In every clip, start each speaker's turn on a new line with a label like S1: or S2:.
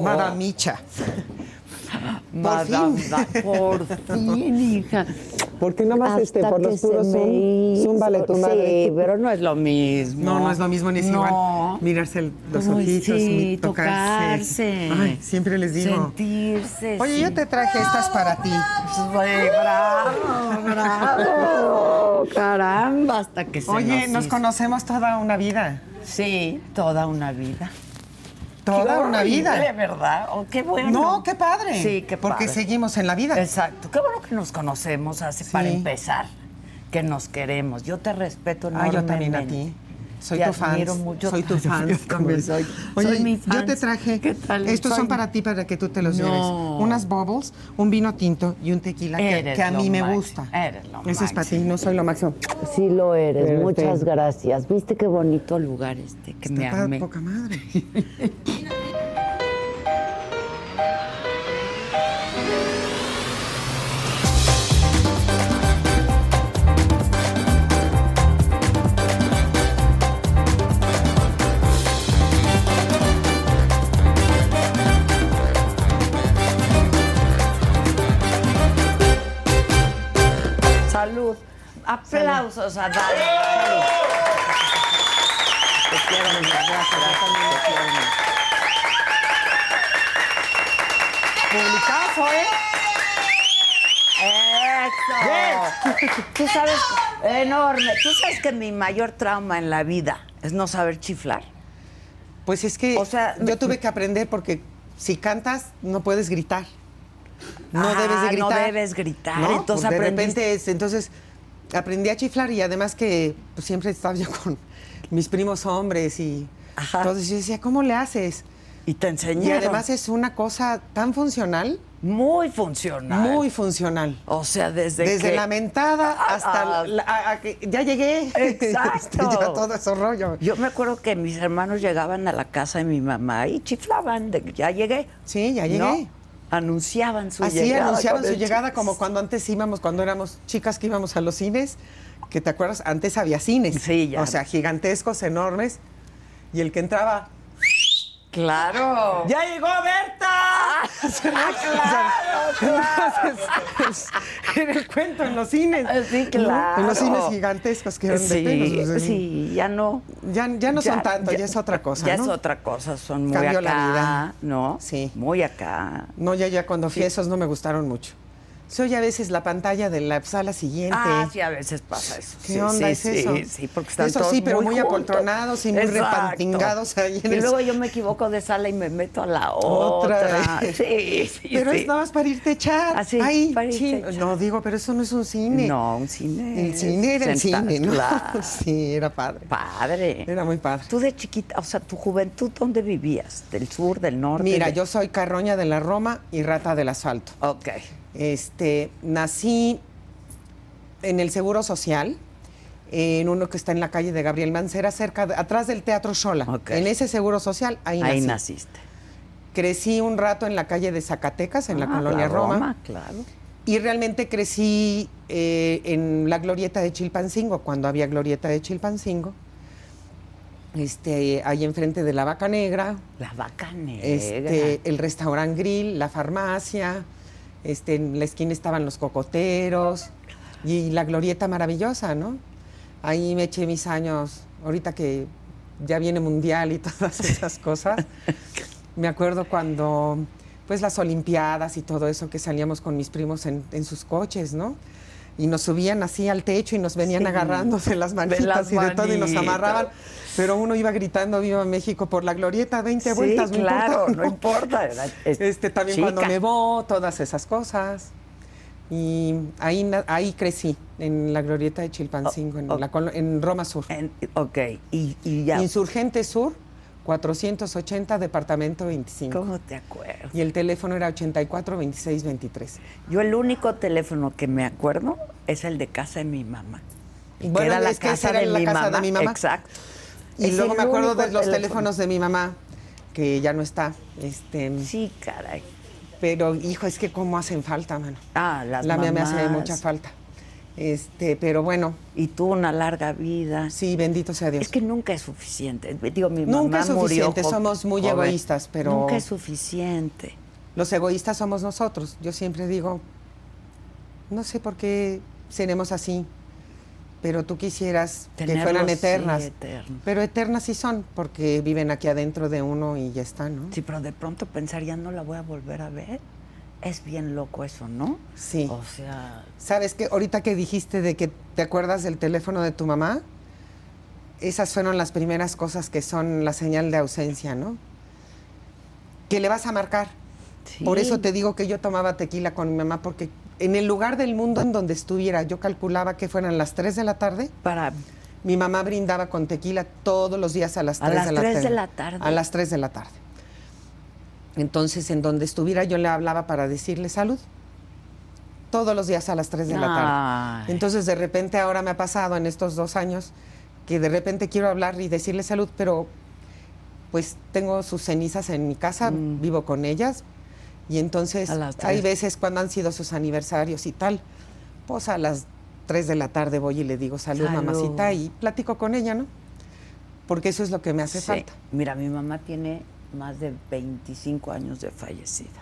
S1: Madamicha.
S2: Madame, da- por fin, hija.
S3: Porque nada
S1: Ah,
S3: más este, por los puros zum, zúmbale tu madre.
S2: Sí, pero no es lo mismo.
S1: No, no es lo mismo ni es
S2: No.
S1: igual. Mirarse el- los
S2: Ay,
S1: ojitos,
S2: sí,
S1: mi- tocarse.
S2: tocarse.
S1: Ay, siempre les digo.
S2: Sentirse.
S1: Oye,
S2: sí.
S1: yo te traje estas para ti.
S2: Ay, bravo, bravo. Caramba, hasta que se
S1: Oye, nos
S2: hizo.
S1: conocemos toda una vida.
S2: Sí, toda una vida.
S1: Toda
S2: Qué
S1: una
S2: horrible,
S1: vida.
S2: ¿verdad? Oh, qué bueno.
S1: No, qué padre.
S2: Sí, qué
S1: Porque
S2: padre.
S1: seguimos en la vida.
S2: Exacto. Qué bueno que nos conocemos así
S1: Sí.
S2: para empezar. Que nos queremos. Yo te respeto
S1: Ah,
S2: enormemente.
S1: yo también a ti. Soy
S2: Te
S1: tu fan.
S2: admiro mucho.
S1: Soy tu
S2: Yo
S1: fan.
S2: también
S1: también.
S2: soy-
S1: Oye,
S2: soy mi
S1: yo te
S2: fans.
S1: traje.
S2: ¿Qué tal?
S1: Estos
S2: Soy-
S1: son para ti para que tú te los
S2: No.
S1: lleves. Unas bubbles, un vino tinto y un tequila que,
S2: Eres
S1: que a
S2: lo
S1: mí me
S2: máximo,
S1: gusta.
S2: eres lo
S1: Eso es para ti,
S2: máximo.
S1: no soy lo máximo.
S2: Sí lo eres,
S1: Perfecto.
S2: muchas gracias. ¿Viste qué bonito lugar este que me
S1: Está
S2: armé?
S1: poca madre.
S2: Salud. Aplausos a Dani. Salud. Te quiero, mi gracias. Te quiero, mi-
S1: Publicazo, ¿eh?
S2: ¡Eso! Tú sabes, enorme. Tú sabes que mi mayor trauma en la vida es no saber chiflar.
S1: Pues es que
S2: O sea, me-
S1: yo tuve que aprender porque si cantas no puedes gritar. No
S2: Ajá,
S1: debes de
S2: Ah, no
S1: gritar.
S2: debes gritar,
S1: No,
S2: entonces
S1: pues de
S2: aprendiste.
S1: repente es- entonces aprendí a chiflar y además que pues, siempre estaba yo con mis primos hombres y
S2: Ajá.
S1: entonces yo decía, ¿cómo le haces?
S2: Y te enseñaron.
S1: Y además es una cosa tan funcional,
S2: muy funcional.
S1: muy funcional.
S2: O sea, desde
S1: Desde
S2: que-
S1: la mentada
S2: Ah,
S1: hasta
S2: ah.
S1: la- a- a que ya llegué. Este,
S2: Exacto.
S1: ya todo ese rollo.
S2: Yo me acuerdo que mis hermanos llegaban a la casa de mi mamá y chiflaban de que ya llegué.
S1: Sí, ya llegué.
S2: ¿No? Anunciaban su
S1: Así
S2: llegada.
S1: anunciaban
S2: con
S1: su
S2: el
S1: llegada
S2: chif-
S1: como cuando antes íbamos, cuando éramos chicas que íbamos a los cines, que te acuerdas, antes había cines.
S2: Sí, ya.
S1: O sea, gigantescos, enormes. Y el que entraba,
S2: Claro. Ah,
S1: ¡Ya llegó Berta!
S2: claro, Ah,
S1: Entonces, era el cuento en los cines.
S2: Sí,
S1: ¿no?
S2: claro.
S1: En los cines gigantescos que eran de
S2: Sí,
S1: pelos, pues,
S2: sí, ya no.
S1: Ya, ya no son tanto, ya, es otra cosa,
S2: Ya
S1: ¿no?
S2: es otra cosa, son muy
S1: Cambió la
S2: acá,
S1: vida.
S2: ¿no?
S1: Sí.
S2: Muy acá.
S1: No, ya, ya, cuando fui a esos no me gustaron mucho. Soy a veces la pantalla de la sala siguiente.
S2: Ah, sí, a veces pasa eso.
S1: ¿Qué
S2: sí,
S1: onda
S2: sí,
S1: es
S2: sí,
S1: eso?
S2: Sí, porque están
S1: Eso
S2: todos
S1: sí, pero muy
S2: juntos.
S1: acoltonados y muy repantingados ahí en
S2: Y
S1: el-
S2: luego yo me equivoco de sala y me meto a la
S1: Otra.
S2: otra. Sí, sí,
S1: Pero
S2: sí.
S1: es nada más para irte a echar.
S2: Ah, sí,
S1: Ay,
S2: Este, para irte
S1: chin.
S2: a echar.
S1: No, digo, pero eso no es un cine.
S2: No, un cine.
S1: El cine era el
S2: sentado,
S1: cine, ¿no?
S2: claro.
S1: Sí, era padre.
S2: Padre.
S1: Era muy padre.
S2: Tú de chiquita, o sea, tu juventud, ¿dónde vivías? ¿Del sur, del norte?
S1: Mira,
S2: De-
S1: yo soy carroña de la Roma y rata del asfalto.
S2: Ok.
S1: Este, nací en el Seguro Social, en uno que está en la calle de Gabriel Mancera, cerca, de- atrás del Teatro Shola.
S2: Ok.
S1: En ese Seguro Social, ahí,
S2: Ahí
S1: nací.
S2: naciste.
S1: Crecí un rato en la calle de Zacatecas, en la
S2: Ah,
S1: colonia Roma.
S2: claro.
S1: Y realmente crecí eh, en la glorieta de Chilpancingo, cuando había glorieta de Chilpancingo. Este, ahí enfrente de la Vaca Negra,
S2: La vaca negra.
S1: este, el restaurante grill, la farmacia, este, en la esquina estaban los cocoteros y la glorieta maravillosa, ¿no? Ahí me eché mis años, ahorita que ya viene mundial y todas esas cosas. Me acuerdo cuando, pues las Olimpiadas y todo eso, que salíamos con mis primos en, en sus coches, ¿no? Y nos subían así al techo y nos venían
S2: Sí.
S1: agarrando de las
S2: las
S1: manitas y de todo y nos
S2: manitas.
S1: amarraban. Pero uno iba gritando, viva México, por la glorieta, 20
S2: Sí,
S1: vueltas, no
S2: claro,
S1: importa.
S2: no importa, era- es
S1: Este, también cuando
S2: chica.
S1: nevó, todas esas cosas. Y ahí, na- ahí crecí, en la glorieta de Chilpancingo, en,
S2: Oh, oh.
S1: la colo- en Roma Sur.
S2: En- ok, y, y ya.
S1: Insurgente Sur, 480, departamento 25.
S2: ¿Cómo te acuerdas?
S1: Y el teléfono era 84 26 23.
S2: Yo el único teléfono que me acuerdo es el de casa de mi mamá. Y
S1: Bueno,
S2: que era la
S1: es que esa
S2: casa,
S1: era
S2: de,
S1: la
S2: mi
S1: casa de
S2: mamá.
S1: mi mamá.
S2: Exacto.
S1: Y
S2: Es
S1: luego
S2: el
S1: me acuerdo
S2: único
S1: de los
S2: teléfono.
S1: teléfonos de mi mamá, que ya no está. Este,
S2: Sí, caray.
S1: Pero, hijo, es que cómo hacen falta, mano.
S2: Ah, las
S1: la mía me hace
S2: mamás.
S1: mucha falta. Este, pero bueno,
S2: Y tuvo una larga vida.
S1: sí, bendito sea Dios.
S2: Es que nunca es suficiente. Digo, mi
S1: Nunca
S2: mamá
S1: es
S2: murió
S1: suficiente,
S2: jo-
S1: somos muy
S2: joven.
S1: egoístas, pero-
S2: Nunca es suficiente.
S1: Los egoístas somos nosotros. Yo siempre digo, no sé por qué seremos así, pero tú quisieras que
S2: Tenerlos,
S1: fueran
S2: sí,
S1: eternas.
S2: eternos.
S1: Pero eternas sí son, porque viven aquí adentro de uno y ya está, ¿no?
S2: Sí, pero de pronto pensar, ya no la voy a volver a ver. Es bien loco eso, ¿no?
S1: Sí.
S2: O sea,
S1: ¿Sabes qué? Ahorita que dijiste de que te acuerdas del teléfono de tu mamá, esas fueron las primeras cosas que son la señal de ausencia, ¿no? Que le vas a marcar.
S2: sí.
S1: Por eso te digo que yo tomaba tequila con mi mamá, porque en el lugar del mundo en donde estuviera, yo calculaba que fueran las 3 de la tarde,
S2: Para
S1: mi mamá brindaba con tequila todos los días a las
S2: A
S1: 3
S2: las
S1: de la tarde.
S2: tres de la tarde.
S1: A las 3 de la tarde. Entonces, en donde estuviera, yo le hablaba para decirle salud. Todos los días a las 3 de
S2: Ah.
S1: la tarde.
S2: Ay.
S1: Entonces, de repente, ahora me ha pasado en estos dos años que de repente quiero hablar y decirle salud, pero pues tengo sus cenizas en mi casa, vivo con ellas. Y entonces
S2: Mm. A las tres.
S1: hay veces cuando han sido sus aniversarios y tal, pues a las 3 de la tarde voy y le digo salud,
S2: Salud.
S1: mamacita y platico con ella, ¿no? Porque eso es lo que me hace
S2: Sí.
S1: falta.
S2: Mira, mi mamá tiene más de 25 años de fallecida.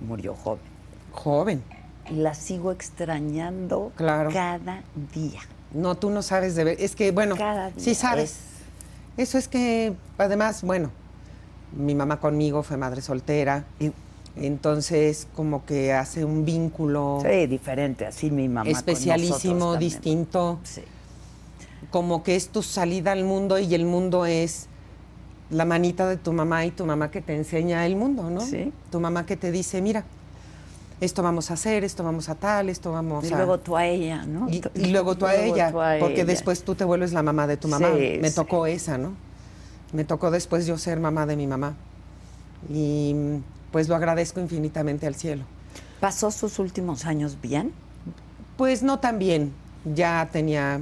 S2: Murió joven.
S1: Joven.
S2: Y la sigo extrañando
S1: Claro.
S2: cada día.
S1: No, tú no sabes de ver. Es que, bueno,
S2: Cada día
S1: sí sabes. Eso es que, además, bueno, mi mamá conmigo fue madre soltera.
S2: Y-
S1: Entonces, como que hace un vínculo
S2: Sí, diferente, así mi mamá. con nosotros
S1: especialísimo,
S2: también.
S1: distinto.
S2: Sí.
S1: como que es tu salida al mundo y el mundo es la manita de tu mamá y tu mamá que te enseña el mundo, ¿no?
S2: Sí.
S1: Tu mamá que te dice, mira, esto vamos a hacer, esto vamos a tal, esto vamos
S2: y
S1: a...
S2: luego tú a ella, ¿no?
S1: y, y luego tú a ella, porque
S2: ella.
S1: después tú te vuelves la mamá de tu mamá.
S2: Sí,
S1: Me
S2: sí.
S1: tocó esa, ¿no? Me tocó después yo ser mamá de mi mamá. Y mm, pues lo agradezco infinitamente al cielo.
S2: ¿Pasó sus últimos años bien?
S1: Pues no tan bien. Ya tenía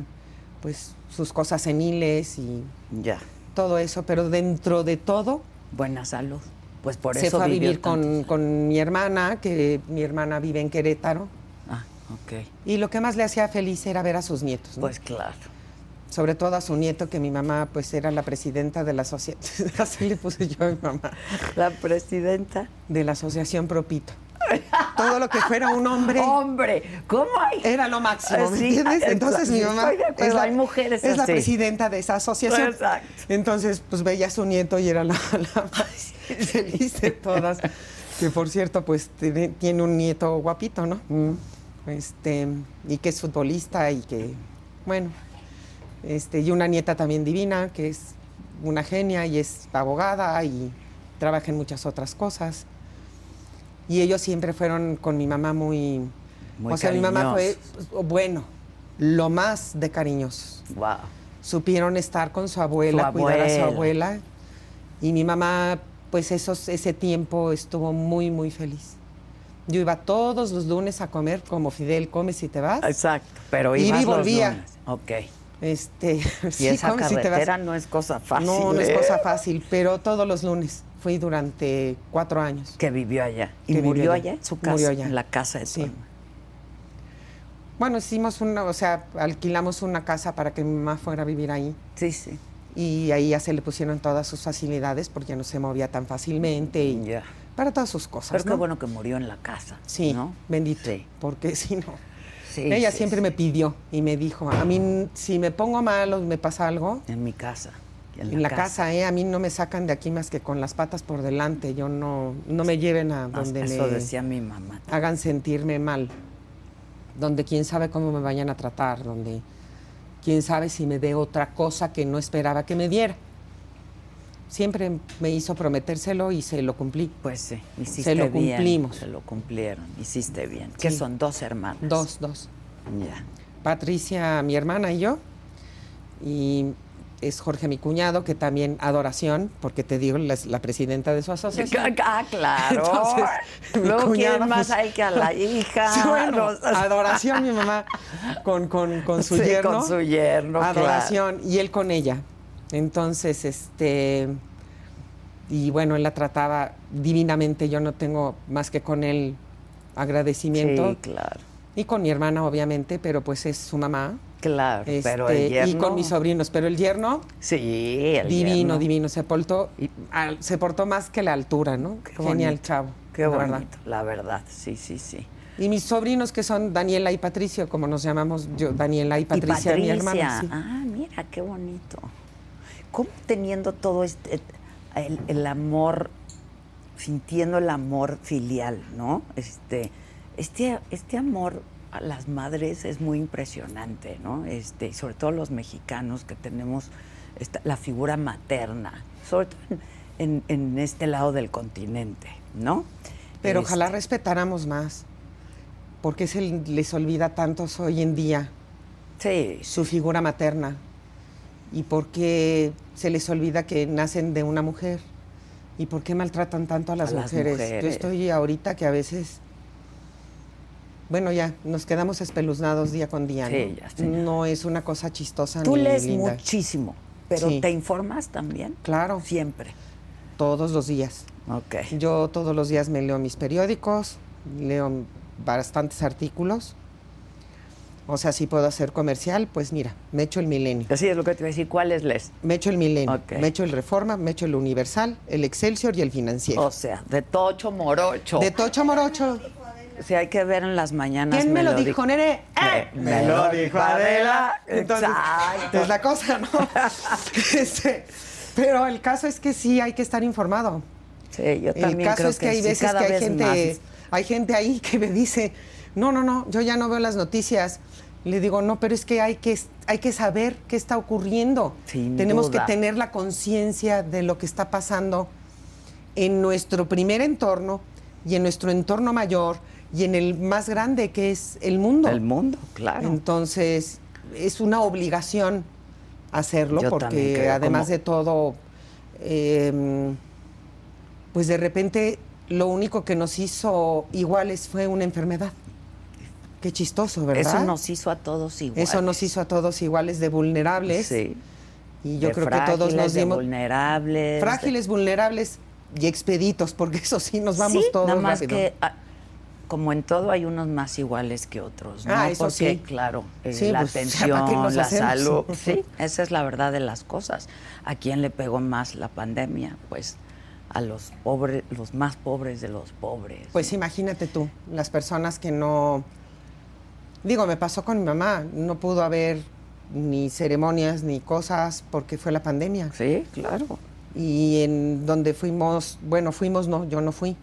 S1: pues sus cosas seniles y
S2: Ya.
S1: todo eso, pero dentro de todo
S2: Buena salud. Pues por
S1: se
S2: eso
S1: fue a
S2: vivió
S1: vivir con,
S2: tantos-
S1: con mi hermana, que mi hermana vive en Querétaro,
S2: Ah, ok.
S1: y lo que más le hacía feliz era ver a sus nietos, ¿no?
S2: Pues claro.
S1: sobre todo a su nieto, que mi mamá pues era la presidenta de la asociación, así le puse yo a mi mamá,
S2: La presidenta.
S1: de la asociación Propito. Todo lo que fuera un hombre
S2: Hombre, ¿cómo hay?
S1: era lo máximo, ¿me
S2: Oh, Sí,
S1: entiendes?
S2: ah,
S1: Entonces mi mamá
S2: estoy de acuerdo, hay mujeres
S1: es la
S2: así.
S1: presidenta de esa asociación.
S2: Exacto.
S1: Entonces, pues veía a su nieto y era la, la más feliz de todas. Que por cierto, pues tiene, tiene un nieto guapito, ¿no? Mm, Este, y que es futbolista y que, bueno, este, y una nieta también divina, que es una genia y es abogada y trabaja en muchas otras cosas. Y ellos siempre fueron con mi mamá muy...
S2: Muy
S1: o sea, mi mamá fue,
S2: cariñosos.
S1: pues, bueno, lo más de cariñosos
S2: Wow.
S1: supieron estar con su abuela,
S2: Su
S1: cuidar a su
S2: abuela.
S1: abuela. Y mi mamá, pues esos, ese tiempo estuvo muy, muy feliz. Yo iba todos los lunes a comer, como Fidel, comes y te vas.
S2: Exacto. Pero
S1: Y
S2: ibas
S1: vi,
S2: los
S1: volvía.
S2: lunes. Ok.
S1: Este,
S2: Y esa carretera no es cosa fácil.
S1: No, no es
S2: ¿eh?
S1: cosa fácil, pero todos los lunes. Fui durante cuatro años.
S2: Que vivió allá. Y
S1: Que vivió
S2: murió
S1: allá.
S2: allá en su casa.
S1: Murió allá.
S2: En la casa de su
S1: Sí.
S2: hermana.
S1: Bueno, hicimos una, o sea, alquilamos una casa para que mi mamá fuera a vivir ahí.
S2: Sí, sí.
S1: Y ahí ya se le pusieron todas sus facilidades porque no se movía tan fácilmente y
S2: Ya.
S1: para todas sus cosas.
S2: Pero qué
S1: Pues ¿no?
S2: bueno que murió en la casa.
S1: Sí,
S2: ¿no?
S1: bendito.
S2: Sí.
S1: Porque si no.
S2: Sí,
S1: Ella
S2: sí,
S1: siempre
S2: sí.
S1: me pidió y me dijo, a mí n- si me pongo mal o me pasa algo,
S2: En mi casa. En,
S1: en la casa, ¿eh? a mí no me sacan de aquí más que con las patas por delante, yo no, no me lleven a
S2: Ah,
S1: donde
S2: Eso
S1: me
S2: decía mi mamá.
S1: hagan sentirme mal, donde quién sabe cómo me vayan a tratar, donde quién sabe si me dé otra cosa que no esperaba que me diera. siempre me hizo prometérselo y se lo cumplí.
S2: Pues sí, hiciste
S1: Se lo
S2: bien,
S1: cumplimos.
S2: Se lo cumplieron, hiciste bien. ¿Qué
S1: Sí.
S2: son dos hermanas?
S1: Dos, dos.
S2: Ya.
S1: Patricia, mi hermana y yo. Y es Jorge, mi cuñado, que también adoración, porque te digo, la, es la presidenta de su asociación.
S2: Ah, claro.
S1: Entonces, mi
S2: Luego, ¿quién
S1: cuñada,
S2: más
S1: pues,
S2: hay que a la hija?
S1: Sí, bueno,
S2: Los-
S1: adoración, mi mamá, con, con, con su
S2: Sí,
S1: yerno.
S2: Con su yerno, claro.
S1: adoración y él con ella. Entonces, este y bueno, él la trataba divinamente, yo no tengo más que con él agradecimiento
S2: Sí, claro.
S1: y con mi hermana obviamente, pero pues es su mamá.
S2: Claro, pero
S1: este,
S2: el yerno.
S1: y con mis sobrinos, pero el yerno
S2: Sí, el
S1: divino,
S2: yerno.
S1: divino, se portó
S2: Y-
S1: al- se portó más que la altura, ¿no?
S2: Qué
S1: Genial
S2: bonito,
S1: chavo.
S2: Qué
S1: la
S2: bonito,
S1: verdad.
S2: la verdad. Sí, sí, sí.
S1: Y mis sobrinos que son Daniela y Patricio, como nos llamamos, yo Daniela y Patricia,
S2: y
S1: mi
S2: Patricia.
S1: hermana. sí.
S2: Ah, mira, qué bonito. ¿Cómo teniendo todo este, el, el amor, sintiendo el amor filial, ¿no? Este, este, este amor a las madres es muy impresionante, ¿no? Este, y sobre todo los mexicanos que tenemos esta- la figura materna, sobre todo en, en este lado del continente, ¿no?
S1: Pero
S2: Este,
S1: ojalá respetáramos más, porque se les olvida tantos hoy en día
S2: Este, Sí,
S1: su figura materna y porque se les olvida que nacen de una mujer y por qué maltratan tanto a las,
S2: las
S1: mujeres? Yo
S2: mujeres.
S1: estoy ahorita que a veces, bueno ya, nos quedamos espeluznados día con día.
S2: Sí,
S1: ¿no?
S2: ya sé.
S1: No es una cosa chistosa.
S2: Tú
S1: ni
S2: lees
S1: linda.
S2: muchísimo, pero
S1: Sí.
S2: ¿te informas también?
S1: Claro.
S2: Siempre.
S1: Todos los días.
S2: Ok.
S1: Yo todos los días me leo mis periódicos, leo bastantes artículos. O sea, si puedo hacer comercial, pues mira, me echo el milenio.
S2: Así es lo que te iba a decir. ¿Cuáles lees?
S1: Me echo el milenio,
S2: Ok.
S1: me echo el Reforma, me echo el Universal, el Excelsior y el Financiero.
S2: O sea, de Tocho Morocho.
S1: De Tocho Morocho.
S2: si hay que ver en las mañanas.
S1: ¿Quién me lo dijo, nene? ¡Eh!
S2: Me, me lo dijo Adela.
S1: Entonces,
S2: Exacto.
S1: es la cosa, ¿no? Este, pero el caso es que sí hay que estar informado.
S2: Sí, yo
S1: El
S2: también
S1: caso
S2: creo
S1: es que, hay
S2: sí,
S1: veces
S2: cada
S1: que hay
S2: vez
S1: gente,
S2: más.
S1: hay gente ahí que me dice, no, no, no, yo ya no veo las noticias. Le digo, no, pero es que hay que, es- hay que saber qué está ocurriendo.
S2: Sin
S1: Tenemos
S2: duda.
S1: que tener la conciencia de lo que está pasando en nuestro primer entorno y en nuestro entorno mayor y en el más grande que es el mundo.
S2: El mundo, claro.
S1: Entonces, es una obligación hacerlo
S2: Yo también
S1: porque
S2: creo,
S1: además
S2: como-
S1: de todo, eh, pues de repente lo único que nos hizo iguales fue una enfermedad. Qué chistoso, ¿verdad?
S2: Eso nos hizo a todos igual.
S1: Eso nos hizo a todos iguales de vulnerables
S2: Sí.
S1: y yo
S2: De
S1: creo que todos
S2: frágiles,
S1: nos
S2: de
S1: dimos
S2: vulnerables. de-
S1: frágiles, vulnerables y expeditos, porque eso sí nos vamos
S2: sí,
S1: todos
S2: nada más
S1: rápido.
S2: que ah, como en todo hay unos más iguales que otros, ¿no?
S1: Ah, eso
S2: Porque,
S1: sí.
S2: claro, eh,
S1: Sí,
S2: la
S1: pues, ¿para qué
S2: atención,
S1: nos
S2: la
S1: hacemos?
S2: salud, sí, esa es la verdad de las cosas. ¿A quién le pegó más la pandemia? Pues a los pobres, los más pobres de los pobres.
S1: Pues imagínate tú, las personas que no. Digo, me pasó con mi mamá, no pudo haber ni ceremonias ni cosas porque fue la pandemia.
S2: Sí, claro.
S1: Y en donde fuimos, bueno, fuimos, no, yo no fui.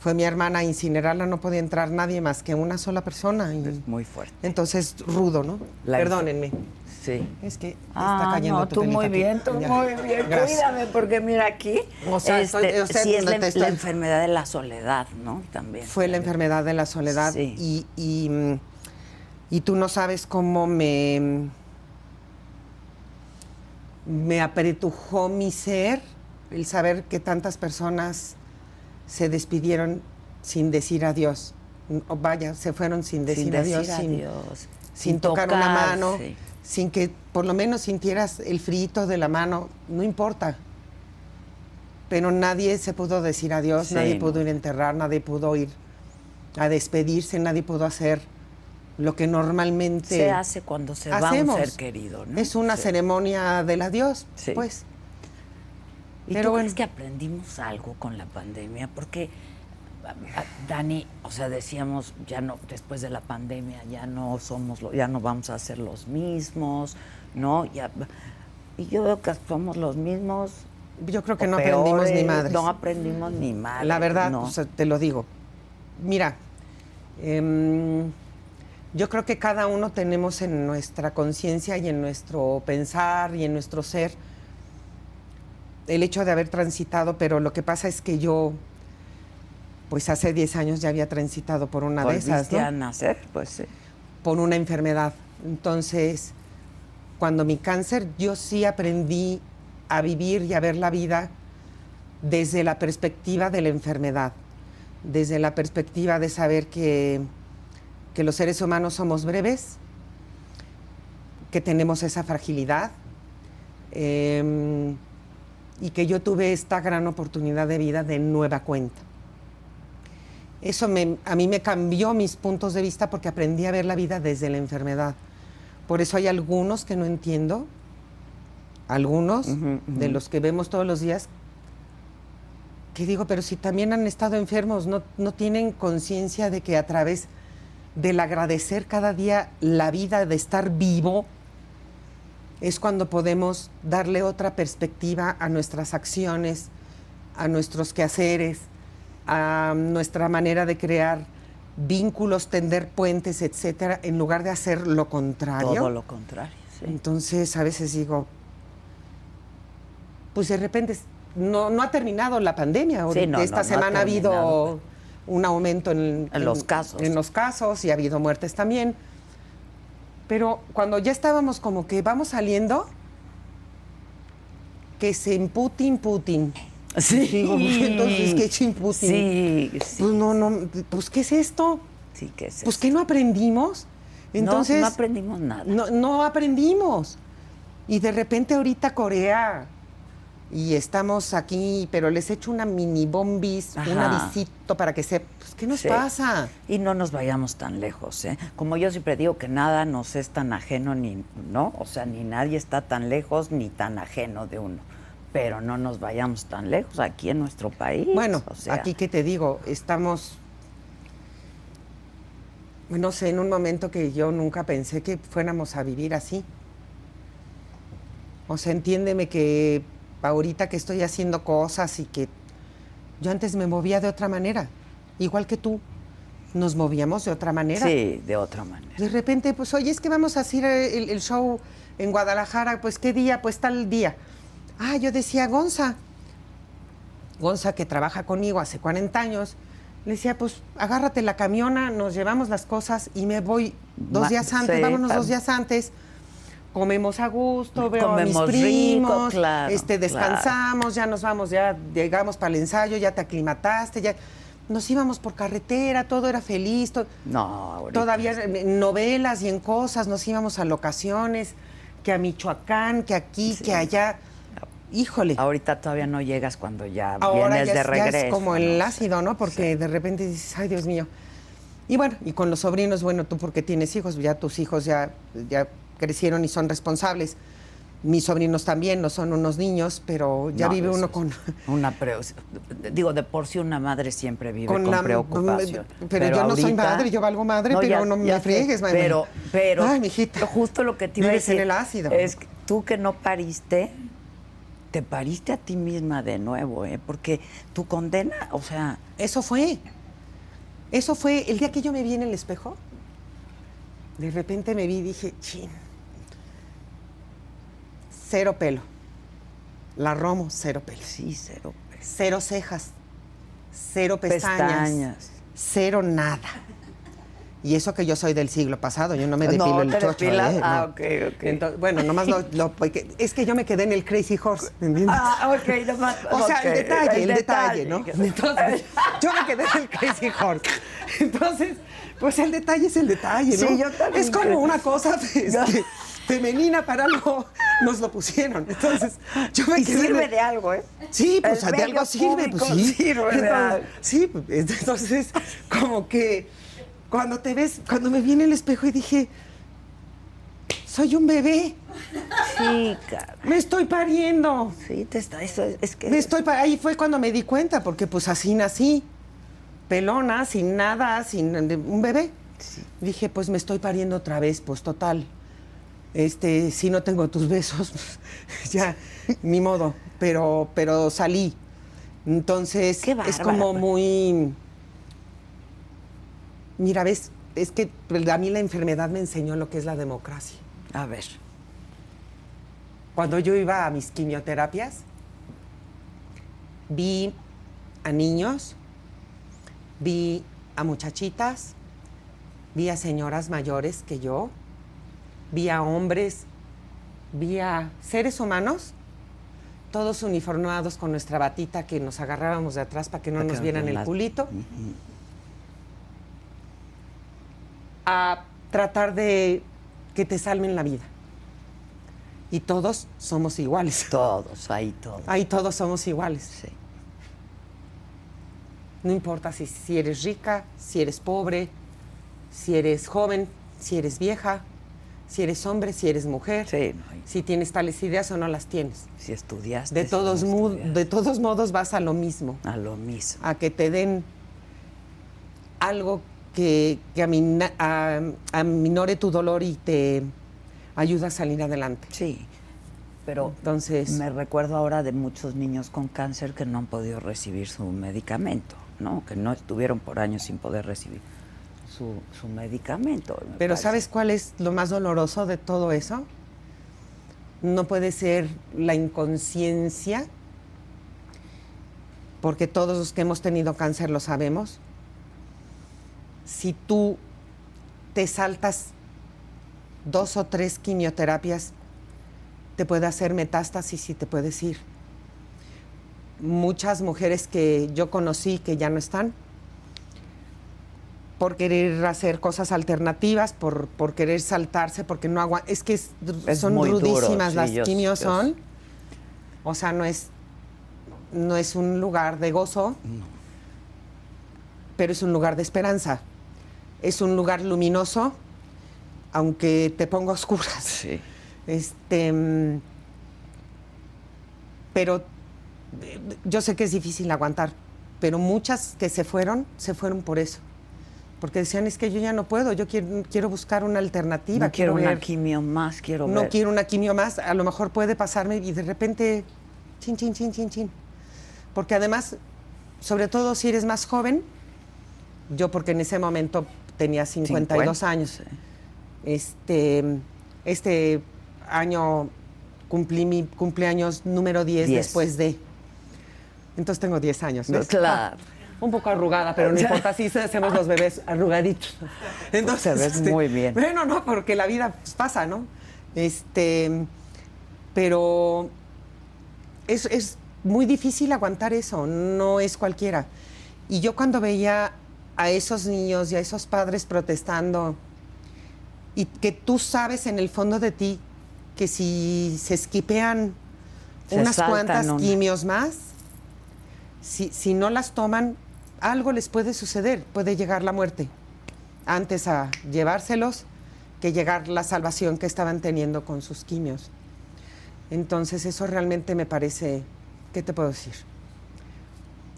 S1: Fue mi hermana a incinerarla, no podía entrar nadie más que una sola persona. y-
S2: Es muy fuerte.
S1: entonces, rudo, ¿no?
S2: Pues, La-
S1: Perdónenme.
S2: Sí.
S1: Es que está
S2: Ah,
S1: cayendo
S2: no,
S1: tu
S2: tú
S1: pelita
S2: muy
S1: aquí.
S2: bien, tú
S1: Ya.
S2: muy bien.
S1: Gracias.
S2: Cuídame, porque mira aquí. este,
S1: O sea, estoy- o sea,
S2: sí, es
S1: no
S2: la,
S1: te estoy-
S2: la enfermedad de la soledad, ¿no? También.
S1: Fue la enfermedad de la soledad
S2: Sí.
S1: y, y, mm, y tú no sabes cómo me, me apretujó mi ser el saber que tantas personas se despidieron sin decir adiós. O vaya, se fueron sin decir,
S2: Sin decir
S1: adiós, sin-
S2: adiós,
S1: sin, tocar, una mano,
S2: sí.
S1: sin que por lo menos sintieras el frito de la mano, no importa. Pero nadie se pudo decir adiós,
S2: Sí,
S1: nadie
S2: no.
S1: pudo ir a enterrar, nadie pudo ir a despedirse, nadie pudo hacer lo que normalmente
S2: se hace cuando se
S1: hacemos.
S2: va un ser querido, ¿no?
S1: Es una
S2: Sí.
S1: ceremonia del adiós,
S2: Sí.
S1: pues.
S2: ¿Y
S1: pero
S2: tú
S1: bueno.
S2: crees que aprendimos algo con la pandemia? Porque a- a- Dani, o sea, decíamos ya no después de la pandemia ya no somos lo- ya no vamos a ser los mismos, ¿no? Ya y yo veo que somos los mismos.
S1: Yo creo
S2: o
S1: que no aprendimos ni
S2: peores,
S1: madres.
S2: No aprendimos ni madres.
S1: La verdad, pues,
S2: no.
S1: o sea, te lo digo. Mira, em, yo creo que cada uno tenemos en nuestra conciencia y en nuestro pensar y en nuestro ser el hecho de haber transitado, pero lo que pasa es que yo, pues hace 10 años ya había transitado por una de esas,
S2: ¿Volviste a
S1: ¿no?
S2: nacer? Pues sí.
S1: por una enfermedad. Entonces, cuando mi cáncer, yo sí aprendí a vivir y a ver la vida desde la perspectiva de la enfermedad, desde la perspectiva de saber que, que los seres humanos somos breves, que tenemos esa fragilidad eh, y que yo tuve esta gran oportunidad de vida de nueva cuenta. Eso me- a mí me cambió mis puntos de vista porque aprendí a ver la vida desde la enfermedad. Por eso hay algunos que no entiendo, algunos
S2: Ujú, ujú.
S1: de los que vemos todos los días, que digo, pero si también han estado enfermos, no, no tienen conciencia de que a través del agradecer cada día la vida, de estar vivo, es cuando podemos darle otra perspectiva a nuestras acciones, a nuestros quehaceres, a nuestra manera de crear vínculos, tender puentes, etcétera, en lugar de hacer lo contrario.
S2: Todo lo contrario. Sí.
S1: Entonces a veces digo, pues de repente es- no, no ha terminado la pandemia. Ahorita,
S2: no, no,
S1: Esta
S2: no ha
S1: semana ha
S2: terminado.
S1: habido un aumento en,
S2: En los casos.
S1: En los casos y ha habido muertes también. Pero cuando ya estábamos como que vamos saliendo, que se imputin Putin.
S2: Sí.
S1: Digo, pues, entonces, ¿qué chin Putin?
S2: Sí, sí.
S1: Pues no, no, pues ¿qué es esto?
S2: Sí, ¿qué es
S1: Pues
S2: eso?
S1: que no aprendimos.
S2: No,
S1: Entonces,
S2: no, aprendimos nada.
S1: no, no aprendimos. Y de repente ahorita Corea y estamos aquí, pero les echo una mini bombis, un
S2: Ajá.
S1: avisito para que se... Pues, ¿Qué nos
S2: Sí.
S1: pasa?
S2: Y no nos vayamos tan lejos, ¿eh? Como yo siempre digo que nada nos es tan ajeno ni, ¿no? O sea, ni nadie está tan lejos ni tan ajeno de uno. Pero no nos vayamos tan lejos aquí en nuestro país.
S1: Bueno,
S2: o sea,
S1: aquí que te digo, estamos, no sé, en un momento que yo nunca pensé que fuéramos a vivir así. O sea, entiéndeme que ahorita que estoy haciendo cosas y que yo antes me movía de otra manera, igual que tú, nos movíamos de otra manera.
S2: Sí, de otra manera.
S1: De repente, pues, oye, es que vamos a hacer eh, el, el show en Guadalajara, pues, ¿qué día? Pues tal día. Ah, yo decía, Gonza, Gonza que trabaja conmigo hace 40 años, le decía, pues, agárrate la camiona, nos llevamos las cosas y me voy dos
S2: Ma-
S1: días antes,
S2: sí,
S1: vámonos
S2: tam-
S1: dos días antes. Comemos a gusto, veo a
S2: Comemos
S1: mis
S2: rico,
S1: primos,
S2: claro,
S1: este,
S2: claro.
S1: descansamos, ya nos vamos, ya llegamos para el ensayo, ya te aclimataste, ya nos íbamos por carretera, todo era feliz, todo-
S2: No, ahorita.
S1: Todavía en novelas y en cosas, nos íbamos a locaciones, que a Michoacán, que aquí,
S2: Sí.
S1: que allá. Híjole,
S2: Ahorita todavía no llegas cuando ya
S1: ahora
S2: vienes
S1: ya,
S2: de
S1: es- ya
S2: regreso.
S1: es como el
S2: ¿no?
S1: ácido, ¿no? Porque de repente dices, ay Dios mío. Y bueno, y con los sobrinos, bueno, tú porque tienes hijos, ya tus hijos ya, ya crecieron y son responsables. Mis sobrinos también, no son unos niños, pero ya
S2: No,
S1: vive
S2: eso
S1: uno
S2: es
S1: con...
S2: Una preocupación. Digo, de por sí una madre siempre vive con,
S1: Con la-
S2: preocupación.
S1: pero yo no soy madre, yo valgo madre, pero no me
S2: sé.
S1: friegues, madre.
S2: Pero, pero.
S1: Ay, mijita,
S2: Justo lo que te iba a
S1: vives
S2: decir.
S1: en el ácido.
S2: Es que tú que no pariste, te pariste a ti misma de nuevo, ¿eh? Porque tu condena, o sea,
S1: Eso fue. Eso fue el día que yo me vi en el espejo. De repente me vi y dije, chin. Cero pelo. La romo, cero pelo.
S2: sí, cero pe-
S1: Cero cejas. Cero pestañas.
S2: pestañas.
S1: Cero nada. Y eso que yo soy del siglo pasado, yo no me depilo
S2: No,
S1: el
S2: ¿te
S1: chocho.
S2: depilas?
S1: ¿eh?
S2: Ah,
S1: No.
S2: ok, ok.
S1: Ento- bueno, nomás lo, lo- porque- es que yo me quedé en el Crazy Horse, ¿me entiendes?
S2: Ah, ok, nomás.
S1: O sea,
S2: ok,
S1: el detalle, el detalle, ¿no? Entonces, yo me quedé en el Crazy Horse. Entonces, pues el detalle es el detalle, ¿no?
S2: Sí, yo también
S1: Es como
S2: creo.
S1: una cosa este,
S2: No.
S1: femenina para algo nos lo pusieron. Entonces, yo me
S2: Y
S1: quedé. en
S2: sirve
S1: el-
S2: de algo, ¿eh?
S1: Sí, pues
S2: El
S1: de algo
S2: bello
S1: sirve, pues
S2: público
S1: sí.
S2: sirve de
S1: Entonces,
S2: algo.
S1: sí, pues, entonces, como que cuando te ves, cuando me vi en el espejo y dije, soy un bebé,
S2: Sí, cara.
S1: me estoy pariendo.
S2: Sí, te está, eso es, es que.
S1: Me estoy pa- ahí fue cuando me di cuenta, porque pues así nací, pelona, sin nada, sin un bebé.
S2: Sí.
S1: Dije, pues me estoy pariendo otra vez, pues total. Este, si no tengo tus besos, ya, ni modo. Pero, pero salí. Entonces,
S2: Qué
S1: es
S2: bárbara. pues.
S1: como muy. Mira, ves, es que pues, a mí la enfermedad me enseñó lo que es la democracia.
S2: A ver.
S1: Cuando yo iba a mis quimioterapias, vi a niños, vi a muchachitas, vi a señoras mayores que yo, vi a hombres, vi a seres humanos, todos uniformados con nuestra batita que nos agarrábamos de atrás para que no
S2: Para que
S1: nos
S2: no
S1: vieran
S2: nos
S1: el
S2: las-
S1: culito, a tratar de que te salven la vida. Y todos somos iguales.
S2: Todos, ahí todos.
S1: Ahí todos somos iguales.
S2: Sí.
S1: No importa si, si eres rica, si eres pobre, si eres joven, si eres vieja, si eres hombre, si eres mujer,
S2: Sí, no, y
S1: si tienes tales ideas o no las tienes.
S2: si estudiaste.
S1: De
S2: si
S1: todos,
S2: no
S1: mu-
S2: estudiaste.
S1: de todos modos vas a lo mismo,
S2: A lo mismo.
S1: a que te den algo que, que amina- a- aminore tu dolor y te ayuda a salir adelante.
S2: Sí. Pero
S1: Entonces,
S2: me recuerdo ahora de muchos niños con cáncer que no han podido recibir su medicamento, ¿no? Que no estuvieron por años sin poder recibir su, su medicamento. me
S1: Pero
S2: parece.
S1: ¿sabes cuál es lo más doloroso de todo eso? No puede ser la inconsciencia, porque todos los que hemos tenido cáncer lo sabemos. Si tú te saltas dos o tres quimioterapias, te puede hacer metástasis y te puedes ir. Muchas mujeres que yo conocí que ya no están, por querer hacer cosas alternativas, por, por querer saltarse, porque no aguantan. Es que es-
S2: Es
S1: son
S2: muy duro,
S1: rudísimas
S2: sí,
S1: las
S2: yo-
S1: quimios
S2: yo-
S1: son. O sea, no es, no es un lugar de gozo,
S2: Mm.
S1: pero es un lugar de esperanza. Es un lugar luminoso, aunque te ponga a oscuras.
S2: Sí.
S1: Este, mm, pero eh, yo sé que es difícil aguantar, pero muchas que se fueron, se fueron por eso. Porque decían, es que yo ya no puedo, yo quiero, quiero buscar una alternativa.
S2: No quiero una
S1: ver-
S2: quimio más, quiero
S1: no
S2: ver.
S1: quiero una quimio más, a lo mejor puede pasarme y de repente, chin, chin, chin, chin, chin. Porque además, sobre todo si eres más joven, yo porque en ese momento tenía 52
S2: 50,
S1: años, eh.
S2: sí.
S1: este, este año cumplí mi cumpleaños número 10
S2: Diez.
S1: después de... Entonces tengo 10 años.
S2: No,
S1: ¿ves? Ah,
S2: claro.
S1: Un poco arrugada, pero no importa, si hacemos los bebés arrugaditos. Entonces,
S2: ves
S1: este,
S2: muy bien.
S1: Bueno, no, porque la vida pues, pasa, ¿no? Este, pero es, es muy difícil aguantar eso, no es cualquiera. Y yo cuando veía a esos niños y a esos padres protestando, y que tú sabes en el fondo de ti que si se esquipean
S2: Se
S1: unas
S2: saltan
S1: cuantas
S2: una.
S1: quimios más, si, si no las toman, algo les puede suceder, puede llegar la muerte antes a llevárselos que llegar la salvación que estaban teniendo con sus quimios. Entonces eso realmente me parece, ¿qué te puedo decir?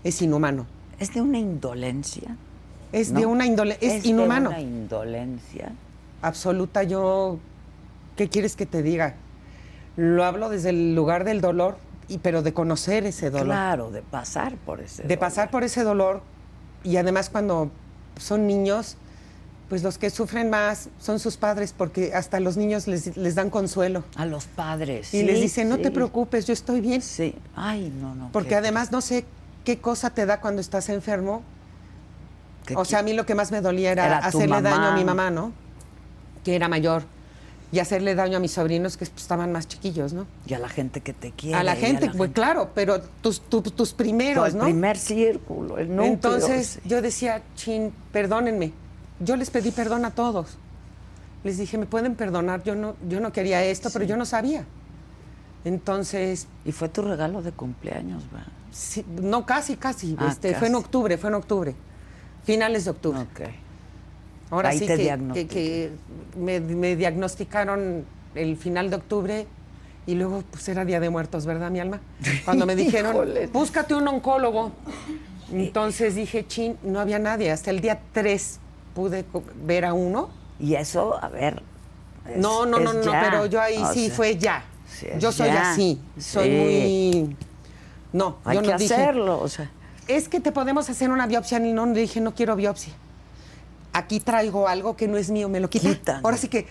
S1: Es inhumano.
S2: Es de una indolencia.
S1: Es
S2: ¿no?
S1: de una indolencia, es, inhumano.
S2: De una indolencia.
S1: absoluta yo, ¿qué quieres que te diga? Lo hablo desde el lugar del dolor, y, pero de conocer ese dolor,
S2: Claro, de pasar por ese.
S1: de pasar por ese dolor y además cuando son niños, pues los que sufren más son sus padres porque hasta los niños les, les dan consuelo
S2: A los padres.
S1: y
S2: sí,
S1: les dicen, no
S2: sí.
S1: te preocupes, yo estoy bien.
S2: Sí. Ay, no, no.
S1: Porque
S2: qué-
S1: además no sé qué cosa te da cuando estás enfermo
S2: qué-
S1: O sea, a mí lo que más me dolía era,
S2: Era tu
S1: hacerle
S2: mamá.
S1: daño a mi mamá, ¿no? Que era mayor. Y hacerle daño a mis sobrinos que pues, estaban más chiquillos, ¿no?
S2: Y a la gente que te quiere.
S1: a la
S2: y
S1: gente, pues claro, pero tus, tu- tus primeros,
S2: el
S1: ¿no?
S2: primer círculo, el núcleo.
S1: Entonces
S2: sí.
S1: yo decía, chin, perdónenme. Yo les pedí perdón a todos. Les dije, ¿me pueden perdonar? Yo no, yo no quería esto, pero yo no sabía. Entonces,
S2: Y fue tu regalo de cumpleaños, ¿verdad?
S1: sí, no, casi, casi.
S2: Ah,
S1: este, Fue en
S2: casi.
S1: octubre, fue en octubre. Finales de octubre.
S2: Ok.
S1: Ahora
S2: Ahí
S1: sí
S2: te
S1: que,
S2: diagnostican.
S1: que- que me, me diagnosticaron el final de octubre y luego pues era Día de Muertos, ¿verdad, mi alma? Cuando me dijeron,
S2: Híjole.
S1: búscate un oncólogo. Entonces dije, chin, no había nadie. Hasta el día 3 pude co- ver a uno.
S2: Y eso, a ver. es-
S1: no, no, no,
S2: es
S1: no,
S2: ya.
S1: pero yo ahí
S2: O
S1: sí
S2: sea,
S1: fue ya.
S2: sí, es
S1: yo soy
S2: ya.
S1: así. Soy
S2: Sí.
S1: muy... No,
S2: Hay
S1: yo
S2: que
S1: no dije,
S2: hacerlo, o sea.
S1: es que te podemos hacer una biopsia. Y no, le dije, no quiero biopsia. Aquí traigo algo que no es mío, me lo quita.
S2: Quítame.
S1: Ahora sí que,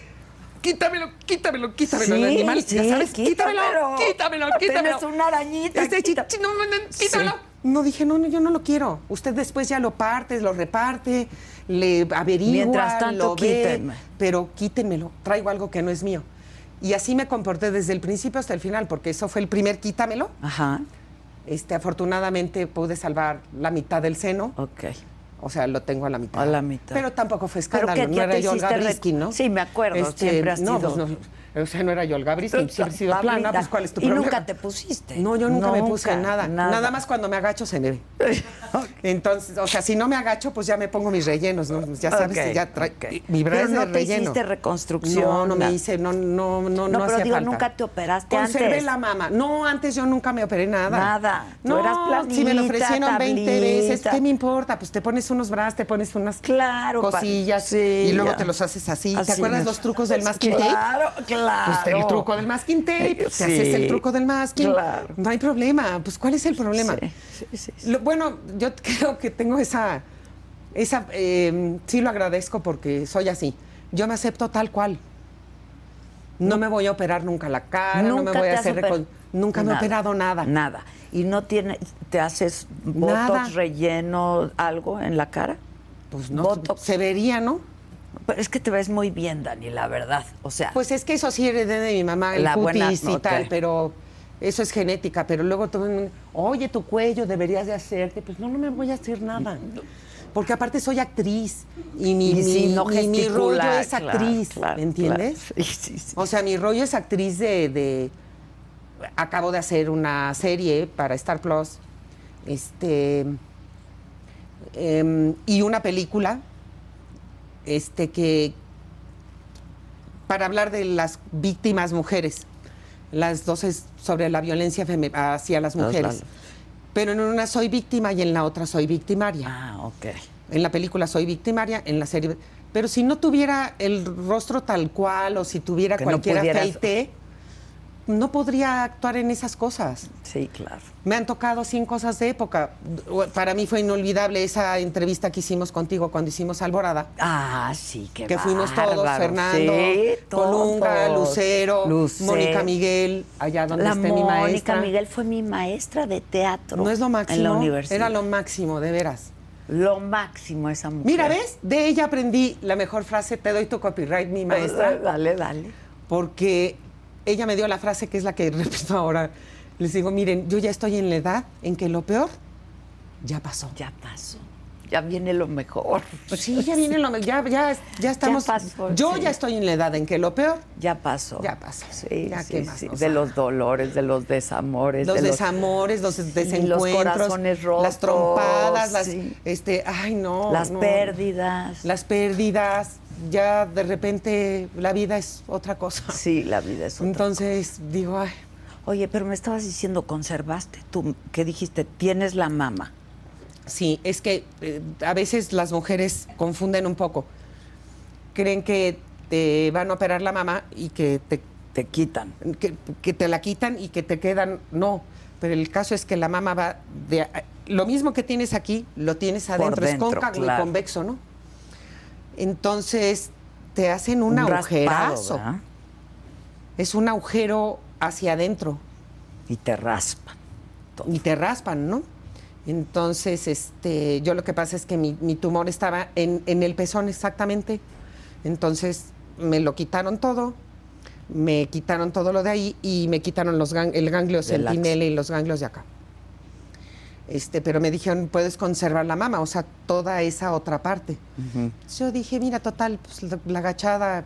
S1: quítamelo, quítamelo, quítamelo. el
S2: Sí,
S1: animal, ya
S2: sí,
S1: sabes, quítamelo,
S2: quítamelo.
S1: quítamelo, quítamelo.
S2: Tienes una arañita,
S1: Este chi-
S2: quita-
S1: chi- no, no, no, quítamelo,
S2: Sí.
S1: No dije, no, no, yo no lo quiero. Usted después ya lo parte, lo reparte, le averigua,
S2: Mientras tanto,
S1: lo ve,
S2: quítenme.
S1: pero quítenmelo, traigo algo que no es mío. Y así me comporté desde el principio hasta el final, porque eso fue el primer quítamelo.
S2: Ajá,
S1: Este, afortunadamente pude salvar la mitad del seno,
S2: ok.
S1: o sea, lo tengo a la mitad.
S2: A la mitad.
S1: Pero tampoco fue
S2: Pero
S1: escándalo,
S2: que
S1: no
S2: ya
S1: era
S2: te
S1: yo Olga
S2: hiciste re-
S1: Briskin, ¿no?
S2: Sí, me acuerdo, siempre has
S1: no,
S2: sido-
S1: pues no, o sea, no era yo Olga Briskin, siempre he sido
S2: Pablita,
S1: plana, pues ¿cuál es tu
S2: Y
S1: problema?
S2: nunca te pusiste.
S1: No, yo nunca, me puse
S2: Nunca,
S1: nada. nada. más cuando me agacho se me ve. Entonces, o sea, si no me agacho, pues ya me pongo mis rellenos, ¿no? Pues Ya sabes,
S2: Ok,
S1: que ya trae.
S2: ok.
S1: Mi brazo
S2: Pero no te
S1: relleno.
S2: hiciste reconstrucción,
S1: No, no me
S2: nada.
S1: hice, no, no, no, no,
S2: No, pero
S1: hacía
S2: digo,
S1: falta.
S2: nunca te operaste
S1: Conservé
S2: antes.
S1: la mama. No, antes yo nunca me operé nada.
S2: Nada. Tú
S1: No,
S2: eras
S1: si me lo
S2: planita,
S1: ofrecieron 20 veces,
S2: tablita.
S1: ¿qué me importa? Pues te pones unos bras, te pones unas
S2: Claro, pa-
S1: cosillas
S2: sí,
S1: y luego
S2: ya.
S1: te los haces así.
S2: Así
S1: ¿Te acuerdas
S2: me-
S1: los trucos del masking tape?
S2: Claro, claro.
S1: Pues el truco del masking tape, pues, te
S2: Sí.
S1: haces el truco del masking.
S2: Claro.
S1: No hay problema. Pues, ¿cuál es el problema?
S2: Sí, sí, sí, sí.
S1: Lo- bueno, yo creo que tengo esa. esa eh, sí, lo agradezco porque soy así. Yo me acepto tal cual. No me voy a operar nunca la cara, no me voy
S2: te
S1: a
S2: has
S1: hacer.
S2: oper-
S1: recon- Nunca me he operado nada.
S2: Nada. ¿Y no tiene, te haces botox,
S1: Nada.
S2: relleno, algo en la cara?
S1: Pues no.
S2: Botox.
S1: Se vería, ¿no?
S2: Pero es que te ves muy bien, Dani, la verdad. O sea,
S1: Pues es que eso sí heredé de mi mamá, el
S2: La buena-
S1: cutis y
S2: ok.
S1: tal, pero eso es genética. Pero luego todo el mundo, oye, tu cuello deberías de hacerte. Pues no, no me voy a hacer nada. Porque aparte soy actriz y mi,
S2: y si
S1: mi-
S2: no
S1: mi- mi rollo
S2: gesticula,
S1: es
S2: claro,
S1: actriz,
S2: claro,
S1: ¿me entiendes?
S2: claro. Sí, sí, sí.
S1: O sea, mi rollo es actriz de, de- Acabo de hacer una serie para Star Plus. Este. em, y una película. Este que. Para hablar de las víctimas mujeres. Las dos es sobre la violencia femi- hacia las
S2: Las-
S1: mujeres.
S2: las-
S1: Pero en una soy víctima y en la otra soy victimaria.
S2: Ah, ok.
S1: En la película soy victimaria, en la serie. Pero si no tuviera el rostro tal cual o si tuviera
S2: Que no
S1: cualquier
S2: pudieras-
S1: aceite, no podría actuar en esas cosas.
S2: Sí, claro.
S1: Me han tocado 100 cosas de época. Para mí fue inolvidable esa entrevista que hicimos contigo cuando hicimos Alborada.
S2: Ah, sí, qué
S1: Que fuimos todos,
S2: bárbaro.
S1: Fernando,
S2: Sí,
S1: Colunga,
S2: todos.
S1: Lucero,
S2: Lucero.
S1: Mónica Miguel, allá donde
S2: La
S1: esté mi
S2: Mónica
S1: maestra.
S2: Miguel fue mi maestra de teatro.
S1: No es lo máximo.
S2: En la universidad.
S1: Era lo máximo, de veras.
S2: Lo máximo esa mujer.
S1: Mira, ¿ves? De ella aprendí la mejor frase, te doy tu copyright, mi maestra.
S2: Dale, dale.
S1: porque ella me dio la frase que es la que repito ahora. Les digo, miren, yo ya estoy en la edad en que lo peor ya pasó. Pues
S2: Ya pasó. Ya viene lo mejor.
S1: Sí, ya viene lo ya ya ya estamos.
S2: pasó,
S1: yo
S2: sí.
S1: ya estoy en la edad en que lo peor.
S2: Ya pasó.
S1: Ya pasó.
S2: Sí,
S1: Ya,
S2: sí,
S1: ¿qué más
S2: sí.
S1: nos
S2: De
S1: da?
S2: los dolores, de los desamores.
S1: Los
S2: de
S1: desamores, los
S2: los
S1: desencuentros,
S2: corazones rotos,
S1: las trompadas, las
S2: sí.
S1: este, ay no,
S2: Las
S1: no.
S2: pérdidas.
S1: las pérdidas, ya de repente la vida es otra cosa.
S2: Sí, la vida es otra.
S1: Entonces digo, ay,
S2: Oye, pero me estabas diciendo, conservaste tú, que dijiste, tienes la mama.
S1: Sí, es que eh, a veces las mujeres confunden un poco. Creen que te van a operar la mamá y que te,
S2: Te quitan.
S1: que, que te la quitan y que te quedan. No, pero el caso es que la mamá va de. Lo mismo que tienes aquí, lo tienes adentro,
S2: dentro,
S1: es cóncavo y
S2: claro.
S1: convexo, ¿no? Entonces te hacen un,
S2: un
S1: agujerazo.
S2: raspado, ¿verdad?
S1: es un agujero hacia adentro.
S2: Y te raspan.
S1: y te raspan, ¿no? Entonces, este, yo lo que pasa es que mi, mi tumor estaba en, en el pezón exactamente. Entonces, me lo quitaron todo, me quitaron todo lo de ahí y me quitaron los gan- el ganglio
S2: Del axis.
S1: centinela y los ganglios de acá. Este, pero me dijeron, puedes conservar la mama, o sea, toda esa otra parte. Yo dije, mira, total, pues, la, la agachada.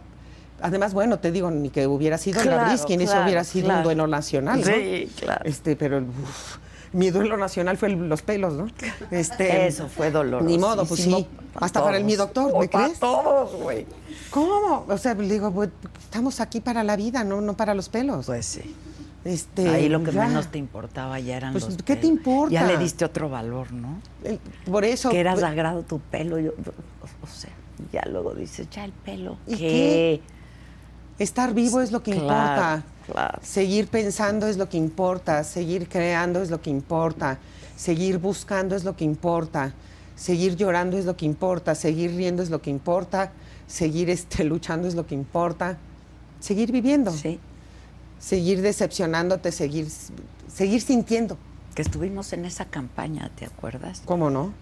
S1: Además, bueno, te digo, ni que hubiera sido
S2: Claro,
S1: la Briskin, eso
S2: claro,
S1: hubiera sido
S2: claro.
S1: un duelo nacional. ¿no?
S2: Sí, claro.
S1: Este, pero uf, mi duelo nacional fue el- los pelos, ¿no? Este,
S2: Eso fue doloroso.
S1: Ni modo, pues sí. Hasta para el mi doctor, ¿me crees?
S2: todos, güey.
S1: ¿Cómo? O sea, le digo, "Pues, estamos aquí para la vida, no, no para los pelos.
S2: Pues sí.
S1: Este,
S2: Ahí lo que
S1: ya.
S2: menos te importaba ya eran
S1: Pues,
S2: los
S1: ¿qué te
S2: pelos.
S1: importa?
S2: Ya le diste otro valor, ¿no?
S1: El- Por eso.
S2: que era
S1: pues,
S2: sagrado tu pelo. yo- yo- o sea, ya luego dices, ya el pelo.
S1: ¿Y
S2: ¿qué?
S1: Estar vivo es lo que
S2: Claro,
S1: importa.
S2: claro.
S1: Seguir pensando es lo que importa. Seguir creando es lo que importa. Seguir buscando es lo que importa. Seguir llorando es lo que importa. Seguir riendo es lo que importa. Seguir este, luchando es lo que importa. Seguir viviendo.
S2: Sí,
S1: Seguir decepcionándote. Seguir, seguir sintiendo.
S2: que estuvimos en esa campaña, ¿te acuerdas?
S1: ¿Cómo no?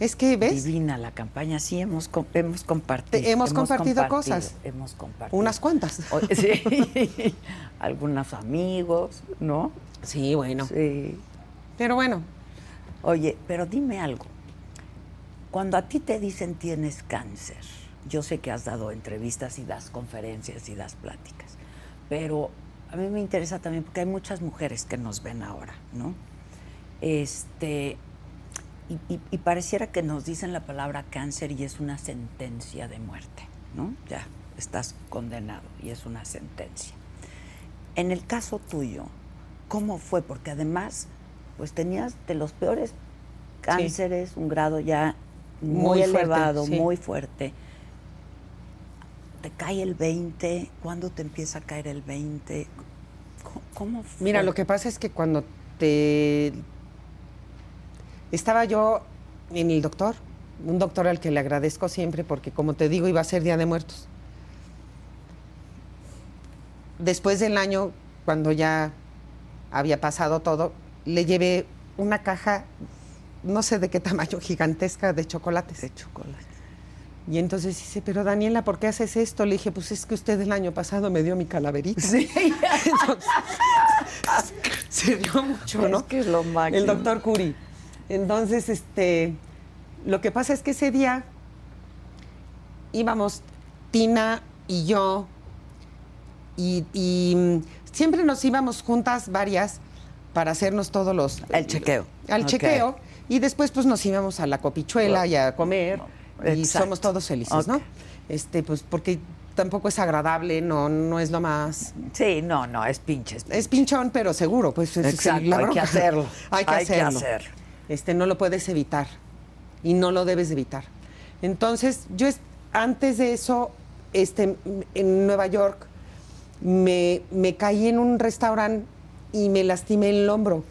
S1: Es que, ¿ves?
S2: Divina la campaña, sí, hemos, com- hemos compartido.
S1: Te- hemos compartido cosas.
S2: Hemos compartido.
S1: Unas cuantas.
S2: O- sí. Algunos amigos, ¿no?
S1: Sí, bueno.
S2: Sí.
S1: Pero bueno,
S2: Oye, pero dime algo. Cuando a ti te dicen tienes cáncer, yo sé que has dado entrevistas y das conferencias y das pláticas, pero a mí me interesa también porque hay muchas mujeres que nos ven ahora, ¿no? Este, y, y- y pareciera que nos dicen la palabra cáncer y es una sentencia de muerte, ¿no? Ya estás condenado y es una sentencia. En el caso tuyo, ¿cómo fue? Porque además, pues tenías de los peores cánceres, un grado ya muy,
S1: Muy fuerte,
S2: elevado,
S1: sí.
S2: muy fuerte. ¿Te cae el 20? ¿Cuándo te empieza a caer el 20? ¿Cómo- ¿Cómo fue?
S1: Mira, lo que pasa es que cuando te... Estaba yo en el doctor, un doctor al que le agradezco siempre porque, como te digo, iba a ser Día de Muertos. Después del año, cuando ya había pasado todo, le llevé una caja, no sé de qué tamaño, gigantesca de chocolates.
S2: De chocolate.
S1: Y entonces dice, pero Daniela, ¿por qué haces esto? Le dije, pues es que usted el año pasado me dio mi calaverita.
S2: Sí.
S1: Entonces, se dio mucho, ¿no?
S2: Es que es lo máximo.
S1: El doctor Curi. Entonces, este, lo que pasa es que ese día íbamos Tina y yo, y, y, mm, siempre nos íbamos juntas varias para hacernos todos los...
S2: El chequeo.
S1: Al
S2: Ok.
S1: chequeo. Y después pues nos íbamos a la copichuela y a comer. Y
S2: Exacto.
S1: somos todos felices, ¿no?
S2: Ok.
S1: Este, pues porque tampoco es agradable, no, no es lo más
S2: Sí, no, no, es pinches.
S1: es pinchón, pero seguro, pues es- es
S2: Exacto,
S1: la
S2: hay
S1: bronca.
S2: que hacerlo,
S1: hay que
S2: hay que
S1: hacerlo.
S2: hacerlo.
S1: Este no lo puedes evitar y no lo debes evitar. Entonces, yo es- antes de eso este m- en Nueva York me, me caí en un restaurante y me lastimé el hombro.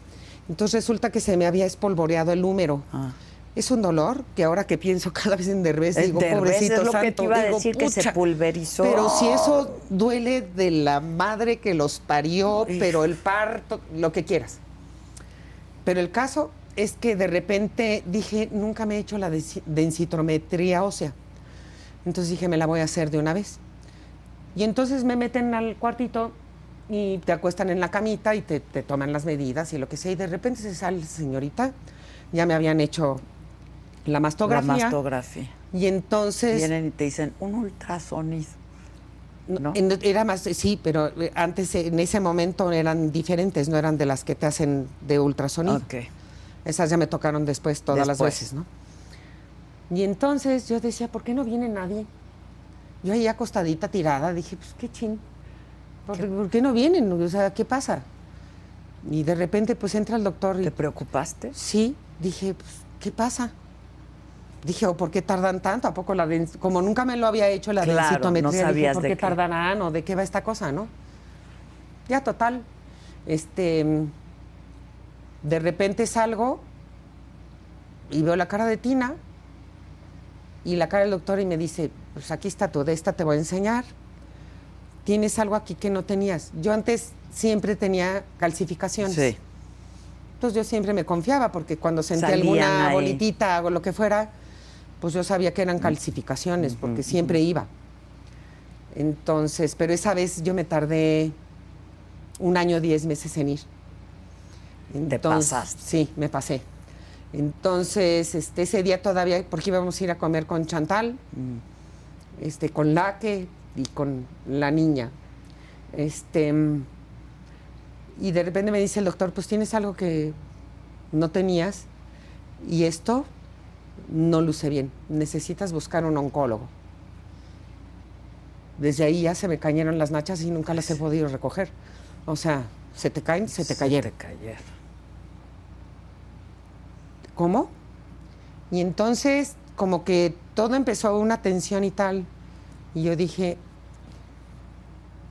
S1: Entonces resulta que se me había espolvoreado el húmero.
S2: Ah.
S1: Es un dolor que ahora que pienso cada vez en Derbez,
S2: En
S1: digo,
S2: Derbez
S1: pobrecito
S2: es lo que te
S1: santo",
S2: iba a
S1: digo,
S2: decir, que se
S1: "Pucha".
S2: pulverizó.
S1: Pero si eso duele de la madre que los parió,
S2: Hijo.
S1: pero el parto, lo que quieras. Pero el caso es que de repente dije, nunca me he hecho la densi- densitometría ósea. Entonces dije, me la voy a hacer de una vez. Y entonces me meten al cuartito y te acuestan en la camita y te, te toman las medidas y lo que sea. Y de repente se sale, señorita, ya me habían hecho la
S2: La
S1: mastografía.
S2: mastografía.
S1: y entonces...
S2: Vienen y te dicen un ultrasonido. ¿no?
S1: No, en- Era más, sí, pero eh, antes, eh, en ese momento eran diferentes, no eran de las que te hacen de ultrasonido.
S2: Ok.
S1: Esas ya me tocaron después todas las
S2: Después.
S1: veces, ¿no? Y entonces yo decía, ¿por qué no viene nadie? Yo ahí acostadita, tirada, dije, pues qué chin. ¿Por qué, por qué no vienen? O sea, ¿qué pasa? Y de repente, pues entra el doctor y
S2: ¿Te preocupaste?
S1: Sí, dije, pues, ¿qué pasa? Dije, ¿o por qué tardan tanto? ¿A poco la dens- Como nunca me lo había hecho la
S2: Claro, no
S1: densitometría, dije,
S2: sabías
S1: ¿por
S2: de
S1: qué
S2: qué.
S1: tardarán o de qué va esta cosa, no? Ya, total. Este. De repente salgo y veo la cara de Tina y la cara del doctor y me dice, pues aquí está tu de esta, te voy a enseñar. Tienes algo aquí que no tenías. Yo antes siempre tenía calcificaciones. Entonces yo siempre me confiaba porque cuando sentía
S2: Salían
S1: alguna
S2: ahí.
S1: bolitita o lo que fuera, pues yo sabía que eran calcificaciones porque siempre iba. Entonces, pero esa vez yo me tardé un año diez meses en ir.
S2: pasaste.
S1: Sí, me pasé. Entonces, este, ese día todavía, porque íbamos a ir a comer con Chantal, este, con Laque y con la niña. Este, mm, y de repente me dice el doctor, pues tienes algo que no tenías y esto no luce bien. Necesitas buscar un oncólogo. Desde ahí ya se me cayeron las nachas y nunca las he podido recoger. O sea, se te caen, se te cayeron.
S2: Se te cayeron.
S1: ¿Cómo? Y entonces, como que todo empezó una tensión y tal. Y yo dije,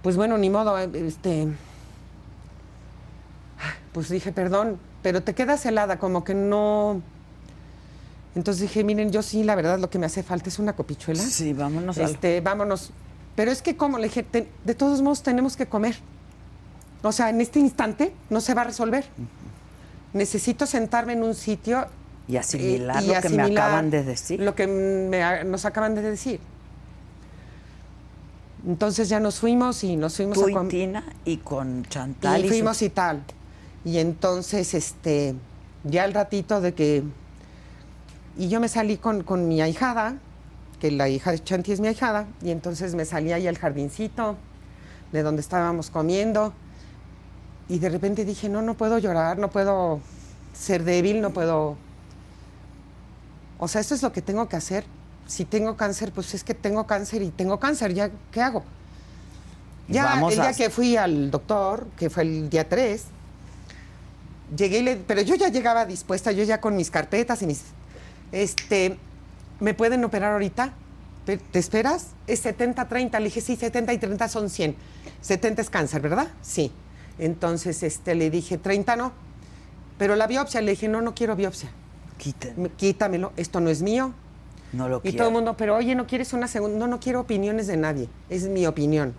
S1: pues bueno, ni modo, eh, este. Pues dije, perdón, pero te quedas helada, como que no. Entonces dije, miren, yo sí, la verdad, lo que me hace falta es una copichuela.
S2: Sí, vámonos a
S1: Este, vámonos. Pero es que, como le dije, Te- de todos modos tenemos que comer. O sea, en este instante no se va a resolver. necesito sentarme en un sitio
S2: Y asimilar
S1: y- y
S2: lo que me
S1: asimilar
S2: acaban de decir.
S1: Lo que me a- nos acaban de decir. Entonces ya nos fuimos y nos fuimos
S2: Tú
S1: a com-
S2: y Tina y con Chantal.
S1: y
S2: y
S1: fuimos
S2: su-
S1: y tal. Y entonces, este, ya al ratito de que. Y yo me salí con, con mi ahijada, que la hija de Chanti es mi ahijada, y entonces me salí ahí al jardincito de donde estábamos comiendo. Y de repente dije, no, no puedo llorar, no puedo ser débil, no puedo. O sea, esto es lo que tengo que hacer. Si tengo cáncer, pues es que tengo cáncer y tengo cáncer, ya, ¿qué hago? Ya
S2: Vamos
S1: el día
S2: a-
S1: que fui al doctor, que fue el día 3, llegué y le, pero yo ya llegaba dispuesta, yo ya con mis carpetas y mis este me pueden operar ahorita. ¿Te te esperas? Es 70 30, le dije, "Sí, 70 y 30 son 100. 70 es cáncer, ¿verdad?" Sí. Entonces, este le dije, "30 no." Pero la biopsia le dije, "No, no quiero biopsia.
S2: Quiten,
S1: Me- Quítamelo, esto no es mío."
S2: no lo
S1: Y
S2: quiero.
S1: todo el mundo, pero oye, ¿no quieres una segunda? No, no quiero opiniones de nadie. Es mi opinión.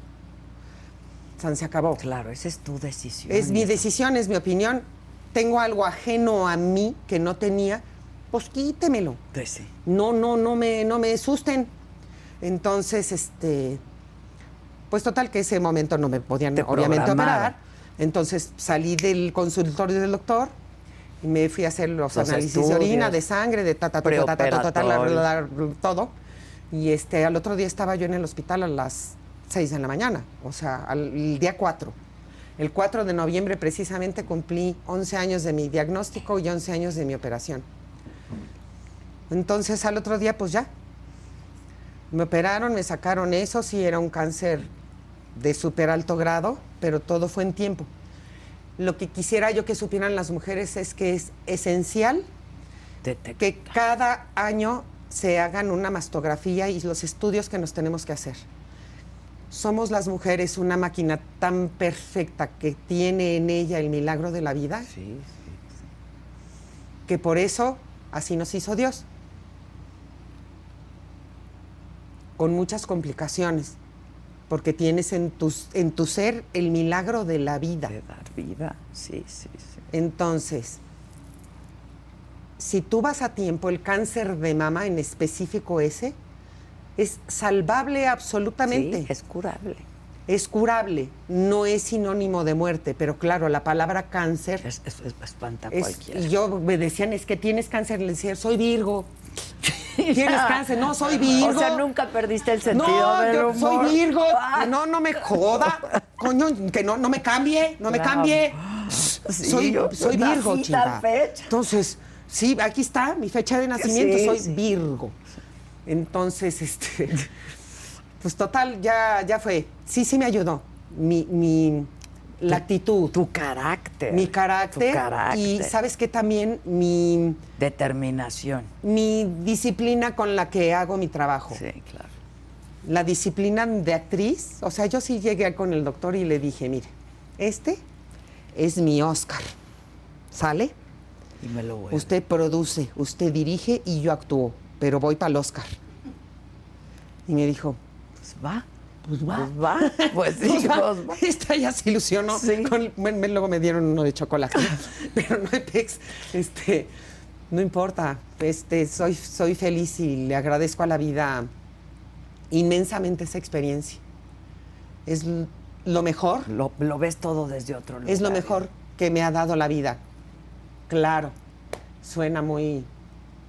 S1: San se acabó.
S2: Claro, esa es tu decisión.
S1: Es mi
S2: hija.
S1: decisión, es mi opinión. Tengo algo ajeno a mí que no tenía, pues quítemelo.
S2: Pues sí.
S1: No, no, no me, no me asusten. Entonces, este, pues total que ese momento no me podían
S2: Te
S1: obviamente
S2: programaron.
S1: operar. Entonces salí del consultorio del doctor y me fui a hacer los,
S2: Los
S1: análisis
S2: estudios.
S1: de orina, de sangre, de ta ta ta ta ta ta, ta, ta, ta, la, la, la, todo. Y este, al otro día estaba yo en el hospital a las 6 de la mañana, o sea, al el día 4. El 4 de noviembre precisamente cumplí 11 años de mi diagnóstico y 11 años de mi operación. Entonces al otro día, pues ya. Me operaron, me sacaron eso, sí era un cáncer de súper alto grado, pero todo fue en tiempo. Lo que quisiera yo que supieran las mujeres es que es esencial
S2: Te- te-
S1: que cada año se hagan una mastografía y los estudios que nos tenemos que hacer. Somos las mujeres una máquina tan perfecta que tiene en ella el milagro de la vida, que por eso así nos hizo Dios. Con muchas complicaciones, porque tienes en tu, en tu ser el milagro de la vida.
S2: de dar vida. Sí, sí, sí.
S1: Entonces, si tú vas a tiempo, el cáncer de mama en específico ese, es salvable absolutamente.
S2: Sí,
S1: es...
S2: es curable.
S1: curable, no es sinónimo de muerte, pero claro, la palabra cáncer
S2: Es, es- es- espanta a
S1: es,
S2: cualquiera.
S1: y yo me decían, es que tienes cáncer, le decía, soy Virgo. Tienes cáncer, no, soy Virgo.
S2: O sea, nunca perdiste el sentido
S1: No,
S2: del
S1: yo
S2: humor.
S1: soy Virgo.
S2: Ah,
S1: No, no me joda. Coño, que no, no me cambie, no me
S2: Claro.
S1: cambie.
S2: Sí,
S1: soy
S2: yo-
S1: soy
S2: yo
S1: Virgo,
S2: nací
S1: chica.
S2: tal fecha.
S1: Entonces, sí, aquí está mi fecha de nacimiento,
S2: Sí,
S1: soy
S2: sí.
S1: Virgo. Entonces, este. Pues total, ya, ya fue. Sí, sí me ayudó. Mi, mi la actitud,
S2: Tu carácter.
S1: mi carácter,
S2: Tu carácter.
S1: Y sabes que también mi,
S2: Determinación.
S1: mi disciplina con la que hago mi trabajo
S2: Sí, claro.
S1: la disciplina de actriz. O sea, yo sí llegué con el doctor y le dije, mire, este es mi Oscar. ¿Sale?
S2: Y me lo voy. a-
S1: Usted produce, usted dirige y yo actúo, pero voy para el Oscar. Y me dijo,
S2: Pues va. Pues va. Pues va. Pues sí,
S1: "Pues va".
S2: pues va.
S1: esta ya se ilusionó.
S2: Sí.
S1: con- me- me- luego me dieron uno de chocolate, pero no hay pex. Este, no importa, este, soy, soy feliz y le agradezco a la vida inmensamente esa experiencia. Es l- lo mejor
S2: Lo, lo ves todo desde otro lugar.
S1: es lo mejor que me ha dado la vida. Claro, suena muy,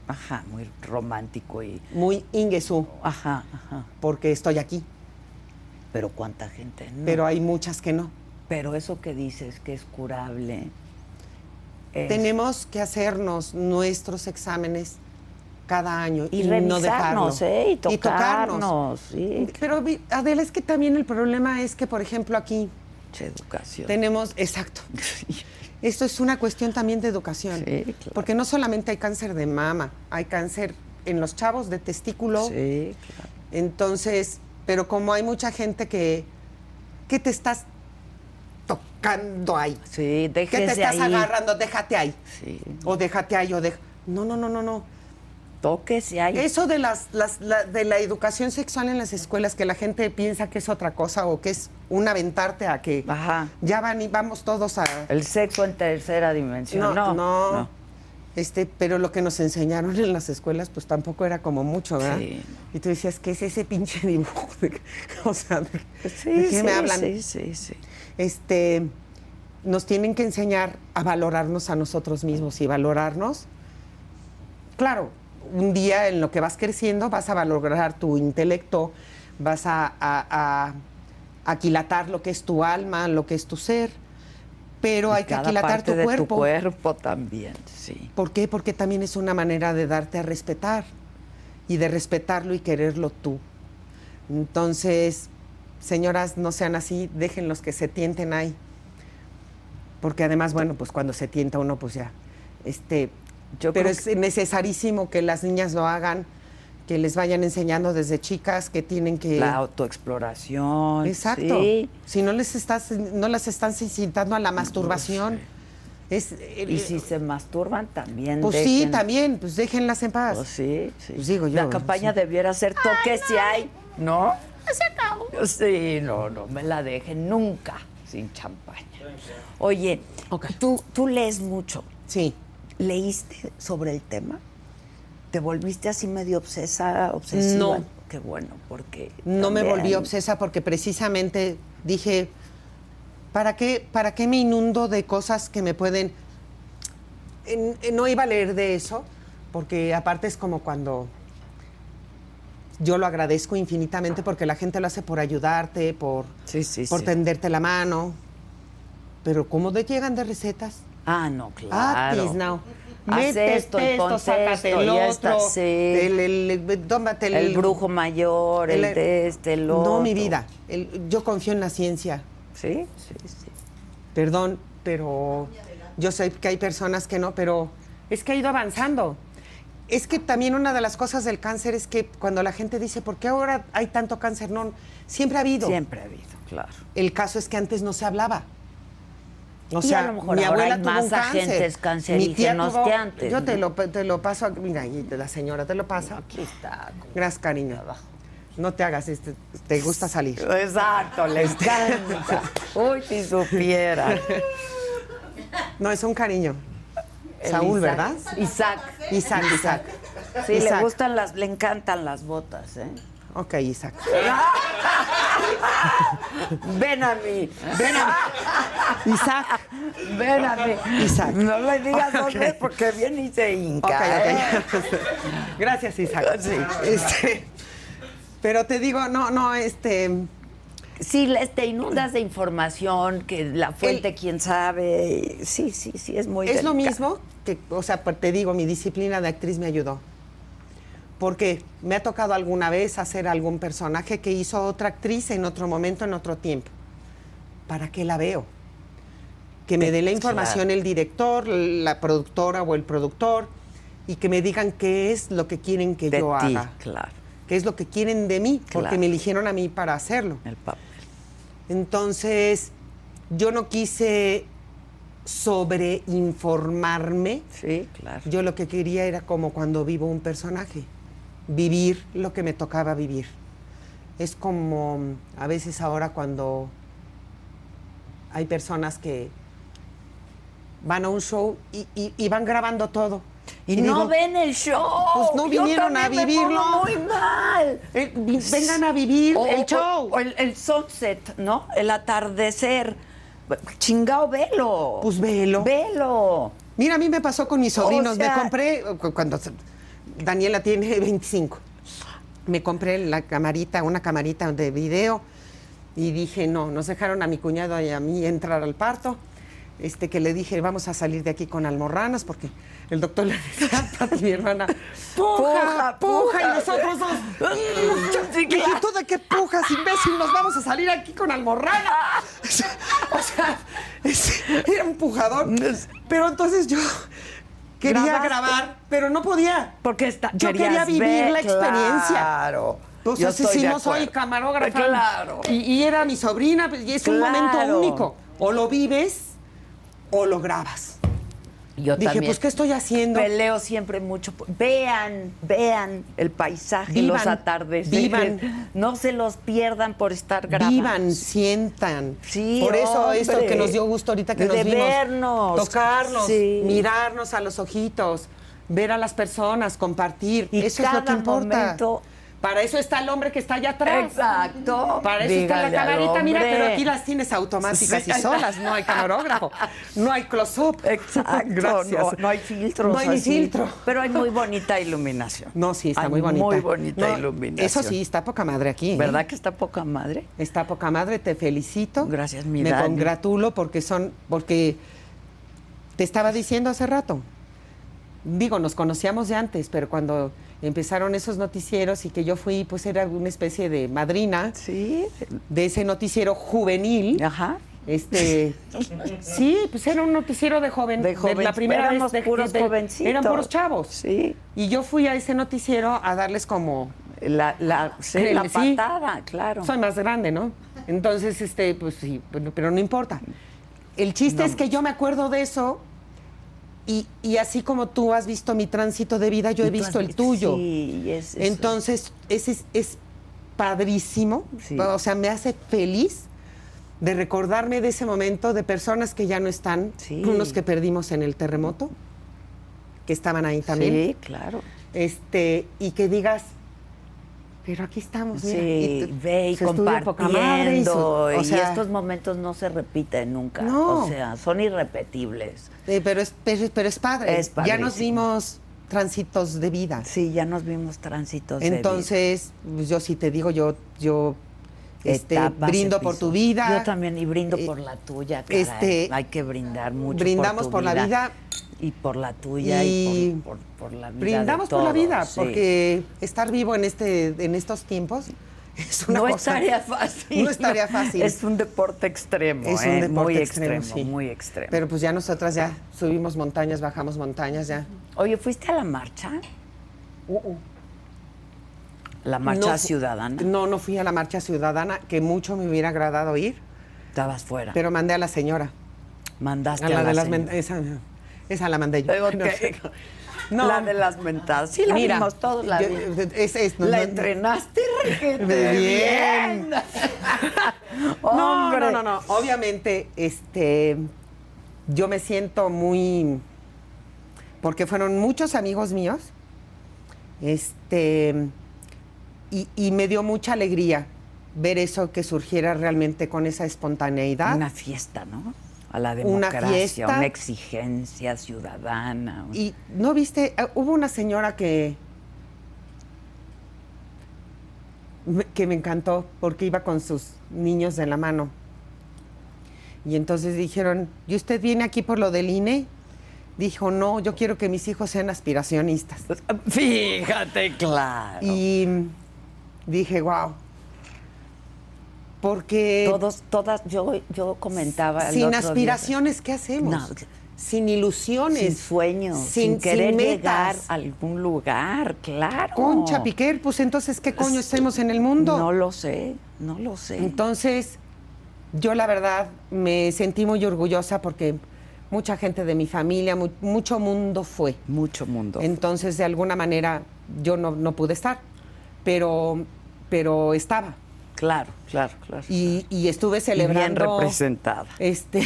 S2: Ajá, muy romántico y.
S1: muy ingesú,
S2: Ajá, ajá.
S1: porque estoy aquí,
S2: Pero cuánta gente no.
S1: pero hay muchas que no.
S2: Pero eso que dices que es curable. es-
S1: Tenemos que hacernos nuestros exámenes cada año y,
S2: Y
S1: no dejarlo.
S2: revisarnos, ¿eh? Y tocarnos. Sí,
S1: Pero vi- Adela, es que también el problema es que, por ejemplo, aquí
S2: mucha educación.
S1: tenemos, exacto,
S2: Sí.
S1: Esto es una cuestión también de educación.
S2: Sí, claro.
S1: Porque no solamente hay cáncer de mama, hay cáncer en los chavos de testículo.
S2: Sí, claro.
S1: Entonces, pero como hay mucha gente que, ¿qué te estás tocando ahí?
S2: Sí,
S1: ¿Qué
S2: déjese
S1: te estás
S2: ahí.
S1: agarrando? Déjate ahí.
S2: Sí.
S1: O déjate ahí, o deja. No, no, no, no, no.
S2: toques y hay.
S1: Eso de las, las- la- de la educación sexual en las escuelas, que la gente piensa que es otra cosa o que es un aventarte a que
S2: Ajá.
S1: ya van y vamos todos a.
S2: El sexo en tercera dimensión. No,
S1: no, no. Este, pero lo que nos enseñaron en las escuelas, pues tampoco era como mucho, ¿verdad?
S2: Sí.
S1: Y tú decías, ¿qué es ese pinche dibujo? De- o sea, ¿de,
S2: Sí,
S1: de qué
S2: sí,
S1: Pues me hablan?
S2: sí, sí, sí.
S1: este, nos tienen que enseñar a valorarnos a nosotros mismos y valorarnos. Claro, un día en lo que vas creciendo vas a valorar tu intelecto, vas a, a- a aquilatar lo que es tu alma, lo que es tu ser, pero Oh, hay que
S2: Cada
S1: aquilatar
S2: parte
S1: tu
S2: de
S1: cuerpo.
S2: tu cuerpo también, sí.
S1: ¿Por qué? Porque también es una manera de darte a respetar y de respetarlo y quererlo tú. Entonces, señoras, no sean así, dejen los que se tienten ahí. Porque además, bueno, pues cuando se tienta uno, pues ya. Este,
S2: Yo
S1: pero
S2: creo
S1: es necesarísimo que las niñas lo hagan, que les vayan enseñando desde chicas que tienen que.
S2: La autoexploración.
S1: Exacto.
S2: sí.
S1: Si no les estás, no las están incitando a la masturbación. Es, eh,
S2: Y si se masturban también.
S1: pues sí,
S2: dejen-
S1: también, pues déjenlas en paz.
S2: Pues sí, sí.
S1: Pues digo
S2: La
S1: yo,
S2: campaña
S1: sí.
S2: debiera ser toque si hay, ¿no? Se acabó. Sí, no, no me la dejen nunca sin champaña. Oye, tú, tú lees mucho.
S1: Sí.
S2: ¿Leíste sobre el tema? ¿Te volviste así medio obsesa, obsesiva?
S1: No.
S2: Qué bueno, porque.
S1: No me
S2: también-
S1: volví obsesa porque precisamente dije, ¿para qué, ¿para qué me inundo de cosas que me pueden... en- en- no iba a leer de eso, porque aparte es como cuando... Yo lo agradezco infinitamente porque la gente lo hace por ayudarte, por,
S2: Sí, sí,
S1: por
S2: sí.
S1: tenderte la mano. Pero ¿cómo te llegan de recetas?
S2: Ah, no, claro.
S1: Ah, now.
S2: Haz
S1: Mete
S2: esto y
S1: esto,
S2: ponte
S1: sácate
S2: esto
S1: el
S2: y
S1: otro.
S2: esta, sí.
S1: el, el- el- tómate el,
S2: El brujo mayor, el,
S1: el-
S2: de este, el otro.
S1: No, mi vida. El- yo confío en la ciencia.
S2: Sí, sí, sí.
S1: Perdón, pero yo sé que hay personas que no, pero es que ha ido avanzando. Es que también una de las cosas del cáncer es que cuando la gente dice, ¿por qué ahora hay tanto cáncer? No, siempre ha habido.
S2: Siempre ha habido, claro.
S1: El caso es que antes no se hablaba. O
S2: Y a lo mejor
S1: mi
S2: ahora
S1: abuela
S2: hay
S1: tuvo
S2: más
S1: un cáncer.
S2: agentes
S1: Mi tía
S2: cancerígenos
S1: tuvo-
S2: que antes,
S1: Yo te
S2: ¿no?
S1: lo, te lo paso, aquí, mira, y la señora te lo pasa.
S2: Aquí está.
S1: Gracias, cariño. No te hagas, este, te gusta salir.
S2: Exacto, le encanta. Uy, si supiera.
S1: No, es un cariño.
S2: El
S1: Saúl,
S2: Isaac-
S1: ¿verdad?
S2: Isaac.
S1: Isaac, Isaac.
S2: Sí, le
S1: Isaac.
S2: gustan las, le encantan las botas, ¿eh?
S1: Ok, Isaac.
S2: Ven a mí, ven a
S1: Isaac.
S2: mí, ven a mí.
S1: Isaac.
S2: No le digas dos
S1: Ok.
S2: veces porque viene y se hinca. ¿eh?
S1: Ok, ok. Gracias, Isaac. Este, pero te digo, no, no, este.
S2: Sí, les te inundas de información, que la fuente,
S1: El-
S2: quién sabe. Sí, sí, sí, es muy
S1: Es lo
S2: delicado.
S1: mismo que, o sea, pues, te digo, mi disciplina de actriz me ayudó. Porque me ha tocado alguna vez hacer algún personaje que hizo otra actriz en otro momento, en otro tiempo. ¿Para qué la veo? Que me dé la información el director, la productora o el productor y que me digan qué es lo que quieren que
S2: de
S1: yo
S2: ti,
S1: haga.
S2: claro,
S1: qué es lo que quieren de mí,
S2: Claro.
S1: porque me eligieron a mí para hacerlo.
S2: el papel.
S1: Entonces, yo no quise sobreinformarme.
S2: Sí, claro.
S1: Yo lo que quería era como cuando vivo un personaje, vivir lo que me tocaba vivir. Es como mm, a veces ahora cuando hay personas que van a un show y, y- y van grabando todo.
S2: Y, no
S1: digo,
S2: ven el show.
S1: Pues no
S2: Yo
S1: vinieron a
S2: también me
S1: vivirlo.
S2: pongo muy mal.
S1: eh, vi- vengan a vivir
S2: O- o-
S1: el show.
S2: o el, el sunset, ¿no? El atardecer. Chingao, velo.
S1: Pues velo.
S2: Velo.
S1: Mira, a mí me pasó con mis
S2: O
S1: sobrinos.
S2: sea-
S1: me compré, cu- cuando se- Daniela tiene 25, me compré la camarita, una camarita de video y dije, no, nos dejaron a mi cuñado y a mí entrar al parto. Este, que le dije, vamos a salir de aquí con almorranas, porque el doctor le decía a Pati, mi hermana, puja, puja,
S2: Puja, puja.
S1: y nosotros dos,
S2: Sí,
S1: ¿Y
S2: claro.
S1: tú de qué pujas, imbécil? Nos vamos a salir aquí con almorrana. o sea, es- era un pujador. Pero entonces yo quería
S2: Grabaste.
S1: grabar, pero no podía.
S2: Porque está,
S1: Yo quería
S2: querías
S1: vivir
S2: ver,
S1: la experiencia.
S2: Claro. Yo
S1: Entonces,
S2: estoy
S1: si
S2: de
S1: no soy
S2: acuerdo.
S1: camarógrafa.
S2: Claro.
S1: Y, y era mi sobrina, y es un
S2: Claro.
S1: momento único. O lo vives o lo grabas.
S2: Yo
S1: Dije,
S2: también.
S1: pues, ¿qué estoy haciendo?
S2: Peleo siempre mucho. por- Vean, vean el paisaje,
S1: Vivan,
S2: los atardeceres.
S1: vivan.
S2: No se los pierdan por estar grabando.
S1: Vivan, sientan.
S2: Sí,
S1: Por eso
S2: hombre.
S1: eso que nos dio gusto ahorita que
S2: De
S1: nos vimos.
S2: vernos.
S1: Tocarnos,
S2: Sí.
S1: mirarnos a los ojitos, ver a las personas, compartir.
S2: Y
S1: eso es lo que
S2: cada
S1: importa.
S2: momento-
S1: Para eso está el hombre que está allá atrás.
S2: Exacto.
S1: Para eso está
S2: Dígale
S1: la
S2: al
S1: camarita, mira,
S2: hombre.
S1: pero aquí las tienes automáticas
S2: Sí.
S1: y solas, no hay camarógrafo, no hay close-up.
S2: Exacto,
S1: Gracias.
S2: No, no hay filtros.
S1: No hay ni
S2: así.
S1: filtro.
S2: Pero hay muy bonita iluminación.
S1: No, sí, está
S2: Hay
S1: muy bonita.
S2: Muy bonita
S1: No,
S2: iluminación.
S1: Eso sí, está poca madre aquí. ¿eh?
S2: ¿Verdad que está poca madre?
S1: Está poca madre, te felicito.
S2: Gracias, mi
S1: Me
S2: Dani.
S1: congratulo porque son, porque te estaba diciendo hace rato. Digo, nos conocíamos de antes, pero cuando empezaron esos noticieros y que yo fui, pues era una especie de madrina
S2: Sí.
S1: de ese noticiero juvenil.
S2: Ajá.
S1: Este, sí, pues era un noticiero de joven.
S2: De jóvenes,
S1: la primera
S2: éramos
S1: vez de-
S2: puros
S1: de- de-
S2: jovencitos.
S1: Eran puros chavos.
S2: Sí.
S1: Y yo fui a ese noticiero a darles como
S2: La, la, sí,
S1: Créeme,
S2: la
S1: sí.
S2: patada, claro.
S1: soy más grande, ¿no? Entonces, este, pues sí, pero, pero no importa. El chiste es que yo me acuerdo de eso y, y así como tú has visto mi tránsito de vida, yo
S2: Y
S1: he
S2: tú has
S1: visto el
S2: visto-
S1: tuyo.
S2: Sí, y es, es-
S1: Entonces, ese es, es padrísimo.
S2: Sí.
S1: O sea, me hace feliz de recordarme de ese momento de personas que ya no están,
S2: Sí.
S1: unos que perdimos en el terremoto, que estaban ahí también
S2: Sí, claro.
S1: este y que digas pero aquí estamos Pues mira,
S2: Sí,
S1: y te-
S2: ve y
S1: se estuvo poca madre y su-
S2: compartiendo.
S1: o
S2: y
S1: sea,
S2: estos momentos no se repiten nunca.
S1: No.
S2: O sea, son irrepetibles.
S1: eh, pero es pero, pero es padre
S2: Es
S1: ya nos
S2: padrísimo.
S1: dimos tránsitos de vida
S2: Sí, ya nos vimos tránsitos. de vida.
S1: entonces pues, yo sí te digo yo yo este,
S2: Etapas,
S1: brindo por
S2: episodios.
S1: tu vida
S2: Yo también, y brindo
S1: Eh,
S2: por la tuya. caray.
S1: este,
S2: Hay que brindar mucho.
S1: brindamos
S2: tu
S1: por la vida
S2: Y por la tuya y,
S1: y
S2: por, por- por la vida. de
S1: brindamos por la
S2: todos,
S1: vida
S2: sí.
S1: porque estar vivo en este en estos tiempos es una
S2: no
S1: cosa-
S2: es tarea fácil.
S1: no es tarea fácil
S2: Es un deporte extremo.
S1: Es
S2: ¿eh?
S1: un deporte
S2: muy
S1: extremo,
S2: extremo,
S1: sí.
S2: muy extremo.
S1: pero pues ya nosotras ya subimos montañas bajamos montañas ya
S2: Oye, ¿fuiste a la marcha?
S1: Uh-uh.
S2: La
S1: No
S2: marcha
S1: fu-
S2: ciudadana.
S1: No, no fui a la marcha ciudadana, que mucho me hubiera agradado ir,
S2: Estabas fuera.
S1: pero mandé a la señora.
S2: Mandaste
S1: A la,
S2: a la,
S1: de las
S2: señora.
S1: men- esa, esa la mandé yo.
S2: Digo, ¿qué? La de las mentadas. Sí, la
S1: Mira,
S2: vimos todos. La,
S1: yo-
S2: vimos.
S1: es- es- no-
S2: la
S1: no-
S2: entrenaste requete
S1: De
S2: bien.
S1: bien.
S2: Hombre.
S1: Oh, No, no, no, no. Obviamente, este, yo me siento muy, porque fueron muchos amigos míos, este, y, y me dio mucha alegría ver eso que surgiera realmente con esa espontaneidad.
S2: Una fiesta, ¿no? A la
S1: Una
S2: democracia, una,
S1: fiesta.
S2: exigencia ciudadana. un-
S1: Y no viste, Eh, hubo una señora que me- que me encantó porque iba con sus niños de la mano. Y entonces dijeron, ¿y usted viene aquí por lo del INE? Dijo, no, yo quiero que mis hijos sean aspiracionistas.
S2: Fíjate, claro.
S1: Y dije, wow. Porque
S2: Todos, todas, yo, yo comentaba. el
S1: sin
S2: otro día-
S1: aspiraciones, ¿qué hacemos?
S2: No.
S1: Sin ilusiones.
S2: Sin sueños, sin, querer llegar a algún lugar, claro.
S1: Concha Piquer, pues entonces, ¿qué coño hacemos en el mundo?
S2: No lo sé, no lo sé.
S1: Entonces, yo la verdad me sentí muy orgullosa porque mucha gente de mi familia, mu- mucho mundo fue.
S2: Mucho mundo.
S1: Entonces, de alguna manera, yo no, no pude estar, pero, pero estaba.
S2: claro, claro, claro.
S1: Y, y estuve
S2: bien
S1: celebrando.
S2: representada.
S1: Este.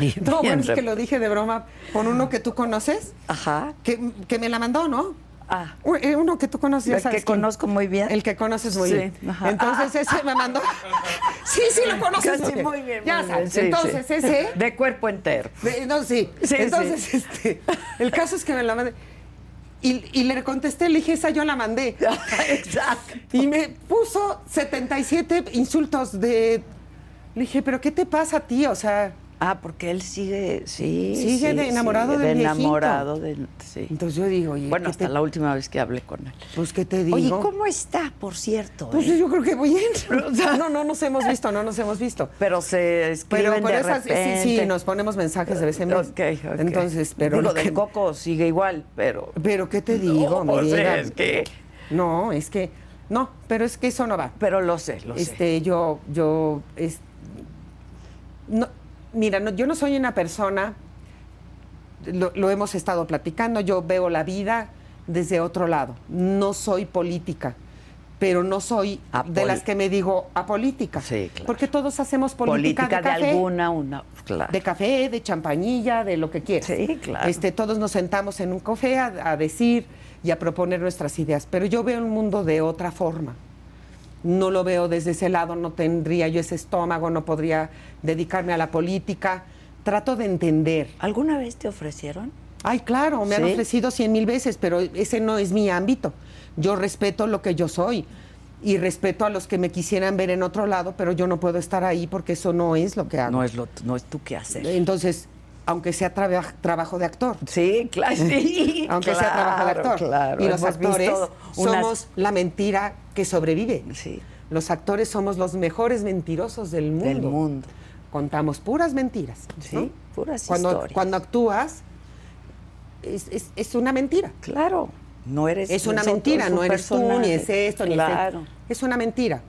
S2: Y
S1: no,
S2: bien
S1: bueno, es que
S2: rep-
S1: lo dije de broma con uno que tú conoces,
S2: Ajá.
S1: que, que me la mandó, ¿no?
S2: Ah,
S1: U- eh, Uno que tú conoces, ya
S2: El
S1: sabes
S2: que
S1: quién.
S2: conozco muy bien.
S1: El que conoces muy
S2: Sí,
S1: bien.
S2: ajá. Ah.
S1: Entonces ese me mandó. Sí, sí, lo conoces
S2: casi muy bien.
S1: Ya
S2: muy bien,
S1: sabes.
S2: sí,
S1: Entonces
S2: sí.
S1: ese.
S2: De cuerpo entero.
S1: de- no, sí.
S2: Sí,
S1: Entonces,
S2: sí.
S1: este. El caso es que me la mandé. Y, y le contesté, le dije, esa yo la mandé.
S2: Exacto.
S1: Y me puso 77 insultos de. Le dije, ¿pero qué te pasa a ti? O sea.
S2: Ah, porque él sigue, sí.
S1: Sigue
S2: sí,
S1: de enamorado
S2: sigue
S1: del
S2: de
S1: viejito.
S2: enamorado del- sí.
S1: Entonces yo digo, oye,
S2: bueno,
S1: ¿qué
S2: hasta
S1: te-
S2: la última vez que hablé con él.
S1: Pues, ¿qué te digo?
S2: Oye, ¿cómo está, por cierto?
S1: Pues
S2: eh?
S1: yo creo que voy bien. No, no nos hemos visto, no nos hemos visto.
S2: Pero se escriben
S1: Pero por
S2: de
S1: esas, sí,
S2: repente.
S1: sí, nos ponemos mensajes de vez en vez.
S2: Ok, ok.
S1: Entonces, pero
S2: Digo,
S1: lo
S2: de
S1: que-
S2: Coco sigue igual, pero...
S1: pero qué te digo,
S2: No,
S1: mi
S2: o sea,
S1: vida?
S2: es que-
S1: No, es que no, pero es que eso no va.
S2: Pero lo sé, lo sé.
S1: este, yo yo es- no, mira, no, yo no soy una persona lo, lo hemos estado platicando, yo veo la vida desde otro lado. No soy política, pero no soy
S2: Apol-
S1: de las que me digo apolítica.
S2: Sí, claro.
S1: Porque todos hacemos política,
S2: política de,
S1: de café.
S2: alguna, una. Claro.
S1: De café, de champañilla, de lo que quieras.
S2: Sí, claro.
S1: Este, todos nos sentamos en un café a, a decir y a proponer nuestras ideas. Pero yo veo el mundo de otra forma. No lo veo desde ese lado, no tendría yo ese estómago, no podría dedicarme a la política. Trato de entender.
S2: ¿Alguna vez te ofrecieron?
S1: Ay, claro, me han
S2: ¿Sí?
S1: ofrecido cien mil veces, pero ese no es mi ámbito. Yo respeto lo que yo soy y respeto a los que me quisieran ver en otro lado, pero yo no puedo estar ahí porque eso no es lo que hago.
S2: No es, lo, no es tu qué hacer.
S1: Entonces, aunque sea traba- trabajo de actor,
S2: Sí, claro, sí.
S1: aunque sea
S2: claro,
S1: trabajo de actor,
S2: Claro,
S1: y los
S2: hemos visto
S1: actores
S2: unas-
S1: somos la mentira que sobrevive.
S2: Sí.
S1: Los actores somos los mejores mentirosos del mundo.
S2: Del mundo.
S1: Contamos puras mentiras. ¿no?
S2: Sí, puras
S1: Cuando,
S2: historias.
S1: cuando actúas, es- es- es una mentira.
S2: Claro, no eres.
S1: Es una
S2: nosotros,
S1: mentira,
S2: un
S1: no eres tú, ni
S2: personaje.
S1: es esto, ni
S2: claro.
S1: es esto. Es una mentira,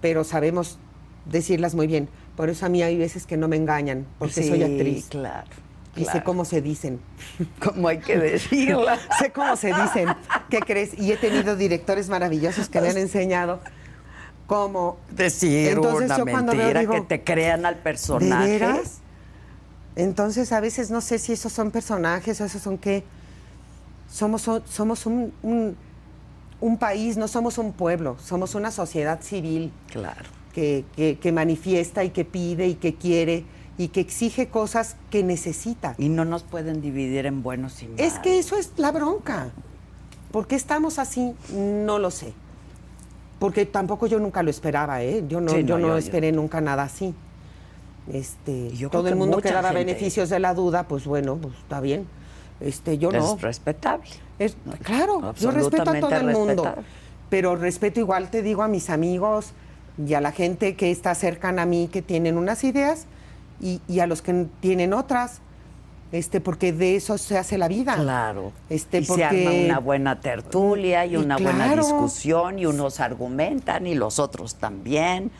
S1: pero sabemos decirlas muy bien. Por eso a mí hay veces que no me engañan, porque soy
S2: Sí,
S1: actriz.
S2: Claro.
S1: Y sé
S2: claro.
S1: cómo se dicen.
S2: cómo hay que decirla.
S1: sé cómo se dicen. ¿Qué crees? Y he tenido directores maravillosos que me han enseñado cómo
S2: Decir
S1: Entonces,
S2: una
S1: yo cuando veo,
S2: mentira,
S1: digo,
S2: que te crean al
S1: ¿De
S2: personaje.
S1: veras? Entonces a veces no sé si esos son personajes o esos son qué. Somos, o- somos un, un- un país, no somos un pueblo, somos una sociedad civil
S2: Claro.
S1: que, que- que manifiesta y que pide y que quiere y que exige cosas que necesita.
S2: Y no nos pueden dividir en buenos y malos.
S1: Es que eso es la bronca. ¿Por qué estamos así? No lo sé. Porque tampoco yo nunca lo esperaba, ¿eh? Yo no,
S2: Sí, no,
S1: yo no
S2: yo- yo-
S1: esperé nunca nada así. Este,
S2: Yo creo
S1: todo
S2: que
S1: el mundo
S2: mucha
S1: que daba
S2: gente-
S1: beneficios de la duda, pues bueno, pues está bien. Este, yo
S2: es
S1: no.
S2: respetable.
S1: Es-
S2: No,
S1: claro, yo respeto a todo el
S2: absolutamente
S1: mundo,
S2: respetable.
S1: pero respeto igual, te digo, a mis amigos y a la gente que está cercana a mí, que tienen unas ideas, y, y a los que n- tienen otras, este, porque de eso se hace la vida.
S2: Claro.
S1: Este,
S2: y
S1: porque-
S2: se arma una buena tertulia y,
S1: Y
S2: una buena
S1: claro.
S2: discusión y unos argumentan y los otros también,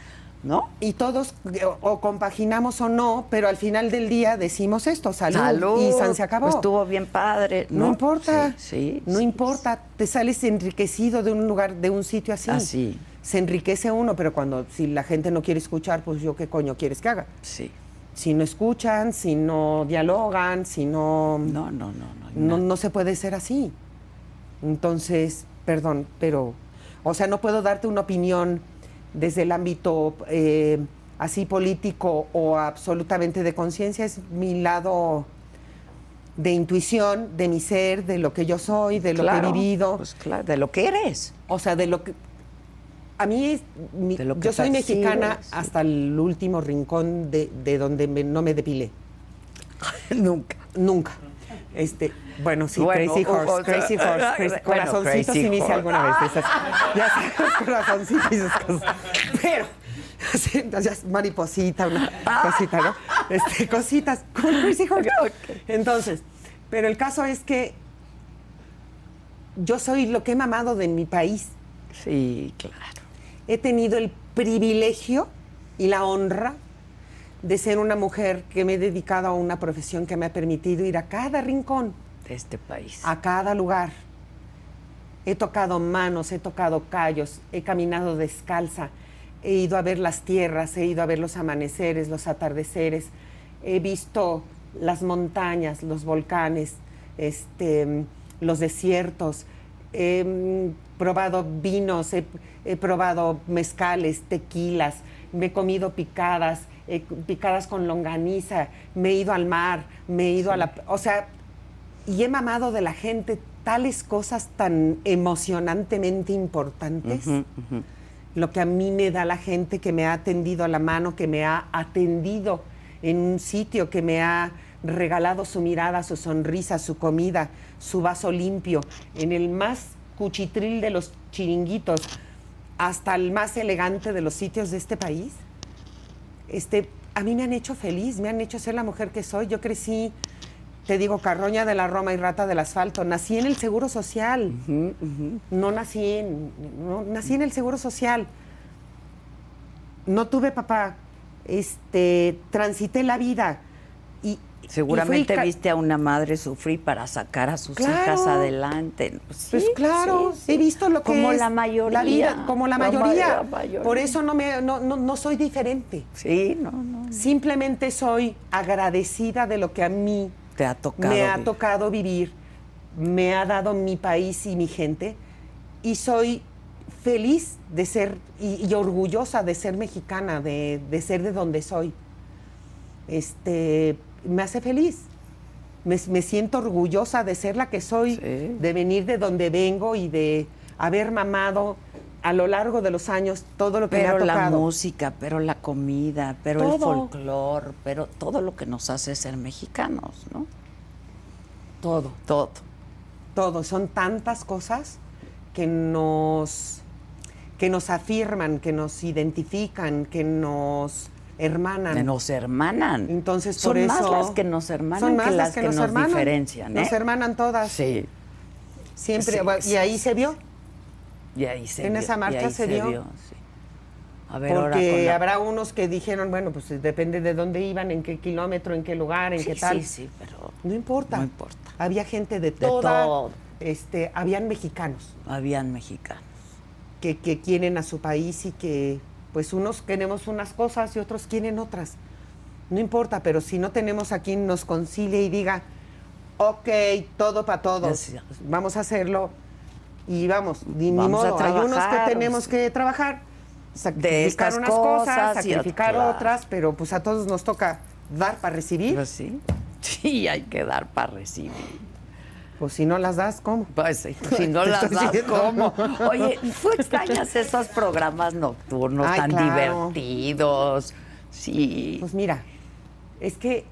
S2: ¿no?
S1: Y todos eh, o, o compaginamos o no, pero al final del día decimos esto, salud, y san se acabó.
S2: Pues estuvo bien padre.
S1: no, importa,
S2: Sí. sí,
S1: no
S2: sí,
S1: importa, te sales enriquecido de un lugar, de un sitio así.
S2: Así.
S1: Se enriquece uno, pero cuando si la gente no quiere escuchar, pues yo qué coño quieres que haga.
S2: Sí.
S1: si no escuchan, si no dialogan, si no...
S2: No, no, no. No,
S1: no,
S2: no.
S1: no se puede ser así. Entonces, perdón, pero... O sea, no puedo darte una opinión desde el ámbito eh, así político o absolutamente de conciencia. Es mi lado de intuición, de mi ser, de lo que yo soy, de lo
S2: Claro,
S1: que he vivido.
S2: Pues claro, de lo que eres.
S1: O sea, de lo que. A mí es. mi-
S2: De lo que
S1: yo soy
S2: percibes,
S1: mexicana
S2: sí.
S1: hasta el último rincón de, de donde me- no me depilé.
S2: Nunca.
S1: Nunca. Este, bueno, sí,
S2: Bueno,
S1: Crazy
S2: o-
S1: Horse,
S2: o-
S1: Crazy Horse,
S2: bueno,
S1: crazy-
S2: Crazy
S1: corazoncitos sí me hice
S2: Horse. Ah.
S1: alguna vez. Esas, ya sabes, corazoncitos y esas cosas. Pero, sí, ya es mariposita, una
S2: Ah.
S1: cosita, ¿no? Este, cositas, como el Crazy Horse. Entonces, pero el caso es que yo soy lo que he mamado de mi país.
S2: Sí, claro.
S1: he tenido el privilegio y la honra de ser una mujer que me he dedicado a una profesión que me ha permitido ir a cada rincón,
S2: De este país.
S1: a cada lugar. He tocado manos, he tocado callos, he caminado descalza, he ido a ver las tierras, he ido a ver los amaneceres, los atardeceres, he visto las montañas, los volcanes, este, los desiertos, he mm, probado vinos, he, he probado mezcales, tequilas, me he comido picadas, eh, picadas con longaniza, me he ido al mar, me he ido a la... O sea, y he mamado de la gente tales cosas tan emocionantemente importantes. Lo que a mí me da la gente que me ha atendido a la mano, que me ha atendido en un sitio, que me ha regalado su mirada, su sonrisa, su comida, su vaso limpio, en el más cuchitril de los chiringuitos, hasta el más elegante de los sitios de este país este, a mí me han hecho feliz, me han hecho ser la mujer que soy. Yo crecí, te digo, carroña de la Roma y rata del asfalto. Nací en el Seguro Social. No nací en, no, nací en el Seguro Social. No tuve papá. Este, transité la vida y,
S2: Seguramente
S1: Y fui ca-
S2: viste a una madre sufrir para sacar a sus
S1: Claro.
S2: hijas adelante.
S1: Pues claro,
S2: sí, sí.
S1: he visto lo que
S2: Como
S1: es
S2: la mayoría.
S1: vida, como la
S2: La ma-
S1: mayoría.
S2: la mayoría.
S1: Por eso no me no, no, no soy diferente.
S2: Sí, no, no.
S1: Simplemente soy agradecida de lo que a mí
S2: Te ha tocado.
S1: me ha
S2: vivir.
S1: tocado vivir, me ha dado mi país y mi gente, y soy feliz de ser y, y orgullosa de ser mexicana, de, de ser de donde soy. Este, me hace feliz. Me, me siento orgullosa de ser la que soy,
S2: Sí.
S1: de venir de donde vengo y de haber mamado a lo largo de los años todo lo que
S2: Pero
S1: me ha
S2: la
S1: tocado.
S2: música, pero la comida, pero el
S1: Todo.
S2: folclore, pero todo lo que nos hace ser mexicanos, ¿no?
S1: todo.
S2: Todo.
S1: todo, son tantas cosas que nos que nos afirman, que nos identifican, que nos hermanan.
S2: Que nos hermanan.
S1: Ah. Entonces,
S2: Son
S1: por eso
S2: más las que nos hermanan
S1: son más
S2: que las que, nos,
S1: hermanan.
S2: diferencian, ¿eh?
S1: Nos hermanan todas.
S2: Sí.
S1: Siempre
S2: Sí,
S1: bueno,
S2: sí,
S1: y ahí se vio
S2: Y ahí se
S1: En
S2: vio,
S1: esa
S2: y
S1: marcha
S2: ahí
S1: se vio.
S2: sí. A ver, ahora
S1: porque
S2: con la-
S1: habrá unos que dijeron, bueno, pues depende de dónde iban, en qué kilómetro, en qué lugar, en
S2: Sí,
S1: qué tal.
S2: Sí, sí, pero
S1: No importa.
S2: No importa.
S1: Había gente de,
S2: De
S1: toda,
S2: todo.
S1: este, habían mexicanos.
S2: habían mexicanos.
S1: que, que quieren a su país y que pues unos queremos unas cosas y otros quieren otras. No importa, pero si no tenemos a quien nos concilie y diga, ok, todo para todos,
S2: Gracias.
S1: vamos a hacerlo y vamos, ni, ni
S2: Vamos a
S1: modo, hay unos que
S2: trabajar,
S1: tenemos
S2: sí.
S1: que trabajar, sacrificar
S2: estas
S1: unas
S2: cosas
S1: cosas,
S2: y ot-
S1: sacrificar
S2: claro.
S1: otras, pero pues a todos nos toca dar para recibir,
S2: Pues sí. Sí, hay que dar para recibir.
S1: pues si no las das, ¿cómo?
S2: Pues sí, si no
S1: Te
S2: las
S1: estoy
S2: das,
S1: diciendo.
S2: ¿cómo? Oye, ¿tú extrañas esos programas nocturnos
S1: Ay,
S2: tan
S1: claro.
S2: divertidos? Sí.
S1: Pues mira, es que,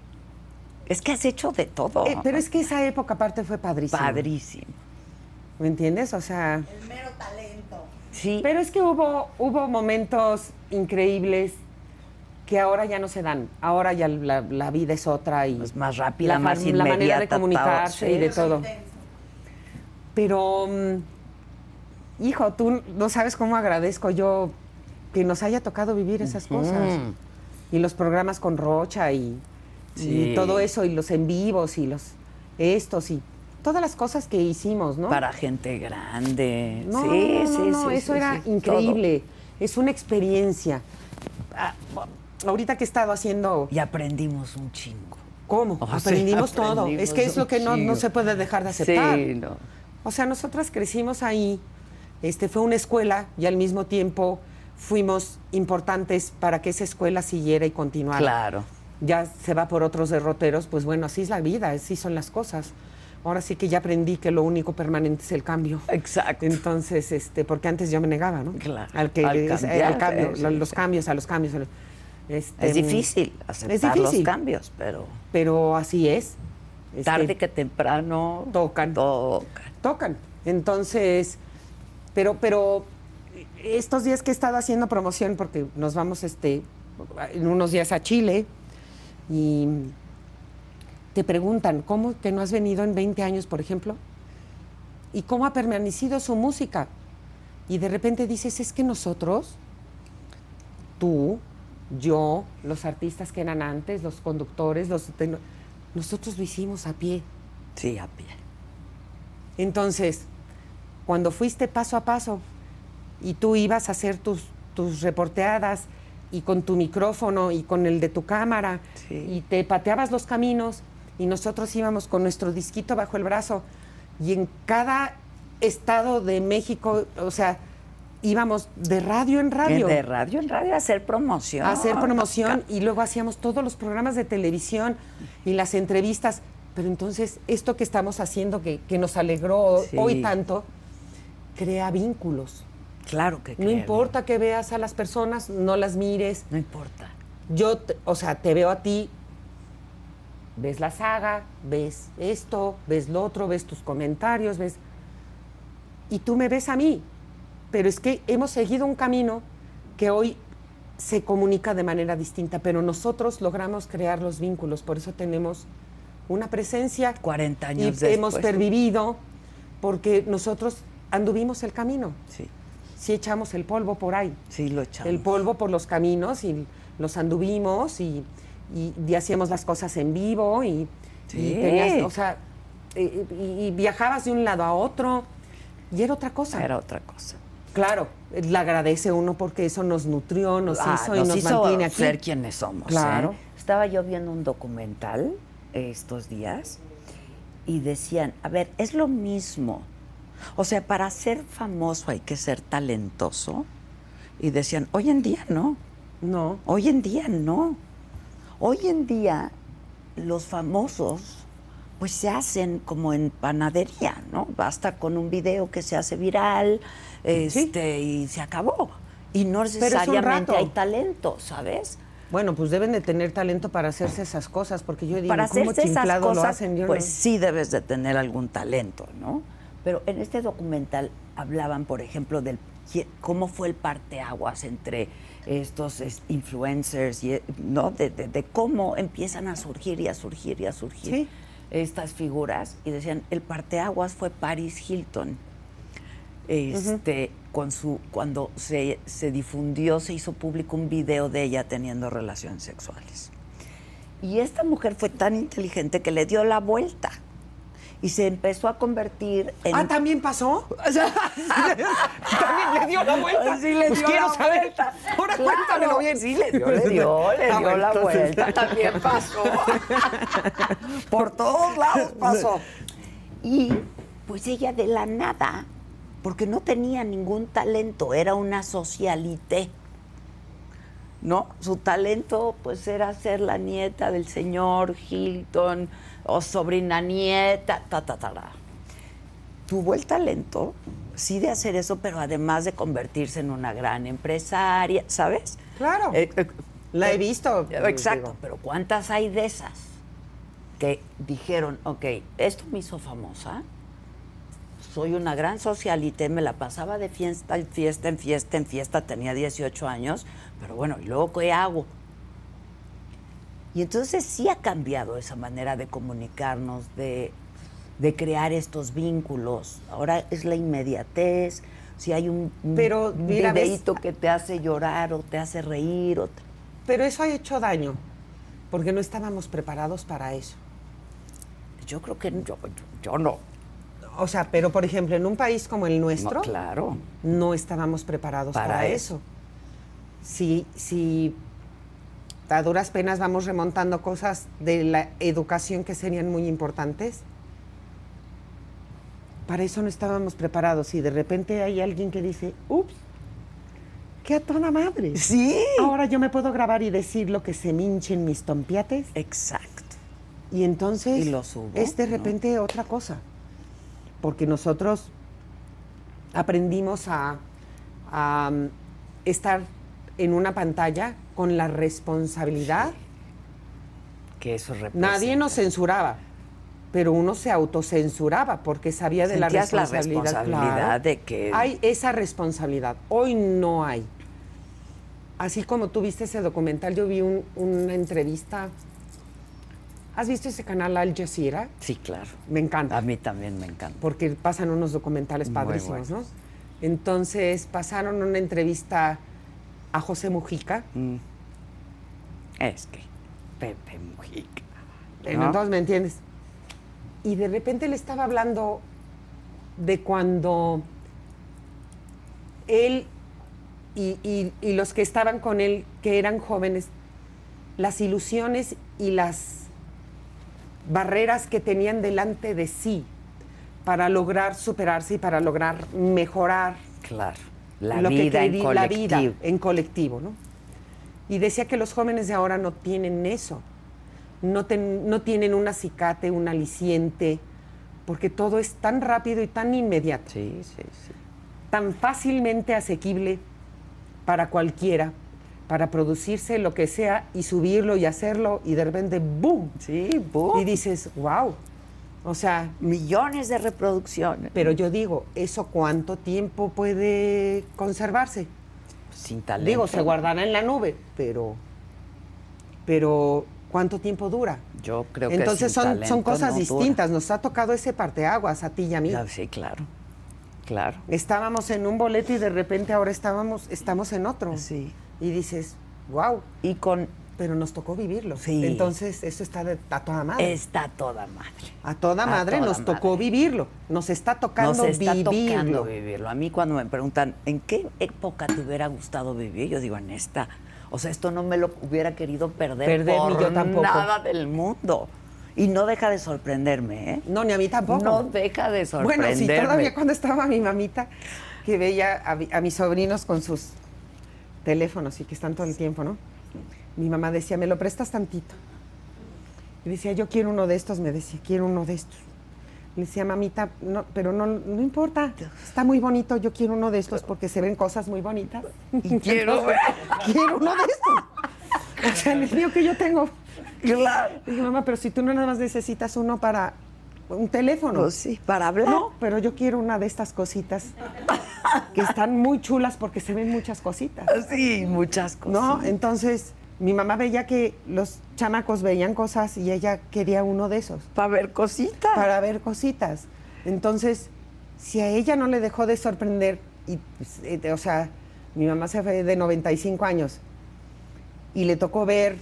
S2: es que has hecho de todo.
S1: eh, pero es que esa época aparte fue padrísima.
S2: Padrísimo.
S1: ¿Me entiendes? O sea,
S2: Sí.
S1: Pero es que hubo, hubo momentos increíbles que ahora ya no se dan. Ahora ya la, la vida es otra y
S2: Es más rápida,
S1: la,
S2: más
S1: far- la manera de
S2: inmediata,
S1: comunicarse
S2: todo,
S1: y de
S2: sí.
S1: todo. Pero, mm, hijo, tú no sabes cómo agradezco yo que nos haya tocado vivir esas cosas.
S2: Mm.
S1: Y los programas con Rocha y, y
S2: Sí.
S1: todo eso, y los en vivos y los estos y todas las cosas que hicimos, ¿no?
S2: Para gente grande.
S1: No,
S2: sí,
S1: no, no,
S2: sí,
S1: no,
S2: sí,
S1: eso
S2: sí,
S1: era
S2: sí,
S1: increíble. Es una experiencia. Ah, ahorita que he estado haciendo,
S2: todo. Y aprendimos un chingo.
S1: ¿cómo?
S2: O sea,
S1: aprendimos todo.
S2: Oh, aprendimos
S1: es que es lo que no,
S2: un
S1: no
S2: chingo.
S1: se puede dejar de aceptar.
S2: Sí, no.
S1: O sea, nosotras crecimos ahí. Este fue una escuela y al mismo tiempo fuimos importantes para que esa escuela siguiera y continuara
S2: Claro.
S1: ya se va por otros derroteros, pues bueno, así es la vida, así son las cosas. Ahora sí que ya aprendí que lo único permanente es el cambio.
S2: Exacto.
S1: Entonces, este, porque antes yo me negaba, ¿no?
S2: Claro,
S1: Al que
S2: al
S1: es- al
S2: cambiar,
S1: cambio,
S2: sí,
S1: lo-
S2: sí,
S1: los
S2: sí.
S1: cambios, a los cambios. a los- este,
S2: Es difícil aceptar
S1: difícil.
S2: los cambios, pero
S1: Pero así es. Este,
S2: tarde que temprano
S1: tocan.
S2: tocan.
S1: tocan. Entonces, pero, pero estos días que he estado haciendo promoción, porque nos vamos este, en unos días a Chile, y te preguntan, ¿cómo que no has venido en 20 años, por ejemplo? ¿Y cómo ha permanecido su música? Y de repente dices, es que nosotros, tú, yo, los artistas que eran antes, los conductores, los... de- Nosotros lo hicimos a pie.
S2: Sí, a pie.
S1: Entonces, cuando fuiste paso a paso y tú ibas a hacer tus, tus reporteadas y con tu micrófono y con el de tu cámara
S2: Sí.
S1: y te pateabas los caminos y nosotros íbamos con nuestro disquito bajo el brazo y en cada estado de México, o sea, íbamos de radio en radio
S2: De radio en radio hacer promoción.
S1: a hacer promoción y luego hacíamos todos los programas de televisión y las entrevistas. Pero entonces, esto que estamos haciendo, que, que nos alegró
S2: Sí.
S1: hoy tanto, crea vínculos.
S2: Claro que
S1: No
S2: creo.
S1: importa que veas a las personas, no las mires.
S2: No importa.
S1: Yo, te- o sea, te veo a ti, ves la saga, ves esto, ves lo otro, ves tus comentarios, ves... Y tú me ves a mí. Pero es que hemos seguido un camino que hoy se comunica de manera distinta, pero nosotros logramos crear los vínculos, por eso tenemos una presencia
S2: 40
S1: y
S2: años
S1: hemos
S2: después.
S1: pervivido, porque nosotros anduvimos el camino,
S2: Sí,
S1: si echamos el polvo por ahí
S2: sí lo echamos.
S1: el polvo por los caminos y los anduvimos y, y, y hacíamos las cosas en vivo y,
S2: Sí.
S1: y tenías, o sea, eh, y, y viajabas de un lado a otro y era otra cosa.
S2: Era otra cosa.
S1: Claro, eh, le agradece uno porque eso nos nutrió, nos
S2: Ah,
S1: hizo y nos, mantiene aquí.
S2: ser quienes somos.
S1: Claro.
S2: ¿eh? Estaba yo viendo un documental eh, estos días y decían, a ver, es lo mismo. O sea, para ser famoso hay que ser talentoso. Y decían, hoy en día no.
S1: No,
S2: Hoy en día no. Hoy en día los famosos pues se hacen como en panadería, ¿no? Basta con un video que se hace viral este, y se acabó. Y no
S1: un
S2: necesariamente
S1: rato.
S2: hay talento, ¿sabes?
S1: bueno, pues deben de tener talento para hacerse esas cosas porque yo digo,
S2: Para
S1: ¿cómo
S2: hacerse esas
S1: chiflado
S2: cosas,
S1: lo hacen? Yo
S2: pues
S1: no-
S2: sí debes de tener algún talento, ¿no? Pero en este documental hablaban, por ejemplo, del qui- cómo fue el parteaguas entre estos es, influencers, y, eh, ¿no? De, de- de cómo empiezan a surgir y a surgir y a surgir
S1: Sí.
S2: estas figuras. Y decían, el parteaguas fue Paris Hilton. Este, con su, cuando se, se difundió, se hizo público un video de ella teniendo relaciones sexuales. Y esta mujer fue tan inteligente que le dio la vuelta y se empezó a convertir en...
S1: Ah, ¿también pasó?
S2: también le dio la vuelta. Sí, le
S1: Pues
S2: dio
S1: quiero
S2: la
S1: saber.
S2: vuelta.
S1: Ahora
S2: Claro,
S1: cuéntamelo bien.
S2: Sí, le dio, le dio, le
S1: Ah,
S2: dio
S1: bueno,
S2: la
S1: entonces-
S2: vuelta. También pasó. Por todos lados pasó. Y pues ella de la nada, porque no tenía ningún talento, era una socialité. ¿no? Su talento, pues, era ser la nieta del señor Hilton o sobrina nieta, ta, ta, ta, ta. Tuvo el talento, sí, de hacer eso, pero además de convertirse en una gran empresaria, ¿sabes?
S1: Claro.
S2: Eh, eh,
S1: La he
S2: eh,
S1: visto. pues,
S2: Exacto,
S1: digo.
S2: pero ¿cuántas hay de esas que dijeron, ok, esto me hizo famosa? Soy una gran socialité, me la pasaba de fiesta en fiesta, en fiesta, en fiesta, tenía 18 años, pero bueno, ¿y luego qué hago? Y entonces sí ha cambiado esa manera de comunicarnos, de, de crear estos vínculos. Ahora es la inmediatez, si hay un, un
S1: Pero, mira, ves-
S2: videíto que te hace llorar o te hace reír o te-
S1: Pero eso ha hecho daño, porque no estábamos preparados para eso.
S2: Yo creo que yo, yo, yo no.
S1: O sea, pero por ejemplo, en un país como el
S2: No,
S1: nuestro, no,
S2: claro.
S1: estábamos preparados
S2: Para
S1: para,
S2: eso.
S1: eso. Si, si a duras penas vamos remontando cosas de la educación que serían muy importantes, para eso no estábamos preparados. Y de repente hay alguien que dice, ups, qué a toda madre.
S2: Sí.
S1: Ahora yo me puedo grabar y decir lo que se me hinchen mis tompiates.
S2: Exacto.
S1: Y entonces
S2: Y lo subo,
S1: es de
S2: ¿no?
S1: repente otra cosa. Porque nosotros aprendimos a, a, mm, estar en una pantalla con la responsabilidad.
S2: Que eso representa.
S1: Nadie nos censuraba, pero uno se autocensuraba porque sabía de la
S2: Sentías la
S1: responsabilidad.
S2: responsabilidad
S1: claro.
S2: de que-
S1: Hay esa responsabilidad. Hoy no hay. Así como tú viste ese documental, yo vi un- una entrevista. ¿Has visto ese canal Al Jazeera?
S2: Sí, claro.
S1: Me
S2: A
S1: encanta,
S2: mí también me encanta.
S1: porque pasan unos documentales
S2: Muy
S1: padrísimos, ¿no?
S2: buenos.
S1: Entonces pasaron una entrevista a José Mujica.
S2: Mm. Es que Pepe Mujica.
S1: en-
S2: ¿no?
S1: Entonces, ¿me entiendes? Y de repente le estaba hablando de cuando él y, y- y los que estaban con él, que eran jóvenes, las ilusiones y las barreras que tenían delante de sí para lograr superarse y para lograr mejorar
S2: Claro. La
S1: lo que
S2: vida en
S1: querí-
S2: colectivo.
S1: la vida en colectivo, ¿no? Y decía que los jóvenes de ahora no tienen eso. No, ten- no tienen un acicate, un aliciente, porque todo es tan rápido y tan inmediato,
S2: Sí, sí, sí.
S1: tan fácilmente asequible para cualquiera, para producirse lo que sea y subirlo y hacerlo y de repente ¡boom!
S2: Sí, boom.
S1: Y dices, wow. O sea,
S2: Millones de reproducciones.
S1: pero yo digo, ¿eso cuánto tiempo puede conservarse?
S2: Sin talento.
S1: Digo, se guardará en la nube, pero. Pero, ¿cuánto tiempo dura?
S2: Yo creo que
S1: Entonces
S2: sin
S1: son, son
S2: talento
S1: cosas
S2: no dura.
S1: distintas. Nos ha tocado ese parteaguas a ti y a mí.
S2: Ya, Sí, claro. Claro.
S1: Estábamos en un boleto y de repente ahora estábamos, estamos en otro.
S2: Sí.
S1: Y dices, wow.
S2: y con
S1: pero nos tocó vivirlo.
S2: Sí.
S1: Entonces, eso está de- a toda madre.
S2: Está toda madre.
S1: a toda
S2: a
S1: madre
S2: toda
S1: nos tocó
S2: madre.
S1: vivirlo. Nos está tocando
S2: Nos está
S1: vivirlo.
S2: tocando vivirlo. A mí cuando me preguntan, ¿en qué época te hubiera gustado vivir? Yo digo, en esta. O sea, esto no me lo hubiera querido perder,
S1: Perder,
S2: por
S1: ni yo tampoco.
S2: nada del mundo. Y no deja de sorprenderme, ¿eh?
S1: No, ni a mí tampoco.
S2: No deja de
S1: Bueno,
S2: sorprenderme.
S1: sí, todavía cuando estaba mi mamita, que veía a, mi- a mis sobrinos con sus teléfonos y que están todo el tiempo, ¿no? Mi mamá decía, ¿me lo prestas tantito? Y decía, yo quiero uno de estos, me decía, quiero uno de estos. Le decía, mamita, no, pero no, no importa, está muy bonito, yo quiero uno de estos porque se ven cosas muy bonitas.
S2: Y quiero ver.
S1: quiero uno de estos. O sea, el mío que yo tengo.
S2: Claro.
S1: Le dije, mamá, pero si tú no nada más necesitas uno para un teléfono.
S2: Pues sí, para hablar.
S1: No, pero yo quiero una de estas cositas que están muy chulas porque se ven muchas cositas.
S2: Sí, muchas cosas.
S1: No, entonces mi mamá veía que los chamacos veían cosas y ella quería uno de esos
S2: para ver cositas.
S1: para ver cositas. Entonces, si a ella no le dejó de sorprender, y, pues, eh, de- o sea, mi mamá se fue de 95 años y le tocó ver,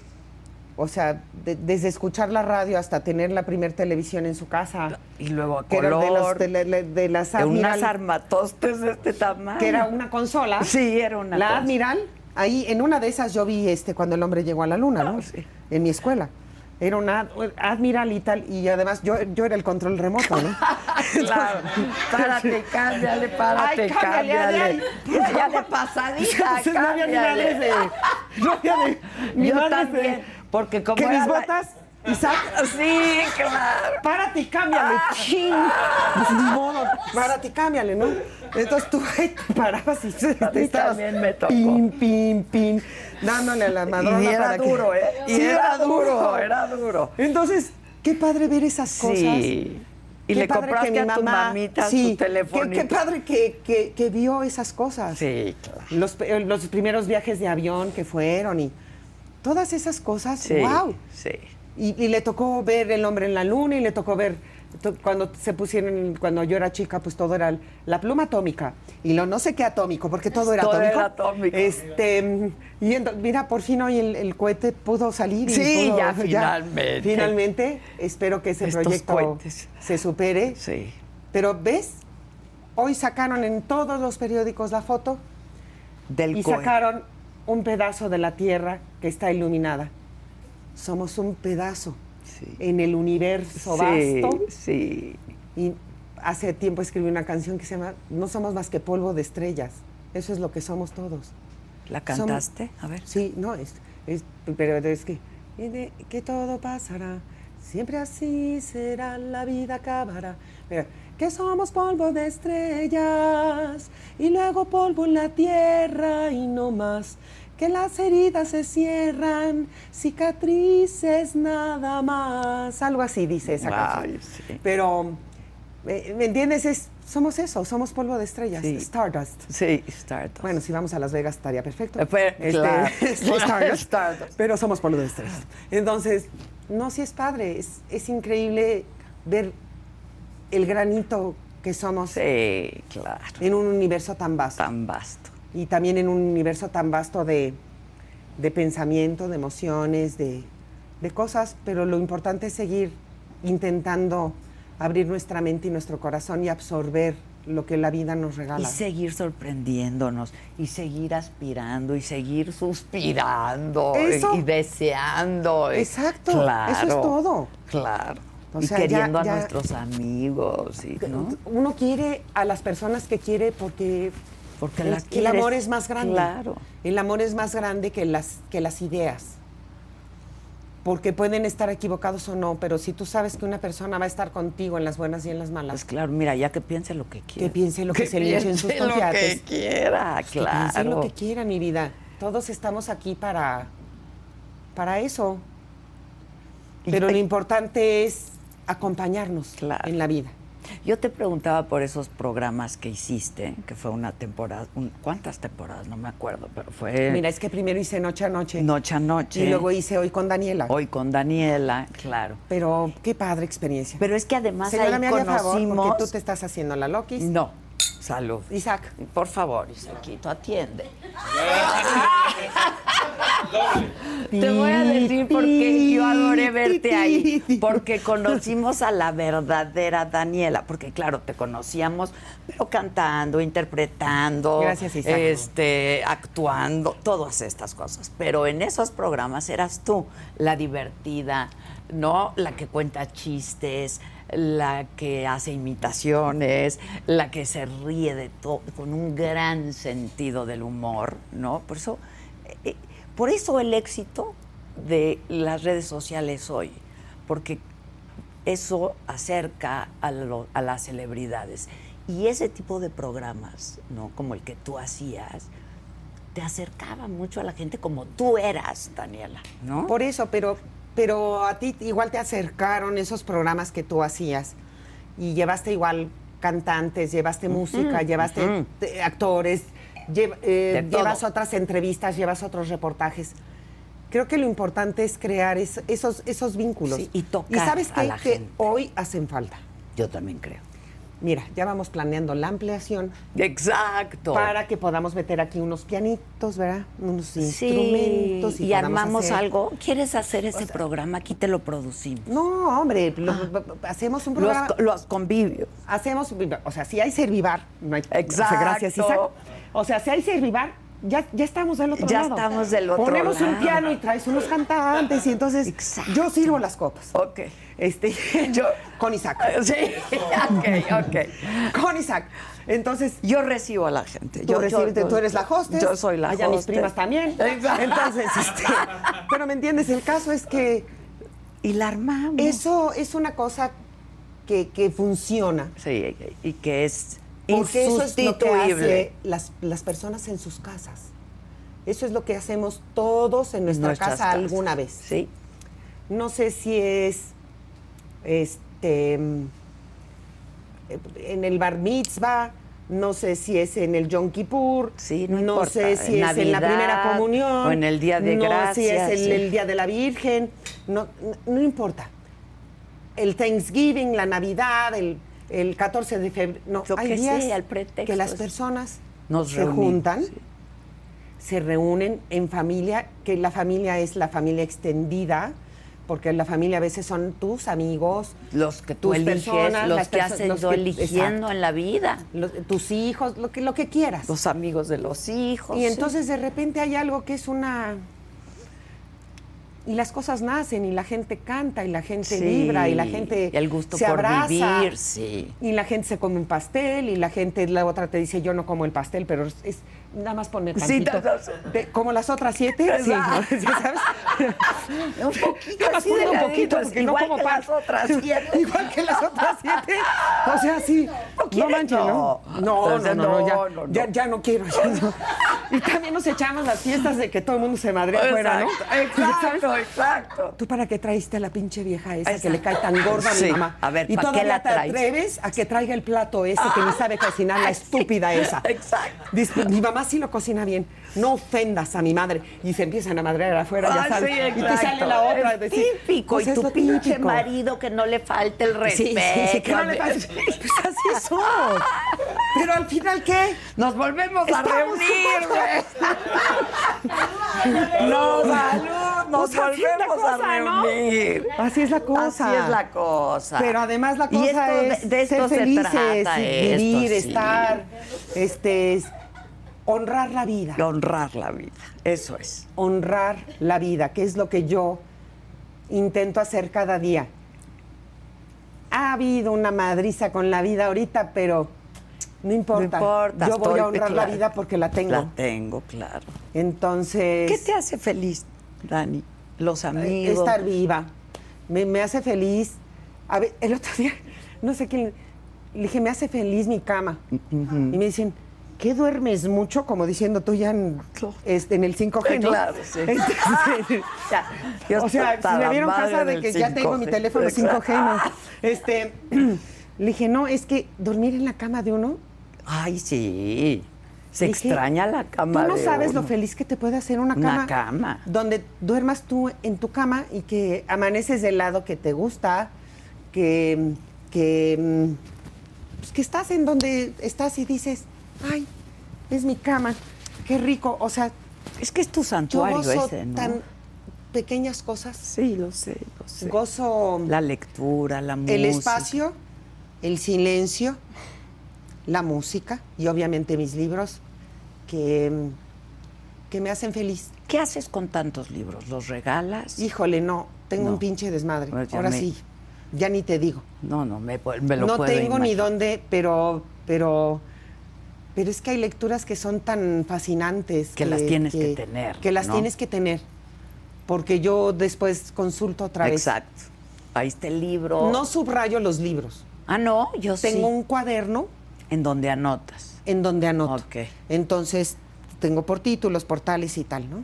S1: o sea, de- desde escuchar la radio hasta tener la primer televisión en su casa,
S2: Y luego a
S1: que era de, los,
S2: color.
S1: de, la- de las
S2: de unas
S1: Admiral,
S2: armatostes de este tamaño.
S1: que era una consola.
S2: Sí, era una
S1: La
S2: cosa.
S1: Admiral, ahí en una de esas yo vi este cuando el hombre llegó a la luna, ¿no?
S2: Ah, sí.
S1: En mi escuela. Era una Admiral y tal, y además yo, yo era el control remoto, ¿no?
S2: Claro. Párate, cámbiale, párate,
S1: Ay, cámbiale,
S2: cámbiale.
S1: ay, ay.
S2: Ya de pasadita,
S1: Entonces, no había ni madres
S2: cámbiale.
S1: de. No había de- ni
S2: Yo
S1: madres de-
S2: también, porque como
S1: Que
S2: era
S1: mis
S2: la-
S1: botas, Isaac,
S2: Sí, claro.
S1: párate y cámbiale,
S2: Ah.
S1: ching. Pues, ni modo, párate y cámbiale, ¿no? Entonces tú ahí te parabas y te,
S2: A mí
S1: te estabas.
S2: también me tocó.
S1: Pim, pim, pim. Dándole a la madrona.
S2: y era
S1: para que-
S2: duro, ¿eh? Y
S1: Sí,
S2: era duro, era duro.
S1: Entonces, qué padre ver esas cosas.
S2: Sí. Y
S1: Qué
S2: le
S1: padre
S2: compraste
S1: mi
S2: a tu
S1: mamá-
S2: mamita
S1: sí,
S2: su
S1: qué-
S2: teléfono.
S1: Qué, padre que, que- que vio esas cosas.
S2: Sí, claro.
S1: Los, pe- los primeros viajes de avión que fueron y todas esas cosas.
S2: Sí,
S1: ¡Wow!
S2: sí.
S1: Y, y le tocó ver el hombre en la luna y le tocó ver to- cuando se pusieron, cuando yo era chica, pues todo era el- la pluma atómica y lo no sé qué atómico, porque todo era
S2: Todo
S1: atómico.
S2: era atómico.
S1: Este, mm, y ento- mira, por fin hoy el, el cohete pudo salir. y
S2: Sí,
S1: pudo-
S2: ya, finalmente.
S1: Finalmente, espero que ese
S2: Estos
S1: proyecto
S2: cohetes.
S1: se supere.
S2: Sí.
S1: Pero, ¿ves? Hoy sacaron en todos los periódicos la foto
S2: Del
S1: y
S2: cohete.
S1: sacaron un pedazo de la Tierra que está iluminada. Somos un pedazo
S2: Sí.
S1: en el universo
S2: Sí,
S1: vasto.
S2: sí.
S1: Y hace tiempo escribí una canción que se llama No somos más que polvo de estrellas. Eso es lo que somos todos.
S2: ¿La
S1: Somos-
S2: cantaste? A ver.
S1: Sí, no, es, es- pero es que, viene que todo pasará, siempre así será, la vida acabará. Mira, que somos polvo de estrellas y luego polvo en la tierra y no más. Que las heridas se cierran, cicatrices nada más. Algo así dice esa
S2: Ay,
S1: canción.
S2: sí.
S1: Pero, eh, ¿me entiendes? Es- somos eso, somos polvo de estrellas,
S2: Sí.
S1: Stardust.
S2: Sí, Stardust.
S1: Bueno, si vamos a Las Vegas estaría perfecto.
S2: Eh, pues, claro.
S1: Stardust.
S2: Stardust.
S1: Pero somos polvo de estrellas. Entonces, no, sí es padre. Es, es increíble ver el granito que somos
S2: Sí, Ah. claro.
S1: en un universo tan vasto.
S2: Tan vasto.
S1: Y también en un universo tan vasto de, de pensamiento, de emociones, de, de cosas. Pero lo importante es seguir intentando abrir nuestra mente y nuestro corazón y absorber lo que la vida nos
S2: Y
S1: regala.
S2: seguir sorprendiéndonos, y seguir aspirando, y seguir suspirando,
S1: Eso.
S2: y, y deseando. y-
S1: Exacto, eso es todo.
S2: Claro.
S1: O
S2: y
S1: sea, ya-
S2: queriendo
S1: ya-
S2: a nuestros amigos, y, ¿no?
S1: Uno quiere a las personas que quiere porque,
S2: Porque
S1: el,
S2: la
S1: el
S2: quieres.
S1: amor es más grande.
S2: Claro.
S1: El amor es más grande que las, que las ideas. Porque pueden estar equivocados o no, pero si tú sabes que una persona va a estar contigo en las buenas y en las
S2: Pues
S1: malas,
S2: claro, mira, ya que piense lo que quiera.
S1: que piense lo que, se le eche en sus
S2: piense lo que
S1: confiates.
S2: quiera,
S1: pues Que
S2: claro.
S1: piense lo que quiera, mi vida. Todos estamos aquí para, para eso.
S2: Y-
S1: Pero lo importante es acompañarnos
S2: Claro.
S1: en la vida.
S2: Yo te preguntaba por esos programas que hiciste, que fue una temporada, un- ¿cuántas temporadas? No me acuerdo, pero fue
S1: Mira, es que primero hice noche a noche.
S2: noche a noche.
S1: Y luego hice hoy con Daniela.
S2: Hoy con Daniela, claro.
S1: Pero qué padre experiencia.
S2: Pero es que además
S1: Señora,
S2: ahí
S1: me haría favor
S2: conocimos.
S1: porque tú te estás haciendo la loquis.
S2: No, salud.
S1: Isaac.
S2: Por favor, Isaquito, atiende. Te voy a decir por qué yo adoré verte ahí. Porque conocimos a la verdadera Daniela. Porque, claro, te conocíamos, pero cantando, interpretando,
S1: Gracias, Isaac.
S2: este, actuando, todas estas cosas. Pero en esos programas eras tú, la divertida, ¿no? La que cuenta chistes, la que hace imitaciones, la que se ríe de todo, con un gran sentido del humor, ¿no? Por eso. eh, por eso el éxito de las redes sociales hoy, porque eso acerca a, lo- a las celebridades. Y ese tipo de programas, ¿no? Como el que tú hacías, te acercaba mucho a la gente como tú eras, Daniela, ¿no?
S1: Por eso, pero, pero a ti igual te acercaron esos programas que tú hacías y llevaste igual cantantes, llevaste música, llevaste
S2: ujú.
S1: te- actores, lle- eh,
S2: De todo.
S1: llevas otras entrevistas, llevas otros reportajes. Creo que lo importante es crear es- esos, esos vínculos.
S2: Sí, y tocar
S1: sabes
S2: a
S1: qué?
S2: la
S1: que
S2: gente.
S1: hoy hacen falta.
S2: Yo también creo.
S1: Mira, ya vamos planeando la ampliación
S2: Exacto.
S1: para que podamos meter aquí unos pianitos, ¿verdad? Unos
S2: sí,
S1: instrumentos.
S2: y,
S1: podamos
S2: armamos
S1: hacer-
S2: algo. ¿Quieres hacer ese programa? Aquí te lo producimos.
S1: No, hombre, lo- hacemos un
S2: Ah. Los,
S1: programa.
S2: co- los convivios.
S1: hacemos, o sea, si hay servivar, no hay. o sea,
S2: Exacto.
S1: gracias, Isaac. O sea, si hay servivar, ya, ya estamos del otro
S2: Ya
S1: lado.
S2: estamos del otro
S1: Ponemos
S2: lado.
S1: un piano y traes unos cantantes y entonces
S2: Exacto.
S1: yo sirvo las copas.
S2: Ok.
S1: Este,
S2: Yo-
S1: con Isaac.
S2: Sí, ok, ok.
S1: Con Isaac. Entonces,
S2: Yo recibo a la gente.
S1: Tú,
S2: yo,
S1: recibes-
S2: yo-
S1: tú eres la hostess.
S2: Yo soy la
S1: Allá mis
S2: hostess.
S1: primas también.
S2: Exacto.
S1: Entonces, este, pero me entiendes, el caso es que
S2: Y la armamos.
S1: eso es una cosa que, que funciona.
S2: Sí, y que es
S1: Porque eso es lo que hace
S2: insustituible.
S1: las, las personas en sus casas. Eso es lo que hacemos todos en nuestra
S2: Nuestras
S1: casa
S2: casas.
S1: alguna vez.
S2: Sí.
S1: No sé si es este mm, en el bar mitzvah, no sé si es en el Yom Kippur,
S2: Sí, no importa,
S1: sé si
S2: en
S1: es en la
S2: Navidad,
S1: primera comunión,
S2: o en el Día de
S1: no si es
S2: Gracias,
S1: en
S2: sí.
S1: el Día de la Virgen, no, no, no importa. El Thanksgiving, la Navidad, el, el 14 de febrero, no,
S2: Lo
S1: hay
S2: que
S1: días
S2: sea, el pretexto
S1: que las
S2: es-
S1: personas
S2: Nos
S1: se
S2: reunimos,
S1: juntan
S2: sí.
S1: se reúnen en familia, que la familia es la familia extendida, porque la familia a veces son tus amigos,
S2: Los que tú
S1: Tus
S2: eliges,
S1: personas,
S2: los
S1: las
S2: que
S1: perso-
S2: has ido
S1: los que-
S2: eligiendo
S1: exacto.
S2: en la vida.
S1: lo- tus hijos, lo que, lo que quieras.
S2: Los amigos de los hijos.
S1: y
S2: sí.
S1: entonces de repente hay algo que es una... Y las cosas nacen y la gente canta y la gente
S2: Sí,
S1: vibra y la gente
S2: y el gusto
S1: se
S2: por
S1: abraza.
S2: vivir, sí.
S1: Y la gente se come un pastel y la gente, la otra te dice, yo no como el pastel, pero es, es nada más poner
S2: Sí,
S1: tantito.
S2: no, no, sí.
S1: Te- como las otras siete, sí,
S2: Exacto.
S1: ¿ya ¿sabes?
S2: un poquito,
S1: Yo las
S2: así
S1: pongo un
S2: delgaditos,
S1: poquito porque no
S2: igual
S1: como
S2: que
S1: pan.
S2: las otras. siete.
S1: Igual que las otras siete. O sea, sí. No,
S2: quieres,
S1: manches, ¿no?
S2: no.
S1: No, no, no,
S2: Entonces,
S1: no, ya,
S2: no, no, no.
S1: Ya, ya no quiero. ya no. Y también nos echamos las fiestas de que todo el mundo se madre afuera, ¿no?
S2: Exacto, exacto, exacto.
S1: ¿Tú para qué traíste a la pinche vieja esa que
S2: Exacto.
S1: le cae tan gorda a
S2: Sí.
S1: mi mamá?
S2: A ver,
S1: y
S2: ¿pa' qué
S1: todavía
S2: la
S1: te
S2: traes? Ah,
S1: atreves a que traiga el plato ese que ni sabe cocinar, la estúpida esa.
S2: Exacto.
S1: Dispe- mi mamá sí lo cocina bien. No ofendas a mi madre. Y se empiezan a madrear afuera,
S2: Ah,
S1: ya sabes.
S2: sí,
S1: y te
S2: exacto.
S1: sale la otra.
S2: Es
S1: a decir,
S2: típico.
S1: pues
S2: y
S1: es
S2: tu
S1: lo
S2: pinche
S1: típico.
S2: marido que no le falte el
S1: Sí,
S2: respeto.
S1: sí, sí, que no le pasa. Pues así somos. Pero al final, ¿qué?
S2: Nos volvemos a
S1: Estamos
S2: reunir, güey. no, salud. Nos
S1: Pues así es la
S2: volvemos
S1: cosa,
S2: a
S1: ¿no?
S2: reunir.
S1: Así es la cosa.
S2: Así es la cosa.
S1: Pero además la cosa
S2: y esto, de-
S1: es
S2: de, esto
S1: ser felices,
S2: se trata,
S1: y
S2: esto,
S1: vivir,
S2: sí.
S1: estar, este, es honrar la vida,
S2: Honrar la vida. Eso es.
S1: honrar la vida, que es lo que yo intento hacer cada día. Ha habido una madriza con la vida ahorita, pero no importa.
S2: No importa.
S1: yo voy
S2: estoy-
S1: a honrar la
S2: claro.
S1: vida porque la tengo.
S2: La tengo, claro.
S1: Entonces, eh,
S2: ¿Qué te hace feliz, Dani? Los amigos.
S1: estar viva. Me, me hace feliz. A ver, el otro día, no sé quién, le dije, me hace feliz mi cama. Y me dicen, ¿qué duermes mucho? Como diciendo tú ya en,
S2: Claro.
S1: este, en el 5G, ¿no?
S2: Claro, sí.
S1: Entonces,
S2: Ya, yo
S1: o sea,
S2: hasta
S1: si me
S2: la
S1: dieron
S2: madre
S1: casa de
S2: del
S1: que ya tengo mi
S2: 5G.
S1: teléfono
S2: Exacto.
S1: 5G, ¿no? Este, le dije, no, es que dormir en la cama de uno...
S2: Ay, sí. Se
S1: dije,
S2: extraña la cama.
S1: Tú no
S2: de
S1: sabes
S2: uno.
S1: lo feliz que te puede hacer una cama.
S2: Una cama.
S1: Donde duermas tú en tu cama y que amaneces del lado que te gusta, que, que, mm, pues, que estás en donde estás y dices, ay, es mi cama, qué rico. O sea,
S2: Es que es tu
S1: Yo
S2: santuario
S1: gozo
S2: ese, ¿no?
S1: tan pequeñas cosas.
S2: Sí, lo sé, lo sé.
S1: Gozo
S2: La lectura, la música.
S1: el espacio, el silencio, la música y obviamente mis libros que, que me hacen feliz.
S2: ¿Qué haces con tantos libros? ¿Los regalas?
S1: Híjole, no, tengo
S2: No.
S1: un pinche desmadre.
S2: Pues ya
S1: Ahora
S2: me-
S1: sí, ya ni te digo.
S2: No, no, me, pu- me lo
S1: no
S2: puedo
S1: tengo ni
S2: imaginar.
S1: dónde, pero, pero, pero es que hay lecturas que son tan fascinantes.
S2: Que las tienes que tener,
S1: Que las
S2: ¿no?
S1: tienes que tener. Porque yo después consulto otra vez.
S2: Exacto. Ahí está el libro.
S1: No subrayo los libros.
S2: Ah, no, yo
S1: Tengo
S2: sí.
S1: un cuaderno
S2: En donde anotas.
S1: en donde anoto.
S2: Ok.
S1: Entonces, tengo por títulos, portales y tal, ¿no?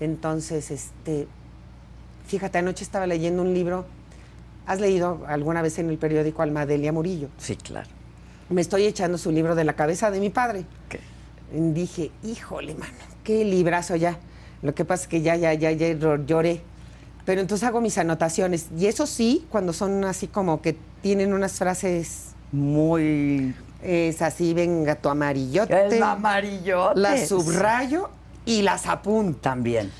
S1: Entonces, este, fíjate, anoche estaba leyendo un libro. ¿Has leído alguna vez en el periódico Almadelia Murillo?
S2: Sí, claro.
S1: Me estoy echando su libro de la cabeza de mi padre.
S2: Ok.
S1: Dije, híjole, mano, qué librazo ya. Lo que pasa es que ya, ya, ya, ya ro- lloré. Pero entonces hago mis anotaciones. Y eso sí, cuando son así como que tienen unas frases,
S2: Muy.
S1: es así, venga tu amarillote.
S2: El amarillo.
S1: Las subrayo y las apunto.
S2: También.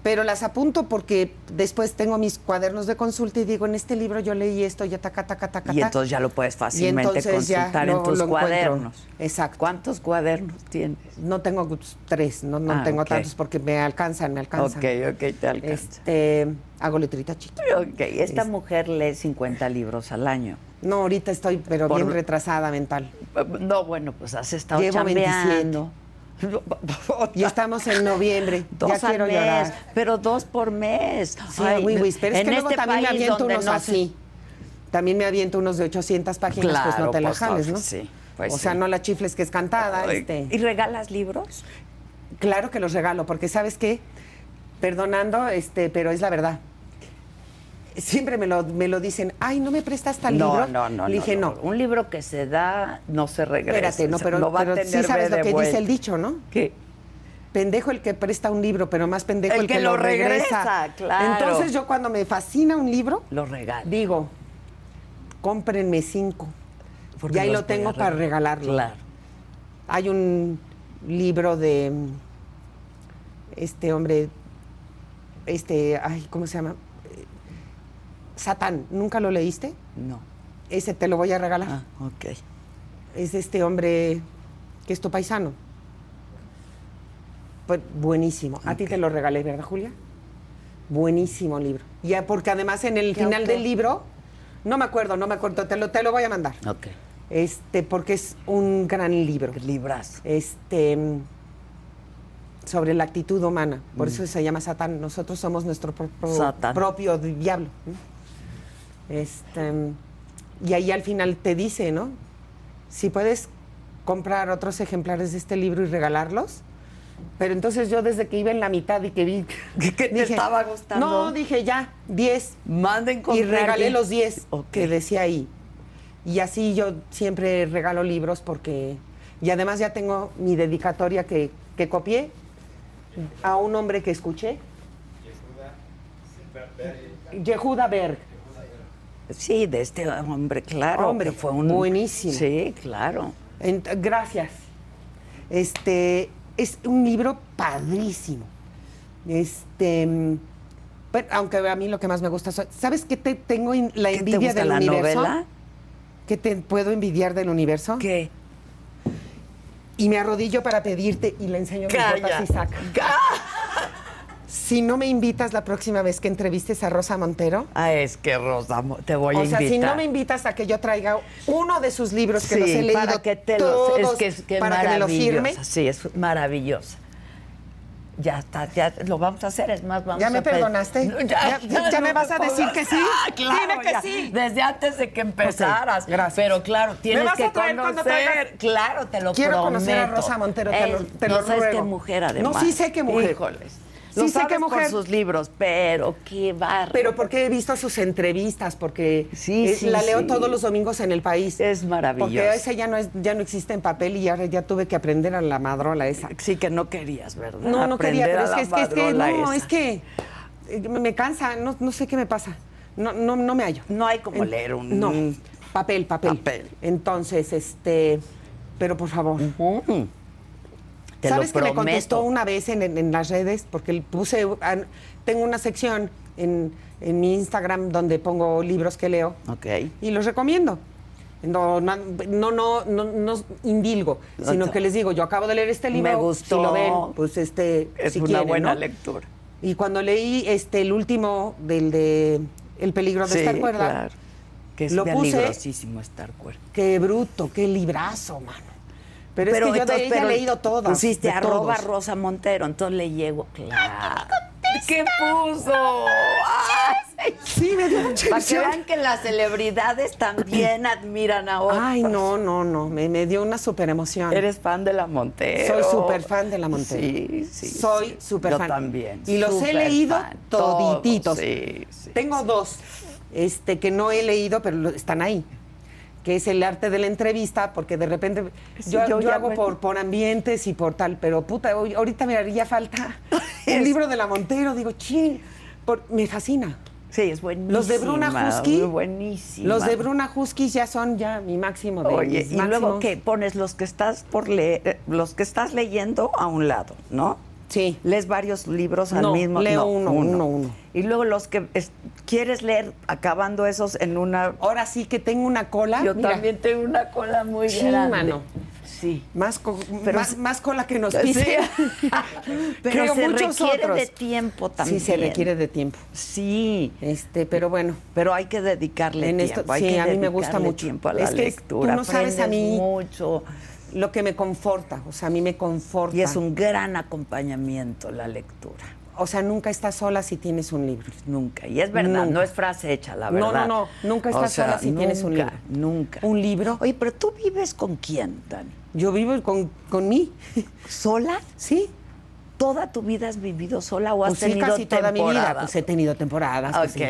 S1: Pero las apunto porque después tengo mis cuadernos de consulta y digo, en este libro yo leí esto, ya taca, taca, taca.
S2: Y
S1: taca.
S2: entonces ya lo puedes
S1: Y
S2: fácilmente
S1: entonces ya
S2: consultar
S1: lo-
S2: en tus
S1: lo encuentro.
S2: cuadernos.
S1: Exacto.
S2: ¿Cuántos cuadernos tienes?
S1: No tengo gu- tres, no, no
S2: Ah,
S1: tengo
S2: ok.
S1: tantos porque me alcanzan, me alcanzan.
S2: Ok, ok, te alcanza.
S1: Este, hago letrita chiquita.
S2: ok, esta mujer lee 50 libros al año.
S1: No, ahorita estoy, pero
S2: Por-
S1: bien retrasada mental.
S2: No, bueno, pues has estado
S1: Llevo
S2: chambeando.
S1: Y estamos en noviembre.
S2: Ah. Dos
S1: ya
S2: al
S1: quiero
S2: mes,
S1: llorar.
S2: pero dos por mes.
S1: Sí,
S2: Ay,
S1: güey, güey, pero es
S2: en
S1: que luego
S2: este
S1: también me
S2: país
S1: aviento
S2: donde
S1: unos
S2: no se-
S1: así. También me aviento unos de 800 páginas, pues
S2: Claro,
S1: no te la
S2: pues,
S1: jales,
S2: no,
S1: ¿no?
S2: sí, pues,
S1: o sea,
S2: sí.
S1: no la chifles que es cantada.
S2: Ay,
S1: este.
S2: ¿Y regalas libros?
S1: Claro que los regalo, porque ¿sabes qué? Perdonando, este, pero es la verdad. Siempre me lo, me lo dicen, ay, ¿no me prestas tal
S2: no,
S1: libro?
S2: no, no.
S1: Le dije, no,
S2: Un libro que se da no se regresa.
S1: espérate, no,
S2: O sea,
S1: pero,
S2: va a
S1: pero sí
S2: tener
S1: sabes
S2: B
S1: lo
S2: de
S1: que dice el
S2: vuelta.
S1: dicho, ¿no?
S2: ¿Qué?
S1: Pendejo el que presta un libro, pero más pendejo
S2: El
S1: el,
S2: que lo regresa, claro.
S1: Entonces yo cuando me fascina un libro,
S2: Lo regalo.
S1: digo, cómprenme cinco.
S2: porque
S1: y ahí
S2: los
S1: lo tengo
S2: voy a
S1: para regalarlo.
S2: Claro.
S1: Hay un libro de mm, este hombre, este, ay, ¿cómo se llama? Eh, Satán, ¿nunca lo leíste?
S2: No.
S1: Ese te lo voy a regalar.
S2: Ah, ok.
S1: Es de este hombre que es tu paisano. Pues buenísimo. A ti te lo regalé, ¿verdad, Julia? Buenísimo libro. Ya, porque además en el
S2: ¿Qué
S1: final
S2: autor?
S1: del libro, no me acuerdo, no me acuerdo, te lo, te lo voy a mandar.
S2: Ok.
S1: Este, porque es un gran libro.
S2: Librazo.
S1: este mm, sobre la actitud humana. Por eso se llama Satán. Nosotros somos nuestro propio,
S2: Mm. Satán.
S1: propio di- diablo. ¿no? Este, mm, y ahí al final te dice, ¿no? Si puedes comprar otros ejemplares de este libro y regalarlos. Pero entonces yo desde que iba en la mitad y que vi
S2: Que- que te estaba gustando.
S1: No, dije ya, 10.
S2: Manden con
S1: Y regalé los 10
S2: Ok.
S1: que decía ahí. Y así yo siempre regalo libros porque... Y además ya tengo mi dedicatoria que, que copié a un hombre que escuché. Yehuda Berg.
S2: Sí, de este hombre, claro.
S1: Hombre,
S2: que fue un.
S1: buenísimo.
S2: Sí, claro.
S1: Ent- gracias. Este es un libro padrísimo. Este, mm, pero aunque a mí lo que más me gusta, son- ¿sabes qué te tengo en la
S2: ¿Qué
S1: envidia
S2: te gusta
S1: del
S2: la
S1: universo?
S2: novela?
S1: ¿Qué te puedo envidiar del universo?
S2: ¿Qué?
S1: Y me arrodillo para pedirte y le enseño mis botas y saca. Si no me invitas la próxima vez que entrevistes a Rosa Montero,
S2: Ah, es que Rosa, mo- te voy a
S1: o sea,
S2: invitar.
S1: si no me invitas a que yo traiga uno de sus libros que los he leído
S2: para que te
S1: todos,
S2: los, es que, es que
S1: para que me lo
S2: maravillosa,
S1: firme,
S2: Sí, es maravillosa. Ya está, ya lo vamos a hacer, es más, vamos
S1: ¿Ya me
S2: a... pe-
S1: perdonaste?
S2: No,
S1: ¿Ya- ya me vas a
S2: pongas-
S1: decir que sí?
S2: Ah, claro,
S1: Dime que
S2: ya.
S1: sí.
S2: Desde antes de que empezaras.
S1: Ok, gracias.
S2: Pero claro, tienes
S1: vas
S2: que
S1: a traer cuando
S2: conocer.
S1: traigas?
S2: Claro, te lo
S1: Quiero
S2: prometo.
S1: conocer a Rosa Montero, te lo- te
S2: no
S1: lo
S2: sabes qué
S1: ruego.
S2: mujer, además.
S1: No, sí sé qué mujer.
S2: Híjoles.
S1: Sí
S2: Lo
S1: sé qué
S2: sabes
S1: mujer.
S2: por sus libros, pero qué barro.
S1: pero porque he visto sus entrevistas, porque
S2: Sí,
S1: eh,
S2: sí,
S1: la leo
S2: sí.
S1: todos los domingos en el país.
S2: Es maravilloso.
S1: Porque esa ya no, es, ya no existe en papel y ahora ya tuve que aprender a la madrola esa.
S2: Sí que no querías, ¿verdad?
S1: No, no quería, pero
S2: Aprender a
S1: es
S2: la
S1: que, es que, es que,
S2: madrola
S1: no,
S2: esa.
S1: es que eh, me, me cansa, no, no sé qué me pasa. No, no, no me hallo.
S2: No hay como leer un-
S1: No, papel, papel.
S2: Papel.
S1: Entonces, este, pero por favor,
S2: Mm. Te
S1: ¿Sabes
S2: lo
S1: que me
S2: prometo.
S1: contestó una vez en, en- en las redes? Porque le puse. an- Tengo una sección en, en mi Instagram donde pongo libros que leo
S2: Ok.
S1: y los recomiendo. No, no, no, no, no, no indilgo, sino que les digo, yo acabo de leer este libro,
S2: Me gustó.
S1: si lo ven, pues este,
S2: Es
S1: si
S2: una
S1: quieren,
S2: buena
S1: ¿no?
S2: lectura.
S1: Y cuando leí este el último del de El peligro de estar cuerda,
S2: claro. Que es
S1: Lo puse-
S2: peligrosísimo estar cuerda.
S1: qué bruto, qué librazo, mano. Pero, es que yo
S2: entonces,
S1: de ella he
S2: pero
S1: leído todas.
S2: Pusiste
S1: de
S2: arroba
S1: todos.
S2: Rosa Montero, entonces le llego, claro. ¿Qué puso? Ay,
S1: Sí, me dio mucha
S2: Para que
S1: ilusión.
S2: vean que las celebridades también admiran a otros.
S1: Ay, no, no, no, me, me dio una super emoción.
S2: Eres fan de la Montero.
S1: Soy súper fan de la Montero.
S2: Sí, sí.
S1: Soy
S2: sí.
S1: súper fan.
S2: Yo también.
S1: Y los he
S2: súper
S1: leído
S2: fan.
S1: todititos.
S2: Todos, Sí, sí.
S1: Tengo dos este, que no he leído, pero lo- están ahí. Que es el arte de la entrevista, porque de repente
S2: Sí,
S1: yo,
S2: yo
S1: yo
S2: ya
S1: hago
S2: me-
S1: por, por ambientes y por tal, pero puta, hoy- ahorita me haría falta el libro de la Montero. Digo, ching, por- me fascina.
S2: Sí, es buenísimo.
S1: Los de Bruna Husky.
S2: Buenísimo.
S1: Los de Bruna Husky ya son ya mi máximo de
S2: Oye,
S1: mis
S2: y luego
S1: máximos.
S2: que pones los que estás por leer, eh, los que estás leyendo a un lado, ¿no?
S1: Sí.
S2: ¿Lees varios libros al
S1: No,
S2: mismo
S1: leo uno, uno, uno.
S2: Y luego los que es- quieres leer acabando esos en una.
S1: Ahora sí que tengo una cola.
S2: Yo
S1: Ah, mira,
S2: también tengo una cola muy
S1: Sí,
S2: grande.
S1: mano.
S2: Sí.
S1: Más, co-
S2: Pero
S1: más,
S2: se-
S1: más cola que nos pise.
S2: Sí. Pero
S1: Creo
S2: se
S1: muchos
S2: requiere
S1: otros.
S2: de tiempo también.
S1: Sí, se requiere de tiempo.
S2: Sí.
S1: Este, pero bueno.
S2: Pero hay que dedicarle
S1: En esto-
S2: tiempo. hay
S1: sí,
S2: que
S1: a mí me gusta
S2: dedicarle
S1: mucho.
S2: tiempo a la
S1: Es que
S2: lectura.
S1: tú no sabes a
S2: aprendes
S1: mí-
S2: mucho.
S1: Lo que me conforta, o sea, a mí me conforta.
S2: Y es un gran acompañamiento la lectura.
S1: O sea, nunca estás sola si tienes un libro.
S2: Nunca. Y es verdad,
S1: Nunca.
S2: no es frase hecha, la
S1: No,
S2: verdad.
S1: no, no. Nunca estás sola si tienes un
S2: nunca,
S1: libro.
S2: Nunca.
S1: Un libro.
S2: Oye, pero tú vives con quién, Dani?
S1: Yo vivo con, con mí.
S2: ¿Sola?
S1: Sí.
S2: ¿Toda tu vida has vivido sola o has
S1: Pues sí,
S2: tenido
S1: casi toda mi vida.
S2: temporadas?
S1: Pues he tenido temporadas. pues
S2: Ok,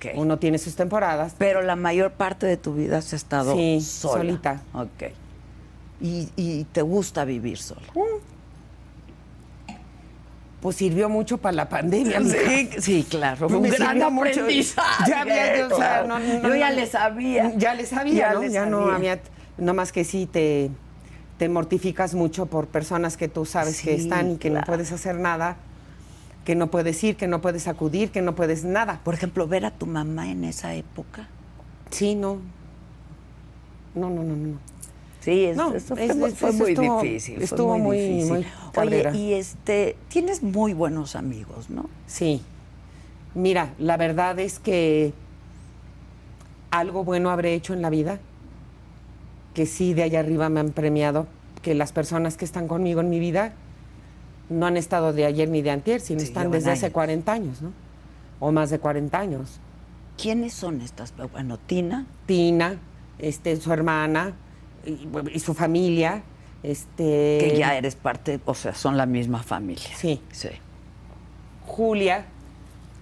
S1: sí.
S2: ok.
S1: Uno tiene sus temporadas.
S2: Pero la mayor parte de tu vida has estado
S1: Sí,
S2: sola.
S1: solita.
S2: Ok. Y, y te gusta vivir sola.
S1: Pues sirvió mucho para la pandemia. mija.
S2: Sí, sí, claro. Fue
S1: Me
S2: un gran
S1: sirvió mucho.
S2: aprendizaje.
S1: Ya había, yo, o sea,
S2: claro.
S1: no- no-
S2: Yo ya
S1: no-
S2: le sabía.
S1: Ya le sabía,
S2: Ya
S1: ¿no?
S2: le
S1: ya no
S2: sabía.
S1: había. No más que sí te, te mortificas mucho por personas que tú sabes que
S2: Sí,
S1: están y que
S2: claro.
S1: no puedes hacer nada, que no puedes ir, que no puedes acudir, que no puedes nada. Pues,
S2: Por ejemplo, ver a tu mamá en esa época.
S1: Sí, no. No, no, no, no.
S2: Sí, es-
S1: No,
S2: eso fue,
S1: es-
S2: mu-
S1: es-
S2: fue
S1: eso
S2: muy
S1: estuvo-
S2: difícil. fue
S1: estuvo muy-
S2: difícil.
S1: muy
S2: Oye,
S1: cabrera.
S2: y este, tienes muy buenos amigos, ¿no?
S1: Sí. Mira, la verdad es que algo bueno habré hecho en la vida, que sí de allá arriba me han premiado, que las personas que están conmigo en mi vida no han estado de ayer ni de antier, sino
S2: Sí,
S1: están
S2: llevan
S1: desde hace
S2: años.
S1: 40 años, ¿no? O más de 40 años.
S2: ¿Quiénes son estas? pe- Bueno, Tina,
S1: Tina, este, su hermana y, y su familia, este,
S2: que ya eres parte, o sea, son la misma familia.
S1: Sí.
S2: Sí.
S1: Julia, ha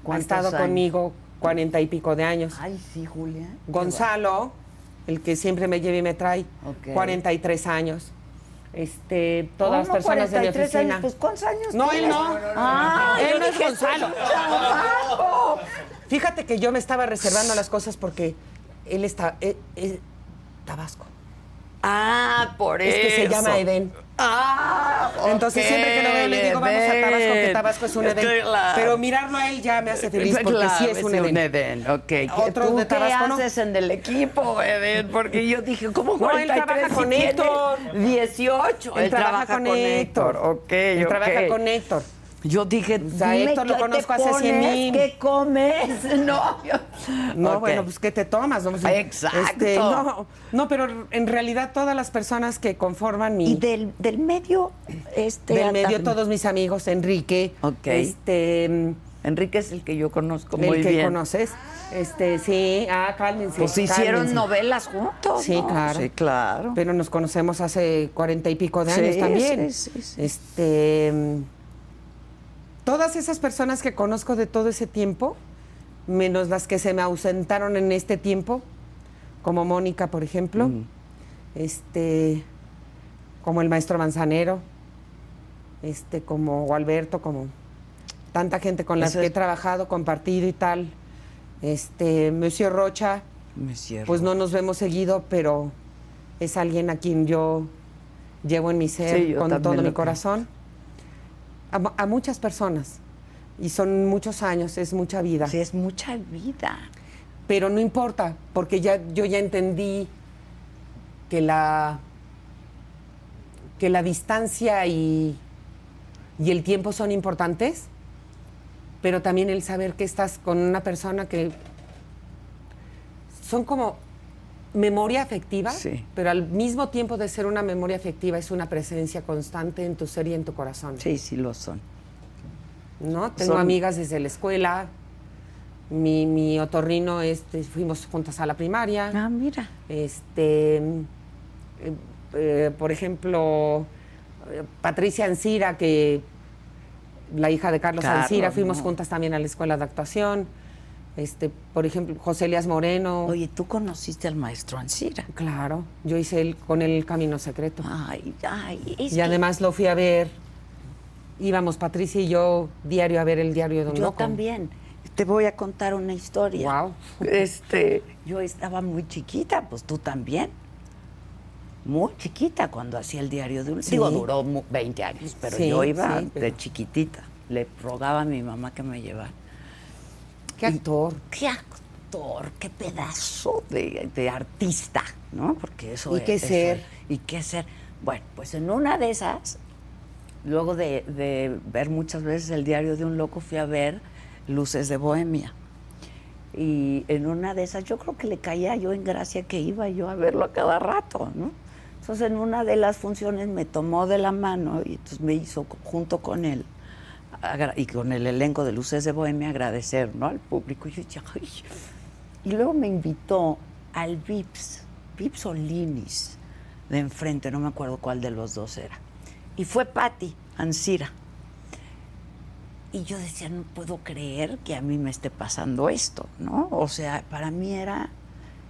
S2: ¿Cuántos
S1: estado
S2: años?
S1: conmigo 40 y pico de años.
S2: Ay, sí, Julia.
S1: Gonzalo, el que siempre me lleva y me trae,
S2: Ok.
S1: 43 años. Este, todas las
S2: ¿Cómo
S1: personas de mi
S2: 43
S1: oficina.
S2: Años? Pues, ¿cuántos años
S1: no,
S2: tienes?
S1: él no.
S2: Ah,
S1: él
S2: yo
S1: no es
S2: dije,
S1: Gonzalo.
S2: ¡Chamaco!
S1: Fíjate que yo me estaba reservando las cosas porque él está él- él- Tabasco.
S2: Ah, por
S1: Es
S2: eso.
S1: que se llama Edén.
S2: Ah,
S1: Entonces
S2: ok,
S1: siempre que lo veo le digo, vamos a Tabasco, que
S2: Edén.
S1: Tabasco es un Edén.
S2: Claro.
S1: Pero mirarlo a él ya me hace feliz porque sí es un Edén.
S2: Okay.
S1: Otros
S2: ¿Tú
S1: de Tabasco
S2: qué
S1: no.
S2: haces en el equipo, Eden? Porque yo dije, ¿cómo
S1: No, él
S2: 43
S1: trabaja
S2: si
S1: con
S2: tiene
S1: Héctor.
S2: 18.
S1: Él trabaja con Héctor.
S2: Ok,
S1: Él
S2: ok.
S1: trabaja con Héctor.
S2: Yo dije,
S1: O sea,
S2: dime
S1: Héctor lo
S2: qué
S1: conozco
S2: te
S1: hace cien
S2: pones,
S1: mil.
S2: ¿Qué comes? No. yo-
S1: No,
S2: Ok.
S1: bueno, pues ¿qué te tomas? No, Pues,
S2: Exacto.
S1: este, no, no, pero en realidad todas las personas que conforman mi...
S2: Y del, del medio, este...
S1: del
S2: a-
S1: medio
S2: a-
S1: todos mis amigos, Enrique,
S2: Ok.
S1: este, mm,
S2: Enrique es el que yo conozco
S1: el
S2: muy
S1: que
S2: bien.
S1: conoces, este, sí, ah, cálmense.
S2: Pues hicieron
S1: cálmense.
S2: novelas juntos,
S1: Sí,
S2: ¿no?
S1: claro.
S2: Sí, claro.
S1: Pero nos conocemos hace cuarenta y pico de
S2: Sí,
S1: años también.
S2: sí, sí, sí.
S1: Este, mm, todas esas personas que conozco de todo ese tiempo, menos las que se me ausentaron en este tiempo, como Mónica, por ejemplo,
S2: Mm.
S1: este, como el maestro Manzanero, este, como Alberto, como tanta gente con la
S2: Eso
S1: que he
S2: es-
S1: trabajado, compartido y tal. Este, Monsieur Rocha,
S2: Me cierro.
S1: pues no nos vemos seguido, pero es alguien a quien yo llevo en mi ser
S2: Sí, yo
S1: con
S2: también
S1: todo
S2: lo
S1: mi
S2: creo.
S1: corazón. A, mu- a muchas personas. Y son muchos años, es mucha vida.
S2: Sí, es mucha vida.
S1: Pero no importa, porque ya, yo ya entendí que la, que la distancia y, y el tiempo son importantes, pero también el saber que estás con una persona que son como memoria afectiva,
S2: Sí.
S1: pero al mismo tiempo de ser una memoria afectiva es una presencia constante en tu ser y en tu corazón.
S2: Sí, sí lo son.
S1: ¿no? Tengo
S2: Son-
S1: amigas desde la escuela. Mi, mi otorrino, este, fuimos juntas a la primaria.
S2: Ah, mira.
S1: Este, eh, eh, por ejemplo, eh, Patricia Ancira, que la hija de Carlos
S2: Carlos,
S1: Ancira, fuimos
S2: no.
S1: juntas también a la escuela de actuación. Este, por ejemplo, José Elías Moreno.
S2: Oye, tú conociste al maestro Ansira.
S1: Claro, yo hice el, con él el camino secreto.
S2: Ay, ay, Ah, es
S1: y
S2: que
S1: además lo fui a ver. Íbamos Patricia y yo diario a ver el diario de un
S2: yo
S1: loco.
S2: también. Te voy a contar una historia.
S1: Guau.
S2: Este, yo estaba muy chiquita, pues tú también. Muy chiquita cuando hacía el diario de un.
S1: Sí.
S2: Digo, duró mu- 20 años, pero
S1: Sí,
S2: yo iba
S1: sí,
S2: de
S1: pero-
S2: chiquitita. Le rogaba a mi mamá que me llevara.
S1: Qué actor.
S2: qué actor, qué pedazo de, de artista, ¿no? Porque eso
S1: Y qué
S2: es- eso
S1: ser.
S2: es. Y qué ser. Bueno, pues en una de esas, luego de, de ver muchas veces el diario de un loco, fui a ver Luces de Bohemia. Y en una de esas, yo creo que le caía yo en gracia que iba yo a verlo a cada rato, ¿no? Entonces en una de las funciones me tomó de la mano y entonces me hizo co- junto con él agra- y con el elenco de Luces de Bohemia agradecer, ¿no? Al público. Y yo dije, "Ay". Y luego me invitó al Vips, Vips o Linis, de enfrente, no me acuerdo cuál de los dos era. Y fue Patti Ansira. Y yo decía, no puedo creer que a mí me esté pasando esto, ¿no? O sea, para mí era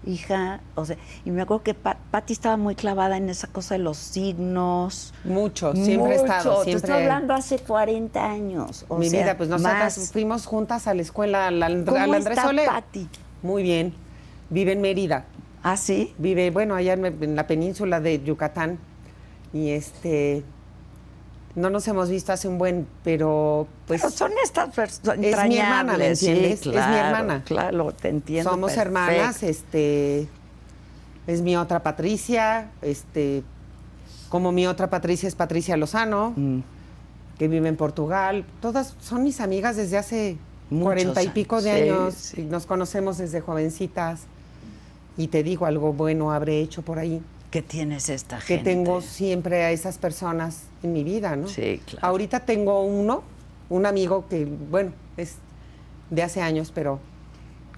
S2: hija, o sea, y me acuerdo que Pa- Patti estaba muy clavada en esa cosa de los signos.
S1: Mucho, siempre he estado.
S2: Mucho.
S1: Siempre...
S2: Te estoy hablando hace 40 años. o
S1: mi
S2: sea,
S1: vida, pues nosotras
S2: más.
S1: fuimos juntas a la escuela, a la, a la
S2: ¿Cómo
S1: Andrés
S2: está
S1: Soler.
S2: Pati?
S1: Muy bien. Vive en Mérida.
S2: ¿Ah, sí?
S1: Vive, bueno, allá en, en la península de Yucatán. Y este. No nos hemos visto hace un buen, pero pues.
S2: Pero son estas personas
S1: mi hermana, ¿me entiendes? Es mi hermana.
S2: Claro, te entiendo.
S1: Somos
S2: perfecto.
S1: hermanas, este es mi otra Patricia, este como mi otra Patricia es Patricia Lozano,
S2: Mm.
S1: que vive en Portugal. Todas son mis amigas desde hace
S2: Muchos
S1: cuarenta y
S2: años,
S1: pico de
S2: sí,
S1: años.
S2: sí.
S1: y nos conocemos desde jovencitas. Y te digo, algo bueno habré hecho por ahí.
S2: ¿Qué tienes esta
S1: Que
S2: gente?
S1: tengo siempre a esas personas en mi vida, ¿no?
S2: Sí, claro.
S1: Ahorita tengo uno, un amigo que, bueno, es de hace años, pero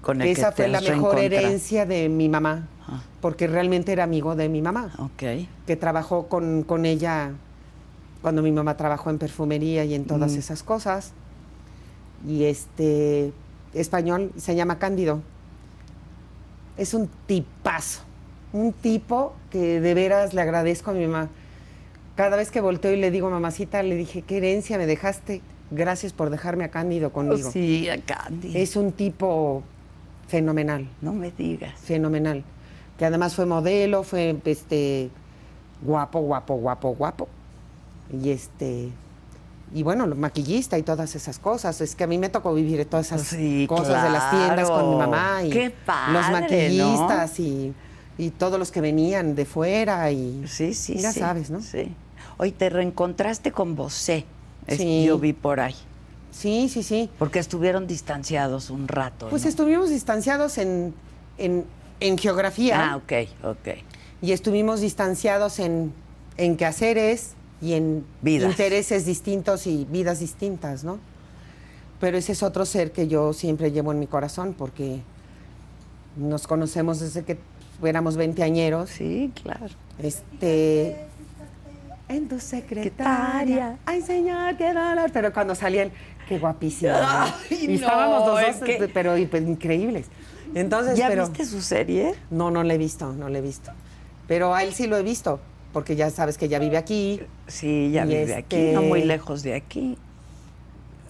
S2: Con el
S1: que
S2: que
S1: esa
S2: te
S1: fue la
S2: has
S1: mejor
S2: reencontrado.
S1: herencia de mi mamá,
S2: Ajá.
S1: porque realmente era amigo de mi mamá,
S2: Ah, Ok.
S1: que trabajó con, con ella cuando mi mamá trabajó en perfumería y en todas
S2: Mm.
S1: esas cosas. Y este español se llama Cándido. Es un tipazo, un tipo que de veras le agradezco a mi mamá. Cada vez que volteo y le digo, mamacita, le dije, qué herencia me dejaste. Gracias por dejarme a Cándido conmigo.
S2: Sí, a Candy.
S1: Es un tipo fenomenal
S2: No me digas.
S1: fenomenal. Que además fue modelo, fue este guapo, guapo, guapo, guapo. Y este y bueno, lo- maquillista y todas esas cosas. Es que a mí me tocó vivir todas esas
S2: Sí,
S1: cosas de las tiendas con mi
S2: claro.
S1: mamá y
S2: Qué padre,
S1: los
S2: ¿no?
S1: maquillistas y, y todos los que venían de fuera y
S2: Sí, sí,
S1: ya
S2: sí.
S1: sabes, ¿no?
S2: Sí. Hoy te reencontraste con Bosé. Es-
S1: Sí.
S2: Yo vi por ahí.
S1: Sí, sí, sí.
S2: Porque estuvieron distanciados un rato.
S1: Pues
S2: ¿no?
S1: estuvimos distanciados en, en, en geografía.
S2: Ah, ok, ok.
S1: y estuvimos distanciados en, en quehaceres y en
S2: Vidas.
S1: intereses distintos y vidas distintas, ¿no? Pero ese es otro ser que yo siempre llevo en mi corazón porque nos conocemos desde que éramos veinteañeros.
S2: Sí, claro.
S1: Este. En tu secretaria.
S2: Secretaria.
S1: Ay, señor, qué dolor. Pero cuando salían, qué guapísimo. ¿no?
S2: Ay,
S1: y estábamos
S2: no,
S1: los
S2: es
S1: dos,
S2: que-
S1: pero y, pues, increíbles. Entonces,
S2: ¿Ya
S1: pero...
S2: viste su serie?
S1: No, no le he visto, no le he visto. Pero a él sí lo he visto, porque ya sabes que ya vive aquí.
S2: Sí, ya
S1: Y
S2: vive
S1: este-
S2: aquí, no muy lejos de aquí.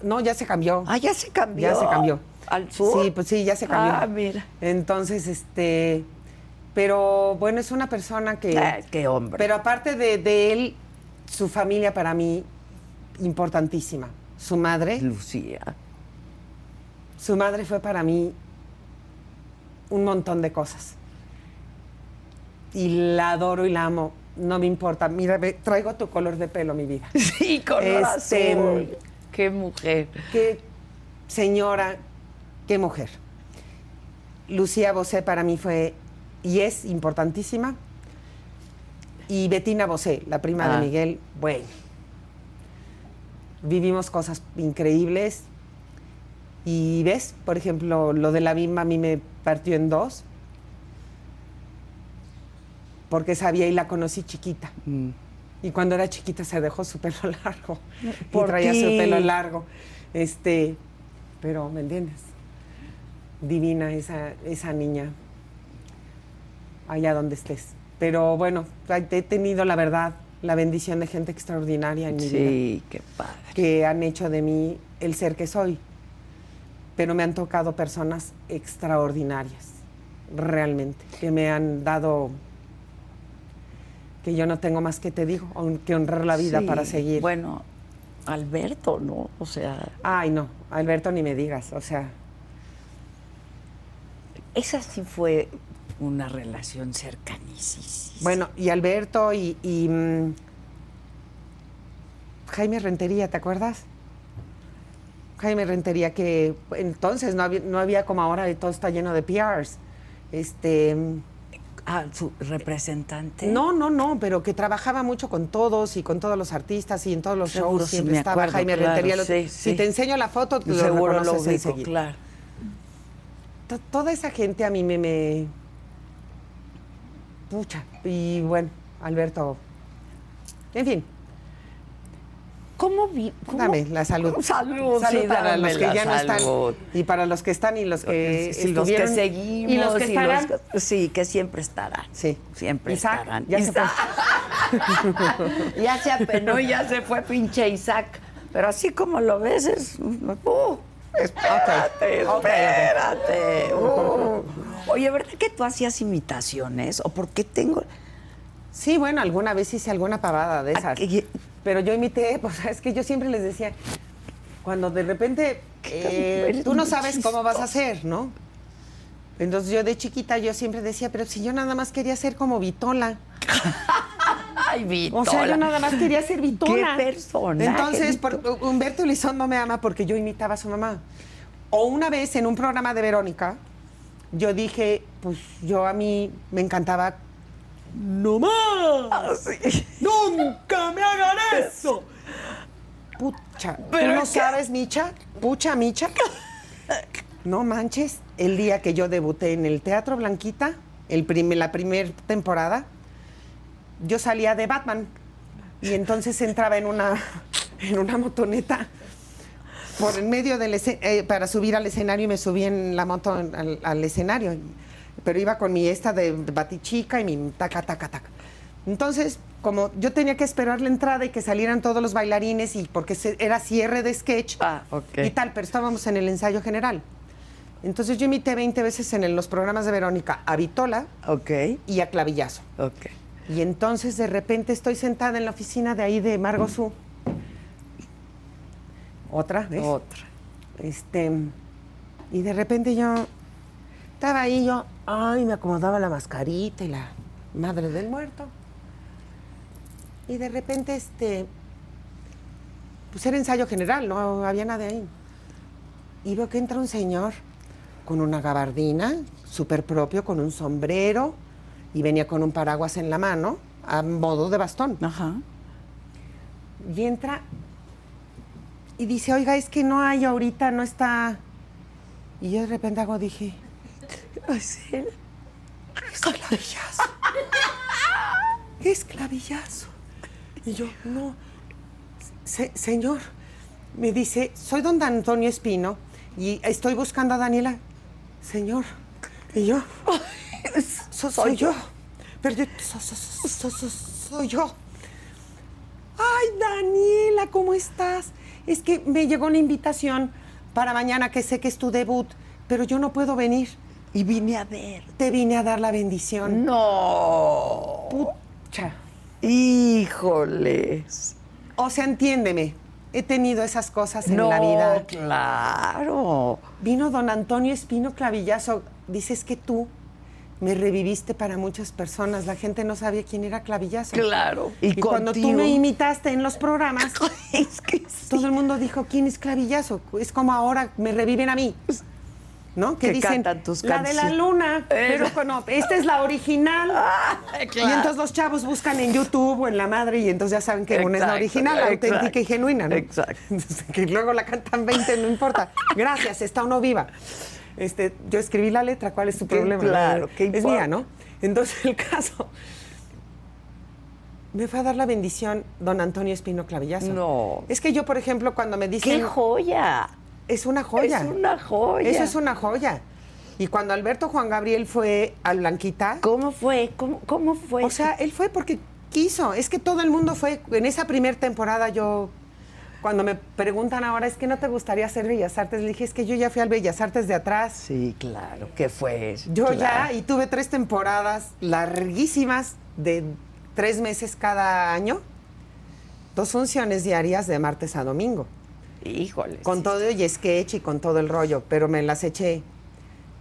S1: No, ya se cambió.
S2: Ah, ya se cambió.
S1: ya se cambió.
S2: ¿Al sur?
S1: Sí, pues sí, ya se cambió.
S2: Ah, mira.
S1: Entonces, este, Pero bueno, es una persona que...
S2: Ah, qué hombre.
S1: Pero aparte de, de él, su familia para mí, importantísima. Su madre,
S2: Lucía.
S1: su madre fue para mí un montón de cosas. Y la adoro y la amo. No me importa. Mira, ve, traigo tu color de pelo, mi vida.
S2: Sí, con
S1: Este,
S2: razón. Qué mujer.
S1: Qué señora, qué mujer. Lucía Bosé para mí fue y es importantísima. Y Betina Bosé, la prima
S2: Ah.
S1: de Miguel, bueno. Vivimos cosas increíbles. Y ves, por ejemplo, lo de la bimba a mí me partió en dos. Porque sabía y la conocí chiquita. Y cuando era chiquita se dejó su pelo largo.
S2: Por
S1: y traía
S2: ti.
S1: su pelo largo. Este, pero, ¿me entiendes? Divina esa, esa niña. Allá donde estés. Pero bueno, ay, he tenido la verdad, la bendición de gente extraordinaria en mi vida
S2: Sí, qué padre.
S1: que han hecho de mí el ser que soy. Pero me han tocado personas extraordinarias, realmente, que me han dado que yo no tengo más que te digo, hon- que honrar la vida
S2: Sí,
S1: para seguir.
S2: Bueno, Alberto, ¿no? O sea,
S1: Ay, no, Alberto, ni me digas, o sea,
S2: esa sí fue una relación cercanísima.
S1: bueno, y Alberto y, y, mm, Jaime Rentería, ¿te acuerdas? Jaime Rentería, que entonces no había, no había como ahora, todo está lleno de PRs. Este, mm,
S2: Ah, su representante.
S1: No, no, no, pero que trabajaba mucho con todos y con todos los artistas y en todos los
S2: Seguro,
S1: shows
S2: sí,
S1: siempre
S2: me
S1: estaba
S2: acuerdo,
S1: Jaime
S2: claro,
S1: Rentería. Lo-
S2: sí,
S1: si
S2: sí.
S1: te enseño la foto, lo
S2: Seguro lo
S1: reconoces
S2: ubico,
S1: enseguida.
S2: claro.
S1: To- Toda esa gente a mí me, me... Pucha. Y bueno, Alberto... En fin,
S2: ¿Cómo vi? cómo-
S1: dame la salud.
S2: Salud, sí,
S1: para
S2: dame
S1: los que
S2: la
S1: ya no
S2: salud.
S1: están. Y para los que están y los que
S2: Sí, los que
S1: estuvieron,
S2: seguimos
S1: Y los que estarán.
S2: que- sí, que siempre estarán.
S1: Sí.
S2: Siempre
S1: Isaac,
S2: estarán.
S1: ya se fue.
S2: ya se apenó y ya se fue pinche Isaac. Pero así como lo ves, es.
S4: Ah,
S2: ¡Uh!
S4: tá.
S2: Espérate, espérate. uh. Oye, ¿verdad que tú hacías imitaciones? ¿O por qué tengo.?
S1: Sí, bueno, alguna vez hice alguna pavada de esas.
S2: Aquí-
S1: Pero yo imité, pues es que yo siempre les decía, cuando de repente eh,
S2: eres
S1: tú no
S2: muy
S1: sabes cómo vas a
S2: chistosa.
S1: hacer, ¿no? Entonces yo de chiquita yo siempre decía, pero si yo nada más quería ser como Vitola.
S2: Ay, Vitola.
S1: O sea, yo nada más quería ser Vitola.
S2: Qué personaje,
S1: Entonces,
S2: Vitola.
S1: por- Humberto Lizón no me ama porque yo imitaba a su mamá. O una vez en un programa de Verónica, yo dije, pues yo a mí me encantaba ¡No más! ¡Nunca me hagan eso! Pucha,
S2: Pero
S1: ¿tú no
S2: es que-
S1: sabes, Micha? Pucha, Micha. No manches, el día que yo debuté en el Teatro Blanquita, el prim- la primera temporada, yo salía de Batman y entonces entraba en una, en una motoneta por en medio del esce- eh, para subir al escenario y me subí en la moto en- al, al escenario. Pero iba con mi esta de batichica y mi taca, taca, taca. Entonces, como yo tenía que esperar la entrada y que salieran todos los bailarines y porque se- era cierre de sketch
S2: Ah, ok.
S1: y tal, pero estábamos en el ensayo general. Entonces yo imité 20 veces en el- los programas de Verónica a Vitola
S2: Ok,
S1: y a Clavillazo.
S2: ok.
S1: Y entonces de repente estoy sentada en la oficina de ahí de Margo Su. Otra, ¿ves?
S2: Otra.
S1: Este, y de repente yo estaba ahí, yo, ay, me acomodaba la mascarita y la madre del muerto. Y de repente, este, pues era ensayo general, no había nadie ahí. Y veo que entra un señor con una gabardina, súper propio, con un sombrero, y venía con un paraguas en la mano, a modo de bastón.
S2: Ajá.
S1: Y entra y dice, oiga, es que no hay ahorita, no está. Y yo de repente hago, dije,
S2: Ay, sí.
S1: es clavillazo. Es clavillazo. Y yo, no. Se- señor, me dice, soy don Antonio Espino y estoy buscando a Daniela. Señor. Y yo, so- soy yo. Pero yo, so- so- so- so- so- soy yo. Ay, Daniela, ¿cómo estás? Es que me llegó la invitación para mañana, que sé que es tu debut, pero yo no puedo venir.
S2: Y vine a ver.
S1: Te vine a dar la bendición.
S2: No.
S1: Pucha.
S2: Híjoles.
S1: O sea, entiéndeme. He tenido esas cosas en
S2: no,
S1: la vida.
S2: Claro.
S1: Vino don Antonio Espino Clavillazo. Dices que tú me reviviste para muchas personas. La gente no sabía quién era Clavillazo.
S2: Claro.
S1: Y, cuando tú
S2: contigo.
S1: me imitaste en los programas,
S2: es que sí.
S1: todo el mundo dijo, ¿quién es Clavillazo? Es como ahora me reviven a mí. ¿No? Que,
S2: Que
S1: dicen,
S2: cantan tus
S1: la de la
S2: canciones". Eh. Ah,
S1: luna, pero
S2: Esa.
S1: bueno, esta es la original. Y entonces los chavos buscan en YouTube o en la madre y entonces ya saben que una es la
S2: Exacto,
S1: original, la
S2: exacto.
S1: auténtica y genuina, ¿no?
S2: Exacto.
S1: que luego la cantan 20, no importa. Gracias, está uno viva. Este, yo escribí la letra, ¿cuál es tu
S2: Qué
S1: problema?
S2: claro, qué
S1: Es mía,
S2: importa.
S1: ¿no? Entonces el caso. Me fue a dar la bendición don Antonio Espino Clavillazo.
S2: No.
S1: Es que yo, por ejemplo, cuando me dicen.
S2: ¡Qué joya!
S1: Es una joya.
S2: Es una joya.
S1: Eso es una joya. Y cuando Alberto Juan Gabriel fue al Blanquita.
S2: ¿Cómo fue? ¿Cómo, cómo fue?
S1: O sea, él fue porque quiso. Es que todo el mundo fue. En esa primera temporada yo. Cuando me preguntan ahora, es que no te gustaría hacer Bellas Artes, le dije, es que yo ya fui al Bellas Artes de atrás.
S2: sí, claro. ¿Qué fue? eso?
S1: Yo ya,
S2: Claro.
S1: y tuve tres temporadas larguísimas de tres meses cada año, dos funciones diarias de martes a domingo,
S2: Híjoles.
S1: con
S2: sí.
S1: todo y sketch y con todo el rollo, pero me las eché.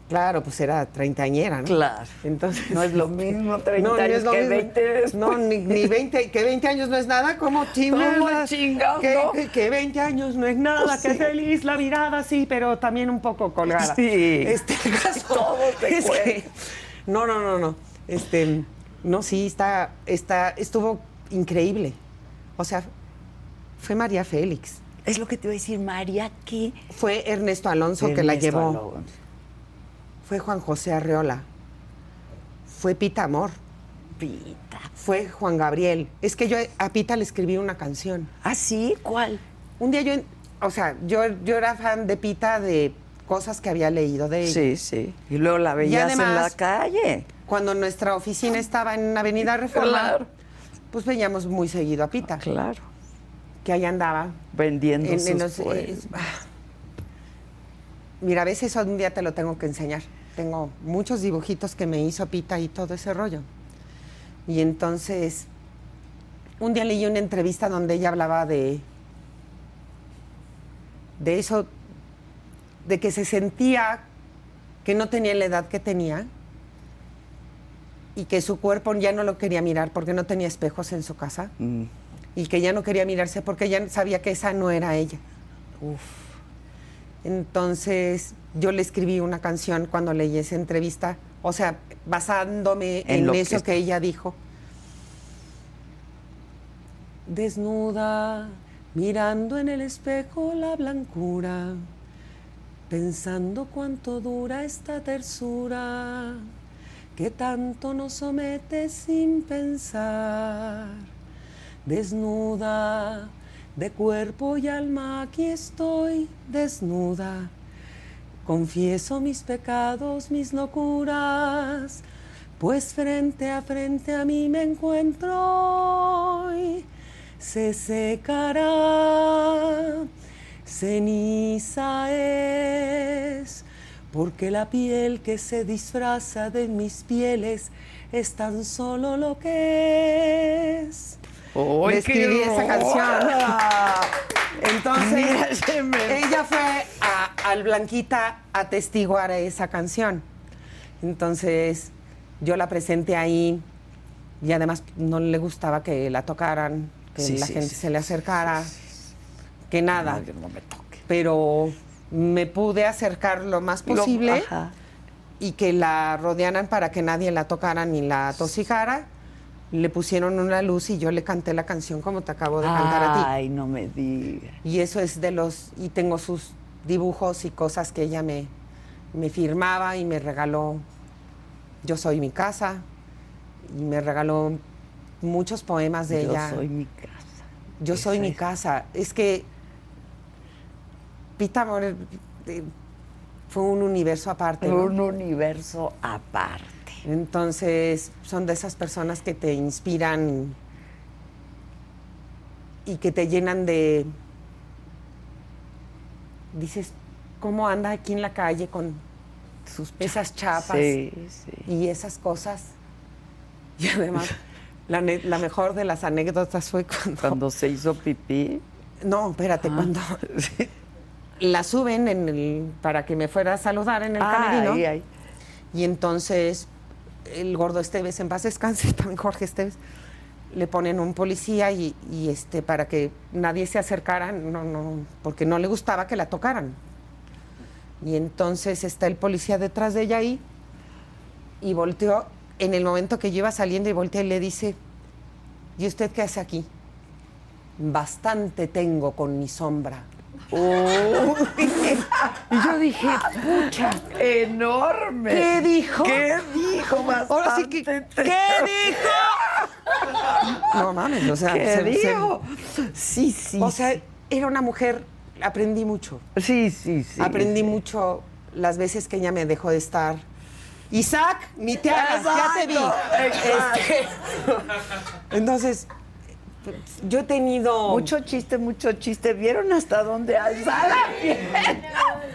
S1: Claro, pues era treintañera, ¿no?
S2: Claro.
S1: Entonces,
S2: No es lo mismo 30
S1: no, no
S2: años
S1: es lo
S2: que
S1: mismo.
S2: 20 después.
S1: No, ni, ni 20, que 20 años no es nada, como
S2: ¿Cómo chingados,
S1: que,
S2: no?
S1: que- que 20 años no es nada, que feliz la mirada, sí, pero también un poco colgada.
S2: Sí.
S1: Este el caso
S2: Todo te
S1: es que- No, no, no, no. Este, no, sí, está, está, estuvo increíble. O sea, fue María Félix,
S2: Es lo que te iba a decir, María, ¿qué?
S1: fue Ernesto Alonso que la
S2: Ernesto
S1: llevó,
S2: Alonso.
S1: fue Juan José Arreola, fue Pita Amor.
S2: Pita.
S1: fue Juan Gabriel. Es que yo a Pita le escribí una canción.
S2: ¿Ah, sí? ¿Cuál?
S1: Un día yo, en- o sea, yo, yo era fan de Pita de cosas que había leído de ella.
S2: sí. Y luego la
S1: Y
S2: veías en la
S1: además-
S2: calle.
S1: Cuando nuestra oficina estaba en Avenida Reforma,
S2: Claro.
S1: pues veíamos muy seguido a Pita,
S2: Claro.
S1: que ahí andaba.
S2: Vendiendo
S1: en- en
S2: sus
S1: los-
S2: poemas.
S1: eh, ah. Mira, a veces un día te lo tengo que enseñar. Tengo muchos dibujitos que me hizo Pita y todo ese rollo. Y entonces, un día leí una entrevista donde ella hablaba de, de eso, de que se sentía que no tenía la edad que tenía y que su cuerpo ya no lo quería mirar porque no tenía espejos en su casa
S2: Mm.
S1: y que ya no quería mirarse porque ya sabía que esa no era ella. Entonces yo le escribí una canción cuando leí esa entrevista, o sea, basándome
S2: En
S1: en,
S2: lo que
S1: eso
S2: es-
S1: que ella dijo. Desnuda, mirando en el espejo la blancura, pensando cuánto dura esta tersura, que tanto nos somete sin pensar desnuda, de cuerpo y alma aquí estoy desnuda. Confieso mis pecados, mis locuras, pues frente a frente a mí me encuentro hoy. Se secará, ceniza es, porque la piel que se disfraza de mis pieles es tan solo lo que es.
S2: ¡Ay,
S1: Le
S2: qué
S1: escribí esa
S2: rola!
S1: canción. Entonces,
S2: Mira, se me-
S1: ella fue a- al Blanquita a testiguar esa canción. Entonces, yo la presenté ahí y además no le gustaba que la tocaran, que
S2: Sí,
S1: la
S2: sí,
S1: gente
S2: sí.
S1: se le acercara, que nada.
S2: No, que no me toque.
S1: Pero me pude acercar lo más posible
S2: Lo- ajá.
S1: y que la rodearan para que nadie la tocara ni la tosijara. Le pusieron una luz y yo le canté la canción como te acabo de cantar a ti.
S2: Ay, no me digas.
S1: Y eso es de los. Y tengo sus dibujos y cosas que ella me, me firmaba y me regaló. Yo soy mi casa. Y me regaló muchos poemas de
S2: Yo
S1: ella.
S2: soy mi casa.
S1: Yo soy mi
S2: Esa-
S1: casa. Es que Pita Amor eh, fue un universo aparte. ¿no?
S2: Un universo aparte.
S1: Entonces, son de esas personas que te inspiran y que te llenan de. Dices, ¿cómo anda aquí en la calle con,
S2: Sus cha-
S1: esas chapas
S2: Sí, sí.
S1: y esas cosas. Y además, la, ne- la mejor de las anécdotas fue cuando...
S2: Cuando se hizo pipí.
S1: No, espérate, cuando
S2: Sí.
S1: la suben en el, para que me fuera a saludar en el
S2: Ah,
S1: camerino.
S2: ahí, ahí.
S1: Y entonces el gordo Esteves, en paz descanse, también Jorge Esteves, le ponen un policía y, y, este, para que nadie se acercara, no, no, porque no le gustaba que la tocaran. Y entonces está el policía detrás de ella ahí y volteó en el momento que yo iba saliendo y voltea y le dice, ¿y usted qué hace aquí? Bastante tengo con mi sombra.
S2: Y yo dije, pucha, enorme.
S1: ¿Qué dijo?
S2: ¿Qué dijo?
S1: Ahora sí que, ¿qué
S2: Bastante
S1: dijo? No mames, o sea,
S2: ¿Qué
S1: se- se-
S2: dijo? Sí, sí.
S1: O sea, era una mujer, aprendí mucho.
S2: sí, sí, sí.
S1: aprendí mucho las veces que ella me dejó de estar. Isaac, ni te hagas, ya te vi.
S2: Exacto,
S1: Este, entonces, yo he tenido.
S2: Mucho chiste, mucho chiste. ¿Vieron hasta dónde alza la pierna?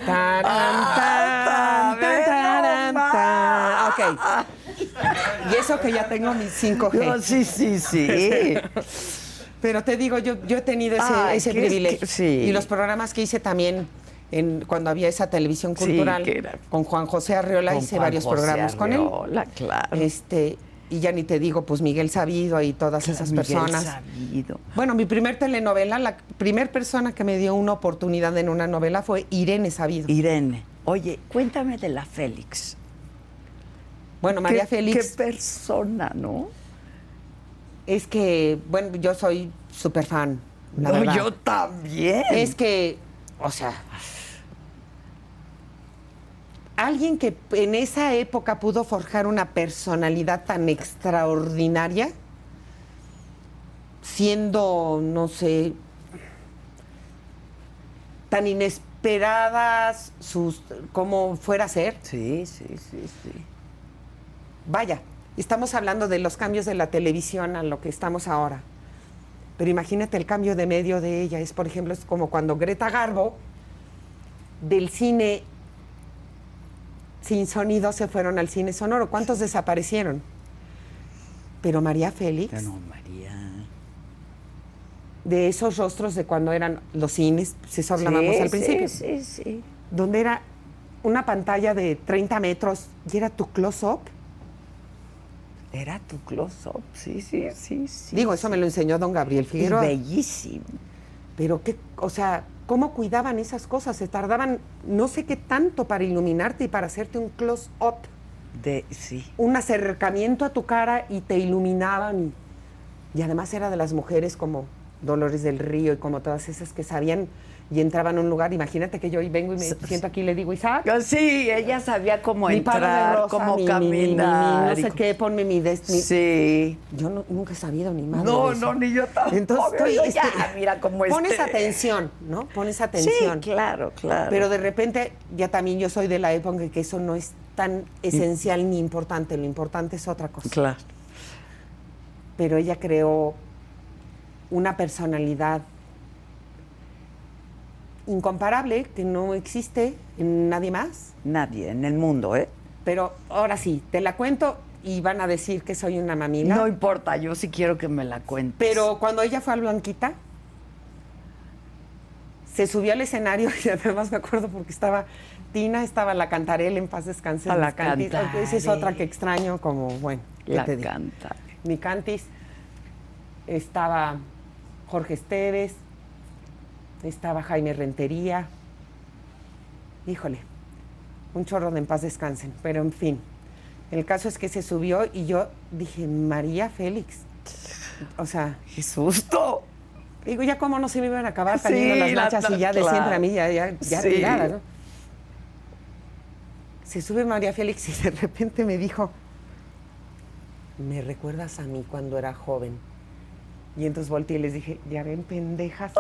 S1: Tarán,
S2: Ah,
S1: tan, tan,
S2: ve
S1: tarán,
S2: nomás.
S1: tan. Ok. Y eso que ya tengo mis 5G.
S2: No, sí, sí, sí.
S1: Pero te digo, yo, yo he tenido ese,
S2: Ay,
S1: ese
S2: que es
S1: privilegio.
S2: que- sí.
S1: Y los programas que hice también en, cuando había esa televisión
S2: Sí,
S1: cultural
S2: que era-
S1: con Juan José Arriola, hice varios programas con él.
S2: Hola, claro.
S1: Este, y ya ni te digo, pues Miguel Sabido y todas esas
S2: Miguel
S1: personas.
S2: Sabido.
S1: Bueno, mi primer telenovela, la primer persona que me dio una oportunidad en una novela fue Irene Sabido.
S2: Irene, oye, cuéntame de la Félix.
S1: bueno, María
S2: ¿Qué-
S1: Félix
S2: Qué persona, ¿no?
S1: es que, bueno, yo soy súper fan. la
S2: no,
S1: verdad.
S2: yo también.
S1: Es que, o sea, alguien que en esa época pudo forjar una personalidad tan extraordinaria, siendo, no sé, tan inesperadas sus, cómo fuera a ser,
S2: Sí, sí, sí, sí.
S1: vaya, estamos hablando de los cambios de la televisión a lo que estamos ahora. Pero imagínate el cambio de medio de ella. Es, por ejemplo, es como cuando Greta Garbo del cine sin sonido se fueron al cine sonoro. ¿Cuántos desaparecieron? Pero María Félix,
S2: Ya no, María.
S1: de esos rostros de cuando eran los cines, pues eso hablábamos
S2: Sí,
S1: al principio,
S2: Sí, sí, sí.
S1: donde era una pantalla de 30 metros y era tu close-up.
S2: Era tu close-up, sí, sí, sí, sí.
S1: Digo, eso me lo enseñó don Gabriel
S2: Y
S1: Figueroa.
S2: bellísimo.
S1: Pero qué, o sea, ¿cómo cuidaban esas cosas? Se tardaban no sé qué tanto para iluminarte y para hacerte un close-up,
S2: De, sí.
S1: un acercamiento a tu cara y te iluminaban. Y además era de las mujeres como Dolores del Río y como todas esas que sabían y entraban a un lugar. Imagínate que yo hoy vengo y me siento aquí y le digo, Isaac,
S2: Ah, Sí, ella sabía cómo
S1: mi paro de
S2: entrar,
S1: rosa,
S2: cómo
S1: mi- mi- mi- mi-
S2: caminar. y
S1: no sé
S2: cómo-
S1: qué, ponme mi... des- mi-
S2: Sí.
S1: Yo no- nunca he sabido ni más.
S2: No, no, ni yo tampoco.
S1: Entonces,
S2: Yo
S1: estoy-
S2: ya,
S1: estoy-
S2: mira cómo es.
S1: pones atención, ¿no? Pones atención.
S2: Sí, claro, claro.
S1: Pero de repente, ya también yo soy de la época en que eso no es tan esencial ni importante. Lo importante es otra cosa.
S2: Claro.
S1: Pero ella creó una personalidad incomparable que no existe en nadie más.
S2: Nadie en el mundo, ¿eh?
S1: Pero ahora sí, te la cuento y van a decir que soy una mamila.
S2: No importa, yo sí quiero que me la cuentes.
S1: Pero cuando ella fue a Blanquita, se subió al escenario y además me acuerdo porque estaba Tina, estaba la Cantarel en paz descanse.
S2: A la
S1: Miss Cantis. pues,
S2: Cantarel.
S1: Esa es otra que extraño, como bueno, ¿qué
S2: la
S1: te digo?
S2: canta.
S1: Mi Cantis, estaba Jorge Esteves, estaba Jaime Rentería. Híjole, un chorro de en paz descansen, pero en fin. El caso es que se subió y yo dije, María Félix. O sea,
S2: ¡Qué susto!
S1: Digo, ya cómo no se me iban a acabar cayendo
S2: Sí,
S1: las
S2: la-
S1: manchas
S2: la-
S1: y ya de
S2: claro.
S1: siempre a mí, ya, ya, ya
S2: Sí.
S1: tirada, ¿no? Se sube María Félix y de repente me dijo, ¿me recuerdas a mí cuando era joven? Y entonces volteé y les dije, ya ven, pendejas,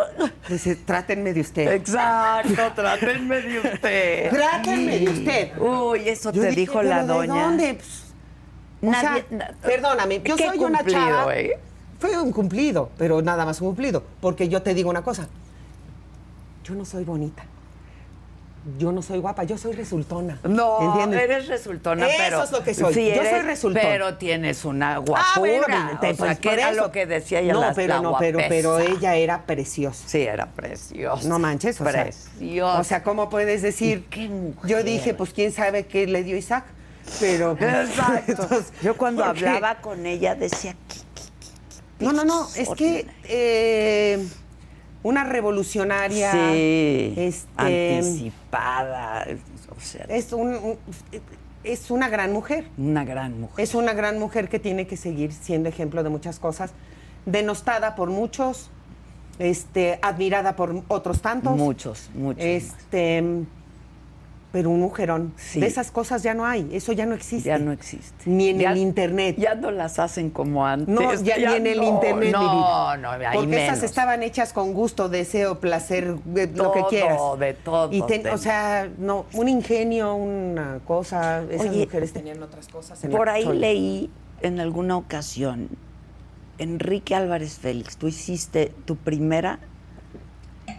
S1: pues eh, trátenme de usted.
S2: Exacto, trátenme de usted.
S1: Trátenme de usted.
S2: Uy, eso
S1: Yo
S2: te
S1: dije,
S2: dijo la
S1: "¿Pero de
S2: doña.
S1: dónde? Pues, o sea,
S2: Nadie- na-
S1: perdóname, yo
S2: Qué
S1: soy una
S2: cumplido,
S1: chava.
S2: ¿eh?
S1: Fue un cumplido, pero nada más un cumplido. Porque yo te digo una cosa. Yo no soy bonita. yo no soy guapa, yo soy resultona.
S2: No,
S1: ¿entiendes?
S2: eres resultona,
S1: Eso
S2: pero.
S1: es lo que soy.
S2: Sí
S1: Yo soy
S2: eres,
S1: resultona.
S2: Pero tienes una guapura.
S1: Ah, bueno, te-
S2: o sea,
S1: pues,
S2: que
S1: por
S2: era
S1: eso.
S2: lo que decía ella
S1: No,
S2: la-
S1: pero
S2: la
S1: no, pero, pero
S2: guapesa.
S1: ella era preciosa.
S2: Sí, era preciosa.
S1: No manches, o sea.
S2: Preciosa.
S1: O sea, ¿cómo puedes decir?
S2: ¿Y qué mujer?
S1: Yo dije, pues quién sabe qué le dio Isaac, pero. pues,
S2: Exacto.
S1: Entonces,
S2: Yo cuando
S1: ¿por qué?
S2: hablaba con ella decía, "Qué- qué- qué
S1: No, no, no, es que
S2: extraordinaria".
S1: eh, una revolucionaria.
S2: Sí,
S1: este,
S2: anticipada. O sea,
S1: es, un- un- es una gran mujer.
S2: una gran mujer.
S1: Es una gran mujer que tiene que seguir siendo ejemplo de muchas cosas. Denostada por muchos, este, admirada por otros tantos.
S2: Muchos, muchos. más.
S1: Este, pero un mujerón.
S2: Sí.
S1: De esas cosas ya no hay, eso ya no existe.
S2: Ya no existe.
S1: Ni en
S2: Ya-
S1: el internet.
S2: Ya no las hacen como antes.
S1: no, ya, ni en el
S2: no,
S1: internet, mi vida.
S2: No, no, ahí
S1: Porque esas
S2: menos.
S1: estaban hechas con gusto, deseo, placer, de lo que
S2: Todo,
S1: quieras.
S2: de todo
S1: Y ten-
S2: tenía.
S1: o sea, no, un ingenio, una cosa. Esas
S2: Oye,
S1: mujeres tenían otras cosas. En la
S2: Por ahí
S1: cholla.
S2: leí en alguna ocasión, Enrique Álvarez Félix, tú hiciste tu primera.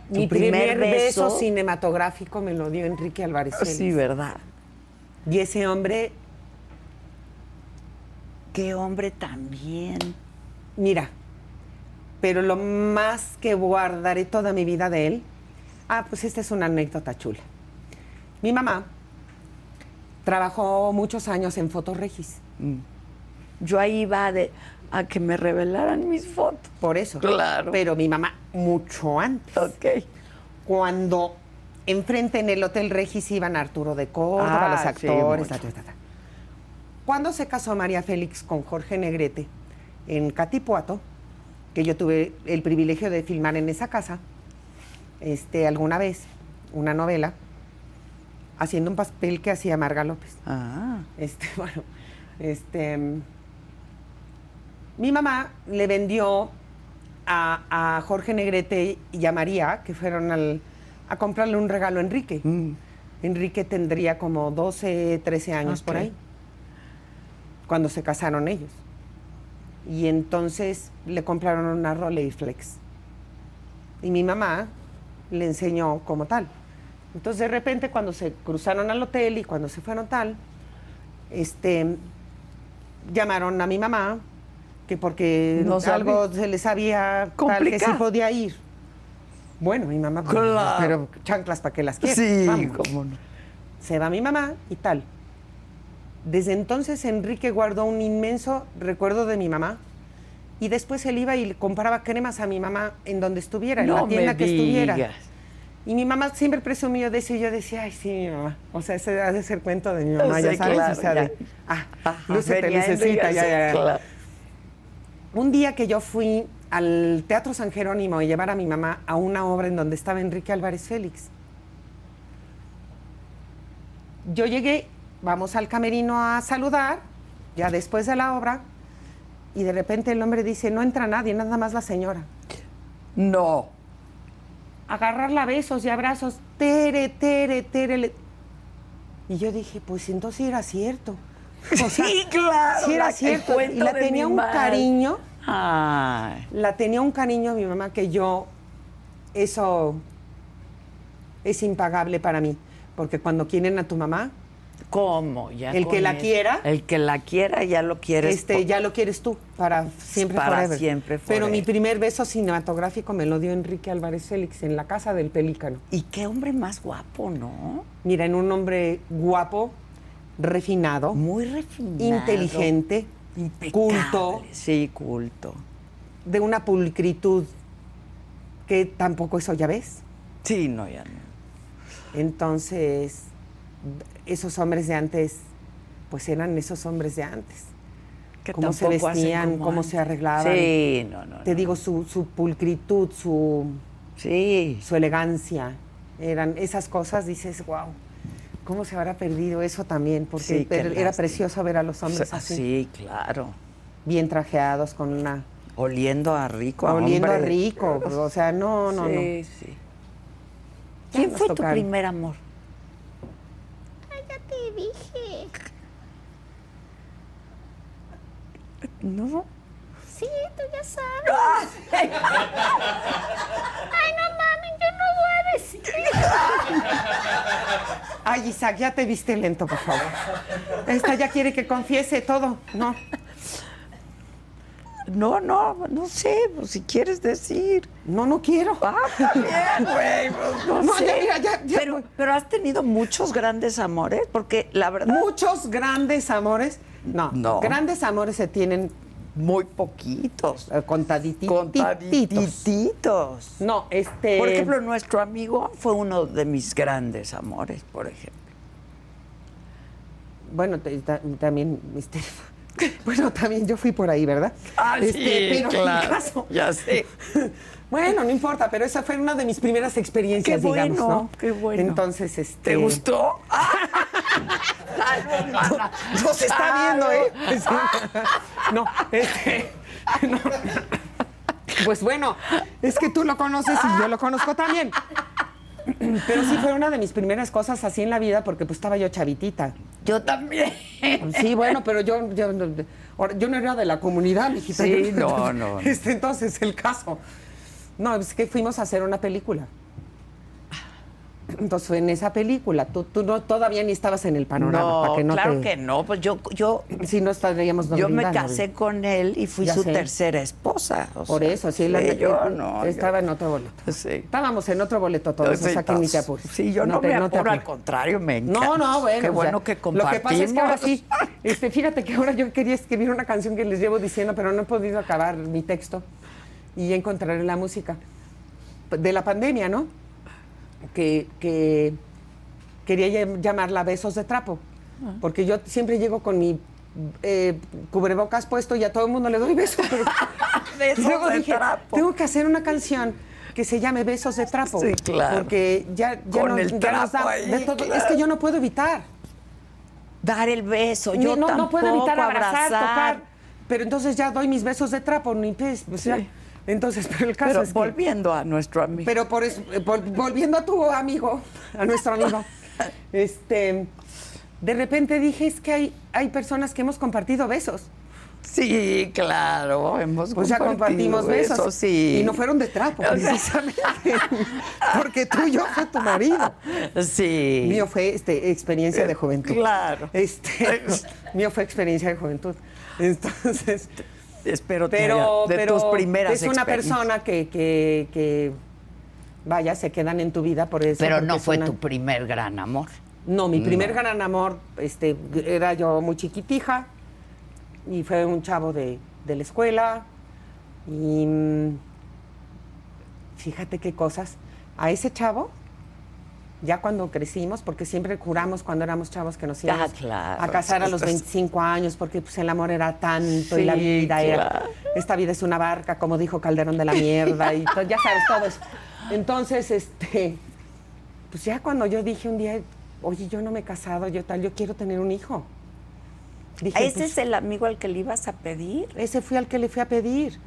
S2: tu
S1: Mi primer, beso, cinematográfico me lo dio Enrique Álvarez. Félix.
S2: Ah, Sí, ¿verdad?
S1: y ese hombre,
S2: Qué hombre también.
S1: mira, pero lo más que guardaré toda mi vida de él. Ah, pues esta es una anécdota chula. Mi mamá trabajó muchos años en Fotos Regis,
S2: Yo ahí iba de, a que me revelaran mis fotos.
S1: por eso.
S2: Claro.
S1: Pero mi mamá, mucho antes.
S2: Ok.
S1: cuando enfrente en el Hotel Regis iban Arturo de Córdoba,
S2: Ah,
S1: los
S2: sí,
S1: actores,
S2: mucho.
S1: ta, ta, ta, ta. Cuando se casó María Félix con Jorge Negrete en Catipuato, que yo tuve el privilegio de filmar en esa casa, este, alguna vez, una novela, haciendo un papel que hacía Marga López.
S2: Ah,
S1: Este, bueno, este. mm, Mi mamá le vendió a, a Jorge Negrete y a María, que fueron al- a comprarle un regalo a Enrique.
S2: Mm.
S1: Enrique tendría como 12, 13 años por
S2: Ok.
S1: ahí, cuando se casaron ellos. Y entonces le compraron una Rolleiflex. Y mi mamá le enseñó como tal. Entonces, de repente, cuando se cruzaron al hotel y cuando se fueron tal, este, llamaron a mi mamá, que porque
S2: No sabía.
S1: algo se les había tal que sí
S2: Complicado.
S1: podía ir. Bueno, mi mamá, pues,
S2: Claro.
S1: pero chanclas para que las quiera.
S2: sí,
S1: Vamos.
S2: cómo no.
S1: Se va mi mamá y tal. Desde entonces Enrique guardó un inmenso recuerdo de mi mamá. Y después él iba y le compraba cremas a mi mamá en donde estuviera, en
S2: no
S1: la tienda
S2: me
S1: que estuviera.
S2: digas.
S1: Y mi mamá siempre presumió de eso y yo decía, ay, sí, mi mamá. O sea, ese ha de ser cuento de mi mamá,
S2: Sí,
S1: ya sabes.
S2: claro,
S1: o sea, de,
S2: ya.
S1: ah,
S2: Ajá,
S1: lúcete,
S2: venía
S1: lucecita,
S2: Enrique,
S1: ya, ya, ya.
S2: claro.
S1: Un día que yo fui al Teatro San Jerónimo a llevar a mi mamá a una obra en donde estaba Enrique Álvarez Félix. Yo llegué, vamos al camerino a saludar, ya después de la obra, y de repente el hombre dice, no entra nadie, nada más la señora.
S2: No.
S1: Agarrarla a besos y abrazos, tere, tere, tere. le- Y yo dije, pues entonces era cierto. O sea,
S2: Ah, sí, claro.
S1: sí era
S2: la- el
S1: cierto, y
S2: cuento
S1: la
S2: de
S1: tenía
S2: mi
S1: un
S2: madre.
S1: cariño.
S2: Ay.
S1: la tenía un cariño a mi mamá que yo, eso es impagable para mí, porque cuando quieren a tu mamá,
S2: ¿Cómo? Ya
S1: El
S2: con
S1: que la
S2: eso.
S1: quiera.
S2: El que la quiera ya lo quiere.
S1: este, ya lo quieres tú, para siempre
S2: Para
S1: forever.
S2: siempre
S1: Pero mi
S2: forever.
S1: primer beso cinematográfico me lo dio Enrique Álvarez Félix en la casa del Pelícano.
S2: Y qué hombre más guapo, ¿no?
S1: Mira, en un hombre guapo, refinado,
S2: Muy refinado.
S1: inteligente,
S2: Impecable.
S1: culto,
S2: Sí, culto.
S1: de una pulcritud que tampoco eso ya ves.
S2: Sí, no, ya no.
S1: Entonces, esos hombres de antes, pues eran esos hombres de antes.
S2: Que
S1: Cómo se
S2: tampoco hacen
S1: vestían,
S2: como
S1: cómo
S2: antes.
S1: se arreglaban.
S2: Sí, no, no.
S1: Te
S2: no.
S1: digo, su, su pulcritud, su,
S2: Sí.
S1: su elegancia, eran esas cosas, dices, wow, ¿cómo se habrá perdido eso también? Porque
S2: Sí, qué
S1: era- era
S2: lástima.
S1: precioso ver a los hombres
S2: Sí,
S1: así,
S2: Sí, claro.
S1: bien trajeados, con una...
S2: Oliendo a rico. a
S1: oliendo a
S2: hombre.
S1: rico, o sea, no, no, no.
S2: Sí, sí. ¿Quién
S1: nos
S2: fue
S1: tocaron.
S2: tu primer amor?
S5: te dije.
S2: No.
S5: Sí, tú ya sabes. Ay, no mames, yo no voy a decir.
S1: Isaac, ya te viste lento, por favor. Esta ya quiere que confiese todo. No.
S2: No, no, no sé, pues, si quieres decir.
S1: No, no quiero.
S2: Ah, bien, güey, pues, no,
S1: No,
S2: sé.
S1: ya, mira, ya, ya.
S2: Pero, pero has tenido muchos grandes amores, porque la verdad,
S1: Muchos grandes amores. No.
S2: No.
S1: Grandes amores se tienen
S2: muy poquitos.
S1: eh, contadititos.
S2: Contadititos.
S1: No, este.
S2: Por ejemplo, nuestro amigo fue uno de mis grandes amores, por ejemplo.
S1: Bueno, te- ta- también, este, bueno, también yo fui por ahí, ¿verdad?
S2: Ah,
S1: Este, pero en mi caso-
S2: Ya sé.
S1: Bueno, no importa, pero esa fue una de mis primeras experiencias,
S2: Qué bueno,
S1: digamos, ¿no?
S2: qué bueno.
S1: Entonces, este.
S2: ¿Te gustó? Ah, Pues
S1: No se está viendo, ¿eh? Pues, no, este. no. Pues bueno, es que tú lo conoces y yo lo conozco también. Pero sí fue una de mis primeras cosas así en la vida porque pues estaba yo chavitita.
S2: Yo también.
S1: Sí, bueno, pero yo, yo, no- ahora, yo no era de la comunidad, mijita.
S2: Sí,
S1: Yo-
S2: no, no, no.
S1: Este, entonces, el caso. No, es que fuimos a hacer una película. Entonces, en esa película, tú, tú no, todavía ni estabas en el panorama. para que no
S2: claro
S1: te-
S2: que no. Pues yo, yo,
S1: Si no estaríamos
S2: yo me
S1: dominando.
S2: casé con él y fui
S1: Ya
S2: su
S1: sé.
S2: tercera esposa. o
S1: Por
S2: sea,
S1: eso, sí, la- eh,
S2: yo no.
S1: estaba
S2: yo-
S1: en otro boleto.
S2: Sí.
S1: Estábamos en otro boleto todos,
S2: Sí,
S1: o sea que ni te
S2: estás-
S1: apures.
S2: Sí, yo no,
S1: te-
S2: me
S1: te
S2: apuro, al
S1: apures.
S2: contrario, me encanta.
S1: No, no, bueno.
S2: Qué
S1: o sea,
S2: bueno que compartimos.
S1: Lo que pasa es que ahora sí, este, fíjate que ahora yo quería escribir una canción que les llevo diciendo, pero no he podido acabar mi texto y encontraré la música. De la pandemia, ¿no? Que, que quería llam- llamarla Besos de Trapo,
S2: Ah.
S1: porque yo siempre llego con mi eh, cubrebocas puesto y a todo el mundo le doy besos. pero-
S2: Besos
S1: y luego
S2: de
S1: dije,
S2: trapo.
S1: tengo que hacer una canción que se llame Besos de Trapo.
S2: Sí, claro.
S1: Porque ya, ya
S2: Con
S1: no-
S2: el
S1: ya nos
S2: trapo
S1: da
S2: ahí,
S1: de todo. Es
S2: claro.
S1: que yo no puedo evitar.
S2: Dar el beso,
S1: Ni-
S2: yo
S1: no, no
S2: tampoco
S1: puedo evitar abrazar,
S2: abrazar,
S1: tocar. Pero entonces ya doy mis besos de trapo, ni pez. o sea,
S2: Sí.
S1: Entonces, pero el caso
S2: Pero
S1: es que-
S2: volviendo a nuestro amigo.
S1: Pero por eso- eh, por- volviendo a tu amigo, a nuestro amigo, este, de repente dije, es que hay, hay personas que hemos compartido besos.
S2: sí, claro, hemos
S1: Pues ya compartimos besos.
S2: eso, sí.
S1: Y no fueron de trapo,
S2: O sea-
S1: precisamente. Porque tuyo fue tu marido.
S2: Sí.
S1: Mío fue este, experiencia de juventud.
S2: Claro.
S1: Este, mío fue experiencia de juventud. Entonces,
S2: Espero te
S1: pero,
S2: haya- de
S1: pero
S2: tus primeras
S1: es una
S2: experiencias.
S1: persona que, que, que, vaya, se quedan en tu vida por eso.
S6: Pero
S1: porque
S6: no
S1: es
S6: fue
S1: una-
S6: tu primer gran amor.
S1: No, mi primer gran amor, este, era yo muy chiquitija y fue un chavo de, de la escuela y mm, fíjate qué cosas. A ese chavo, ya cuando crecimos, porque siempre juramos cuando éramos chavos que nos íbamos
S2: Ah, claro.
S1: a casar a los 25 años, porque pues, el amor era tanto y la
S2: Sí,
S1: vida era,
S2: claro.
S1: esta vida es una barca, como dijo Calderón de la mierda y to- ya sabes todo eso. Entonces, este pues ya cuando yo dije un día, oye, yo no me he casado, yo tal, yo quiero tener un hijo. Dije,
S2: ¿Ese
S1: pues,
S2: es el amigo al que le ibas a pedir?
S1: ese fue al que le fui a pedir.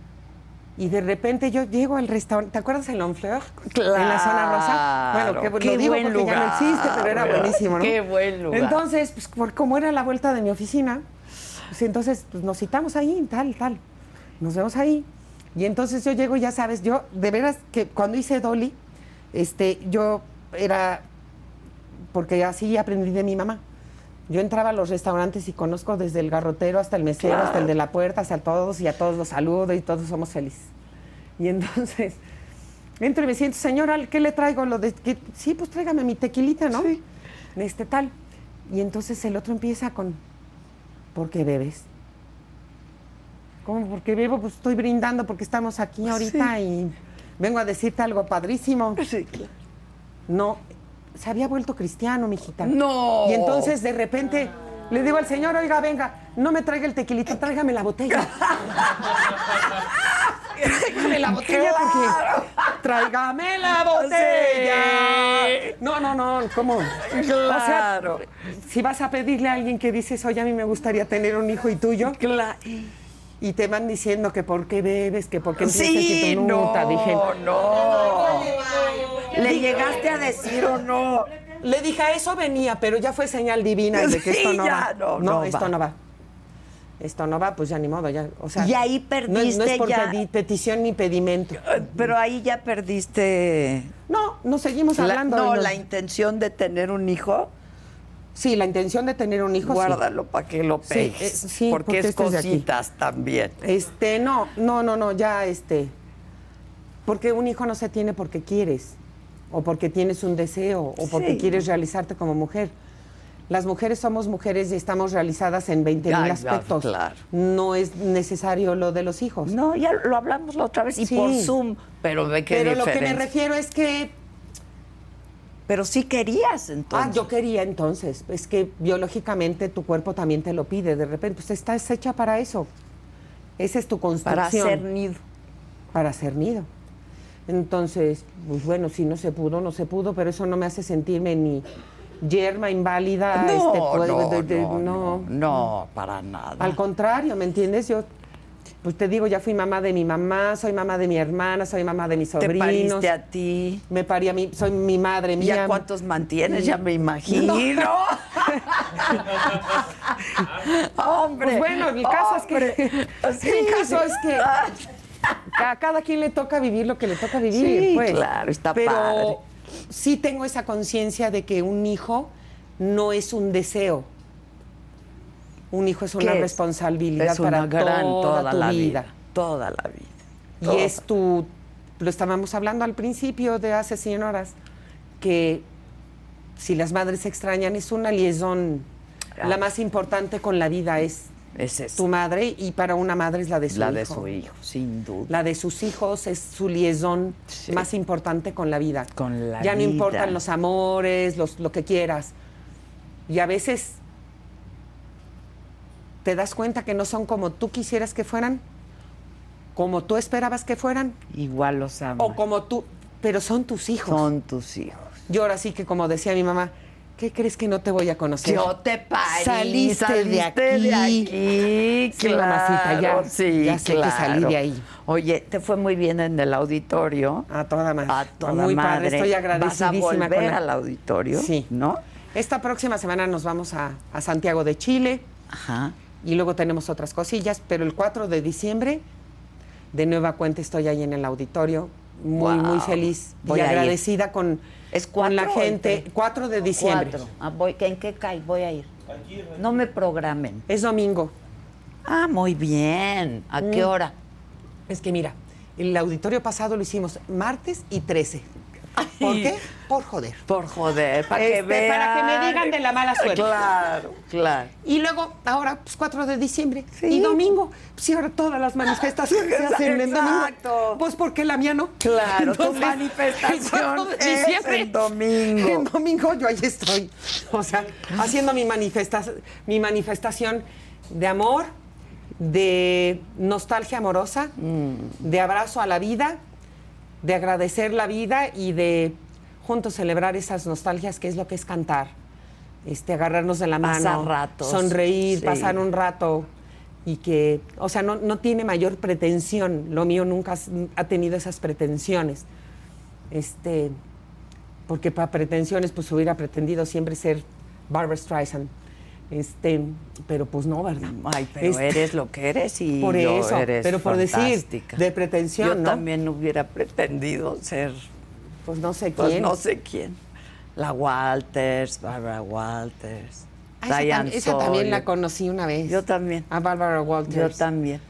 S1: Y de repente yo llego al restaurante, ¿te acuerdas el Honfleur? En la zona rosa. Bueno, qué,
S2: Claro,
S1: bu-
S2: qué
S1: lo digo
S2: buen
S1: porque ya no
S2: lugar,
S1: existe, pero era
S2: ¿verdad?
S1: buenísimo, ¿no?
S6: Qué buen lugar.
S1: Entonces, pues por cómo era la vuelta de mi oficina, pues entonces pues, nos citamos ahí, tal, tal. Nos vemos ahí. Y entonces yo llego, ya sabes, yo de veras que cuando hice Dolly, este, yo era porque así aprendí de mi mamá. Yo entraba a los restaurantes y conozco desde el garrotero hasta el mesero, hasta el de la puerta, hasta todos y a todos los saludo y todos somos felices. Y entonces entro y me siento, señora, ¿qué le traigo? Lo de, que, sí, pues tráigame mi tequilita, ¿no? Sí. Este tal. Y entonces el otro empieza con, ¿por qué bebes? ¿Cómo? Porque bebo, pues estoy brindando porque estamos aquí ahorita y vengo a decirte algo padrísimo.
S2: Sí, claro.
S1: No, se había vuelto cristiano, mijita.
S2: ¡No!
S1: Y entonces de repente le digo al señor, oiga, venga, no me traiga el tequilito, tráigame la botella. tráigame la botella porque. ¡Tráigame la botella! No, no, no, ¿cómo?
S2: Claro.
S1: O sea, si vas a pedirle a alguien que dices, oye, a mí me gustaría tener un hijo y tuyo,
S2: Cla-
S1: y te van diciendo que por qué bebes, eh, que por qué empiezas y
S2: Sí,
S1: tú
S2: no,
S1: nunca, dije.
S2: no. ¿Le llegaste a decir o no?
S1: Le dije, a eso venía, pero ya fue señal divina de que
S2: Sí,
S1: esto no
S2: ya,
S1: va.
S2: no, no
S1: esto
S2: va.
S1: no va. Esto no va, pues ya ni modo, ya. O sea,
S2: Y ahí
S1: no es- no es,
S2: perdiste
S1: por
S2: ya-
S1: pedi- petición ni pedimento.
S2: Pero ahí ya perdiste
S1: No, nos seguimos
S2: la,
S1: hablando. y
S2: no,
S1: nos-
S2: la intención de tener un hijo.
S1: Sí, la intención de tener un hijo. sí.
S2: Guárdalo para que lo
S1: Sí,
S2: pegues.
S1: eh, sí,
S2: porque,
S1: porque
S2: es Eh,
S1: este es de aquí.
S2: cositas también.
S1: Este, no, no, no, no, ya este. Porque un hijo no se tiene porque quieres, o porque tienes un deseo, o porque
S2: Sí.
S1: quieres realizarte como mujer. Las mujeres somos mujeres y estamos realizadas en 20
S2: Ay,
S1: mil
S2: ya,
S1: aspectos.
S2: claro.
S1: No es necesario lo de los hijos.
S2: No, ya lo hablamos la otra vez y
S1: Sí.
S2: por Zoom, pero ve qué
S1: Pero lo que
S2: diferencia.
S1: me refiero es que.
S2: Pero sí querías
S1: Ah,
S2: entonces.
S1: yo quería entonces. Es que biológicamente tu cuerpo también te lo pide de repente. Pues estás hecha para eso. Esa es tu construcción.
S2: para hacer nido.
S1: para hacer nido. Entonces, pues bueno, si no se pudo, no se pudo, pero eso no me hace sentirme ni yerma
S2: Ah,
S1: inválida. este, pues, de- de-
S2: no,
S1: no.
S2: no, no, para nada.
S1: Al contrario, ¿me entiendes? Yo, pues te digo, ya fui mamá de mi mamá, soy mamá de mi hermana, soy mamá de mis
S2: Te
S1: sobrinos.
S2: pariste a ti.
S1: Me parí a mí, soy mi madre
S2: ¿Y
S1: mía.
S2: a cuántos mantienes? Ya me imagino.
S1: Pues
S2: hombre.
S1: bueno, el caso es que-
S2: hombre. Sí,
S1: El caso es que- A cada quien le toca vivir lo que le toca vivir.
S2: Sí,
S1: pues.
S2: claro, está
S1: Pero
S2: padre.
S1: sí tengo esa conciencia de que un hijo no es un deseo. Un hijo es una
S2: ¿Qué es?
S1: responsabilidad
S2: es una
S1: para
S2: gran
S1: toda, tu
S2: la
S1: vida.
S2: Toda la vida.
S1: Y
S2: Toda.
S1: es tu, lo estábamos hablando al principio de hace 100 horas, que si las madres se extrañan es una liaison.
S2: Ah.
S1: La más importante con la vida es
S2: Es eso.
S1: tu madre y para una madre es la de su
S2: la
S1: hijo.
S2: de su hijo, sin duda.
S1: La de sus hijos es su liaison
S2: Sí.
S1: más importante con la vida.
S2: Con la
S1: ya no
S2: vida.
S1: importan los amores, los, lo que quieras. Y a veces te das cuenta que no son como tú quisieras que fueran, como tú esperabas que fueran,
S2: Igual los amas.
S1: o como tú, pero son tus hijos.
S2: Son tus hijos.
S1: Yo ahora sí que como decía mi mamá, ¿qué crees que no te voy a conocer?
S2: Yo te parí,
S1: Saliste, de aquí.
S2: de aquí,
S1: Sí,
S2: claro,
S1: mamacita, ya,
S2: sí,
S1: ya sé que
S2: claro.
S1: salí de ahí.
S2: Oye, te fue muy bien en el auditorio.
S1: A toda madre.
S2: A toda
S1: Ah, Muy
S2: madre.
S1: padre, estoy agradecidísima
S2: Vas a volver
S1: con la-
S2: al auditorio,
S1: Sí.
S2: ¿no?
S1: Esta próxima semana nos vamos a, a Santiago de Chile
S2: Ajá.
S1: y luego tenemos otras cosillas, pero el 4 de diciembre, de nueva cuenta, estoy ahí en el auditorio. Muy,
S2: Wow.
S1: muy feliz
S2: Voy
S1: y
S2: a ir.
S1: agradecida con,
S2: ¿Es
S1: con la
S2: cuatro o el
S1: gente.
S2: tres?
S1: 4 de diciembre.
S2: Cuatro. Ah, voy- ¿En qué cae? Voy a ir. No me programen.
S1: Es domingo.
S2: Ah, muy bien. ¿A
S1: Mm.
S2: qué hora?
S1: Es que mira, el auditorio pasado lo hicimos martes y 13. ¿Por
S2: Ay.
S1: qué? Por joder.
S2: Por joder, para que
S1: Este,
S2: vean.
S1: para que me digan de la mala suerte.
S2: Claro, claro.
S1: Y luego, ahora, pues 4 de diciembre
S2: Sí.
S1: y domingo. Pues y ahora todas las manifestaciones se hacen en
S2: Exacto.
S1: domingo. Pues porque la mía no.
S2: Claro, tu
S1: Entonces, el
S2: manifestación
S1: 4 de
S2: es
S1: diciembre,
S2: el domingo.
S1: En domingo yo ahí estoy. O sea, haciendo mi, manifesta- mi manifestación de amor, de nostalgia amorosa,
S2: Mm.
S1: de abrazo a la vida, de agradecer la vida y de juntos celebrar esas nostalgias que es lo que es cantar. Este, agarrarnos de la
S2: Pasar
S1: mano,
S2: ratos,
S1: sonreír,
S2: sí.
S1: pasar un rato y que, o sea, no, no tiene mayor pretensión. Lo mío nunca has- ha tenido esas pretensiones. Este, porque para pretensiones pues hubiera pretendido siempre ser Barbara Streisand. Este, pero pues no, ¿verdad?
S2: Ay, pero
S1: Este,
S2: eres lo que eres y
S1: por
S2: yo
S1: eso,
S2: eres
S1: pero por decir,
S2: fantástica.
S1: de pretensión,
S2: Yo
S1: ¿no?
S2: también hubiera pretendido ser,
S1: Pues no sé
S2: pues
S1: quién.
S2: no sé quién. La Walters, Barbara Walters,
S1: Ah, esa, tam-
S2: Diane
S1: esa también la
S2: Sawyer.
S1: conocí una vez.
S2: Yo también.
S1: A Barbara Walters.
S2: Yo también.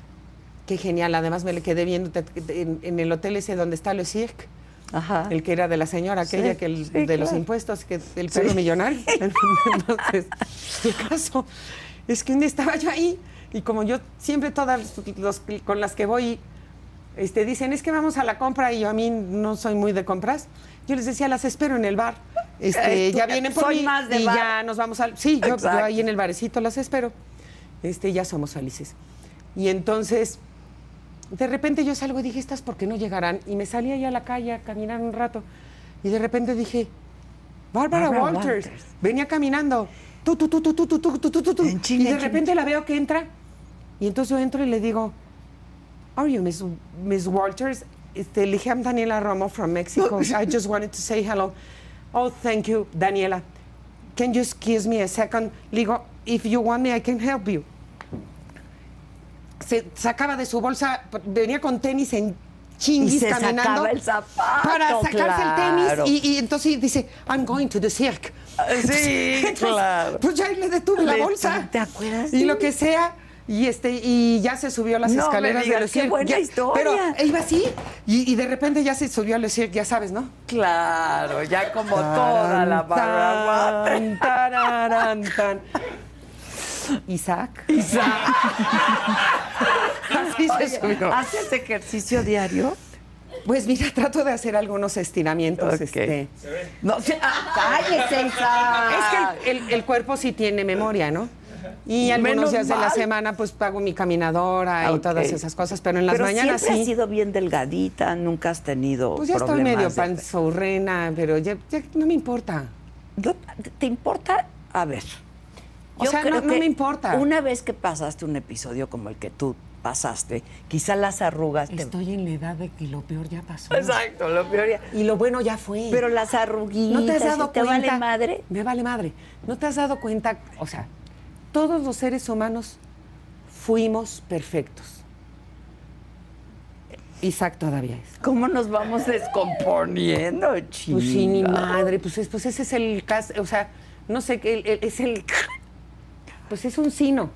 S1: Qué genial. Además me le quedé viendo te- te- en, en el hotel ese donde está Le Cirque,
S2: Ajá.
S1: el que era de la señora
S2: Sí,
S1: aquella que el-
S2: sí,
S1: de los
S2: claro.
S1: impuestos, que el perro millonario. Entonces, el caso es que un día estaba yo ahí y como yo siempre todas los, con las que voy este, dicen, es que vamos a la compra y yo a mí no soy muy de compras. Yo les decía, las espero en el bar. Este,
S2: Eh, tú-
S1: ya vienen por
S2: soy
S1: mí
S2: más de
S1: y
S2: bar.
S1: ya nos vamos al... Sí, yo, yo
S2: Exacto.
S1: ahí en el barecito las espero. Este, ya somos felices. Y entonces, de repente yo salgo y dije, estas por qué no llegarán. Y me salí ahí a la calle a caminar un rato. Y de repente dije, Bárbara
S2: Barbara
S1: Walters,
S2: Walters.
S1: venía caminando. Tú, tú, tú, tú, tú, tú, tú, tú, tú, tú, tú.
S2: En chinga,
S1: Y de
S2: en chinga.
S1: repente la veo que entra. Y entonces yo entro y le digo, Are you Miss, Miss Walters? Este, le dije, I'm Daniela Romo from Mexico. I just wanted to say hello. Oh, thank you, Daniela. Can you excuse me a second? Le digo, if you want me, I can help you. Se sacaba de su bolsa, p- venía con tenis en chinguis
S2: Y se
S1: caminando.
S2: sacaba el zapato,
S1: Para sacarse el
S2: claro.
S1: tenis. Y, y entonces dice, I'm going to the cirque.
S2: Sí, claro.
S1: Pues ya le detuve la
S2: Le-
S1: bolsa.
S2: ¿te acuerdas?
S1: Y lo que sea. Y, este, y ya se subió a las
S2: No me
S1: escaleras
S2: digas,
S1: del
S2: qué
S1: circo.
S2: buena
S1: Ya-
S2: historia.
S1: Pero eh, iba así. Y, y de repente ya se subió al circo, ya sabes, ¿no?
S2: Claro, ya como toda la barra.
S1: Tan, tararán, tan. Isaac. Así se subió.
S2: ¿Haces ejercicio diario?
S1: Pues mira, trato de hacer algunos estiramientos.
S2: Ok.
S1: Este.
S2: No, sí, ah, cállese,
S1: Es
S2: hija.
S1: que el, el- el cuerpo sí tiene memoria, ¿no? Y algunos
S2: Ah. Menos
S1: días de la
S2: mal.
S1: semana pues pago mi caminadora
S2: Ah,
S1: y todas
S2: ok.
S1: esas cosas, pero en las
S2: Pero
S1: mañanas
S2: siempre
S1: sí.
S2: has sido bien delgadita, nunca has tenido
S1: Pues ya estoy
S2: problemas
S1: medio
S2: de-
S1: panzurrena, pero ya, ya no me importa.
S2: Yo- ¿Te importa? A ver.
S1: O
S2: yo
S1: sea, no,
S2: creo
S1: no
S2: que
S1: me importa.
S2: Una vez que pasaste un episodio como el que tú pasaste, quizá las arrugas te...
S1: en la edad de que lo peor ya pasó.
S2: Este- Exacto, lo peor ya-
S1: Y lo bueno ya fue.
S2: Pero las arruguitas,
S1: ¿No te has dado
S2: ¿te
S1: cuenta?
S2: vale madre?
S1: Me vale madre. ¿No te has dado cuenta? O sea, todos los seres humanos fuimos perfectos. Isaac todavía es.
S2: ¿Cómo nos vamos descomponiendo, chinga?
S1: Pues sí, mi madre, pues, es- pues ese es el caso, o sea, no sé, qué, el- el- es el... Pues es un sino,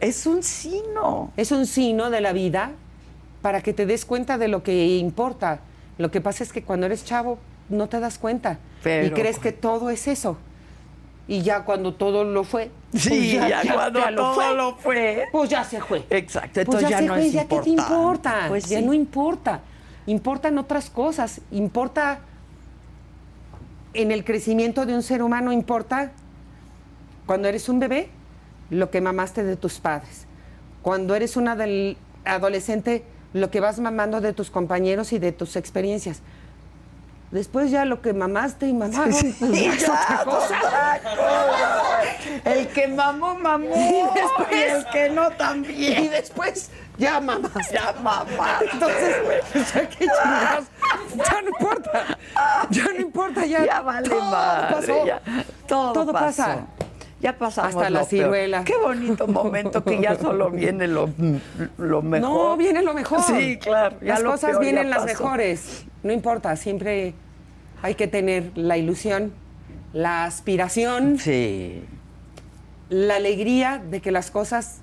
S2: Es un sino.
S1: es un sino de la vida para que te des cuenta de lo que importa. Lo que pasa es que cuando eres chavo no te das cuenta y
S2: Pero-
S1: crees que todo es eso. Y ya cuando todo lo fue, pues
S2: Sí, ya, cuando
S1: ya
S2: todo lo fue.
S1: pues ya se fue.
S2: Exacto,
S1: Pues
S2: entonces ya,
S1: se
S2: no
S1: fue,
S2: es
S1: ya qué te
S2: importante.
S1: importa,
S2: Pues
S1: ya
S2: sí.
S1: no importa. Importan otras cosas, importa en el crecimiento de un ser humano importa cuando eres un bebé lo que mamaste de tus padres. Cuando eres un adol- adolescente lo que vas mamando de tus compañeros y de tus experiencias. Después ya lo que mamaste y mamaron, pues ya es otra cosa.
S2: El que mamó, mamó. Y, el que no
S1: Y
S2: también.
S1: después ya mamaste.
S2: Ya mamá.
S1: Entonces, o sea, qué chingados. Ya no importa. Ya no importa, ya.
S2: ya vale
S1: todo
S2: madre.
S1: pasó.
S2: ya. todo
S1: Todo
S2: pasó.
S1: pasa.
S2: Ya pasamos
S1: Hasta la
S2: lo peor.
S1: ciruela.
S2: Qué bonito momento que ya solo viene lo, lo mejor.
S1: No, viene lo mejor.
S2: Sí, claro. ya
S1: las
S2: lo
S1: cosas
S2: peor ya
S1: vienen las
S2: pasó.
S1: mejores. No importa, siempre hay que tener la ilusión, la aspiración,
S2: Sí.
S1: la alegría de que las cosas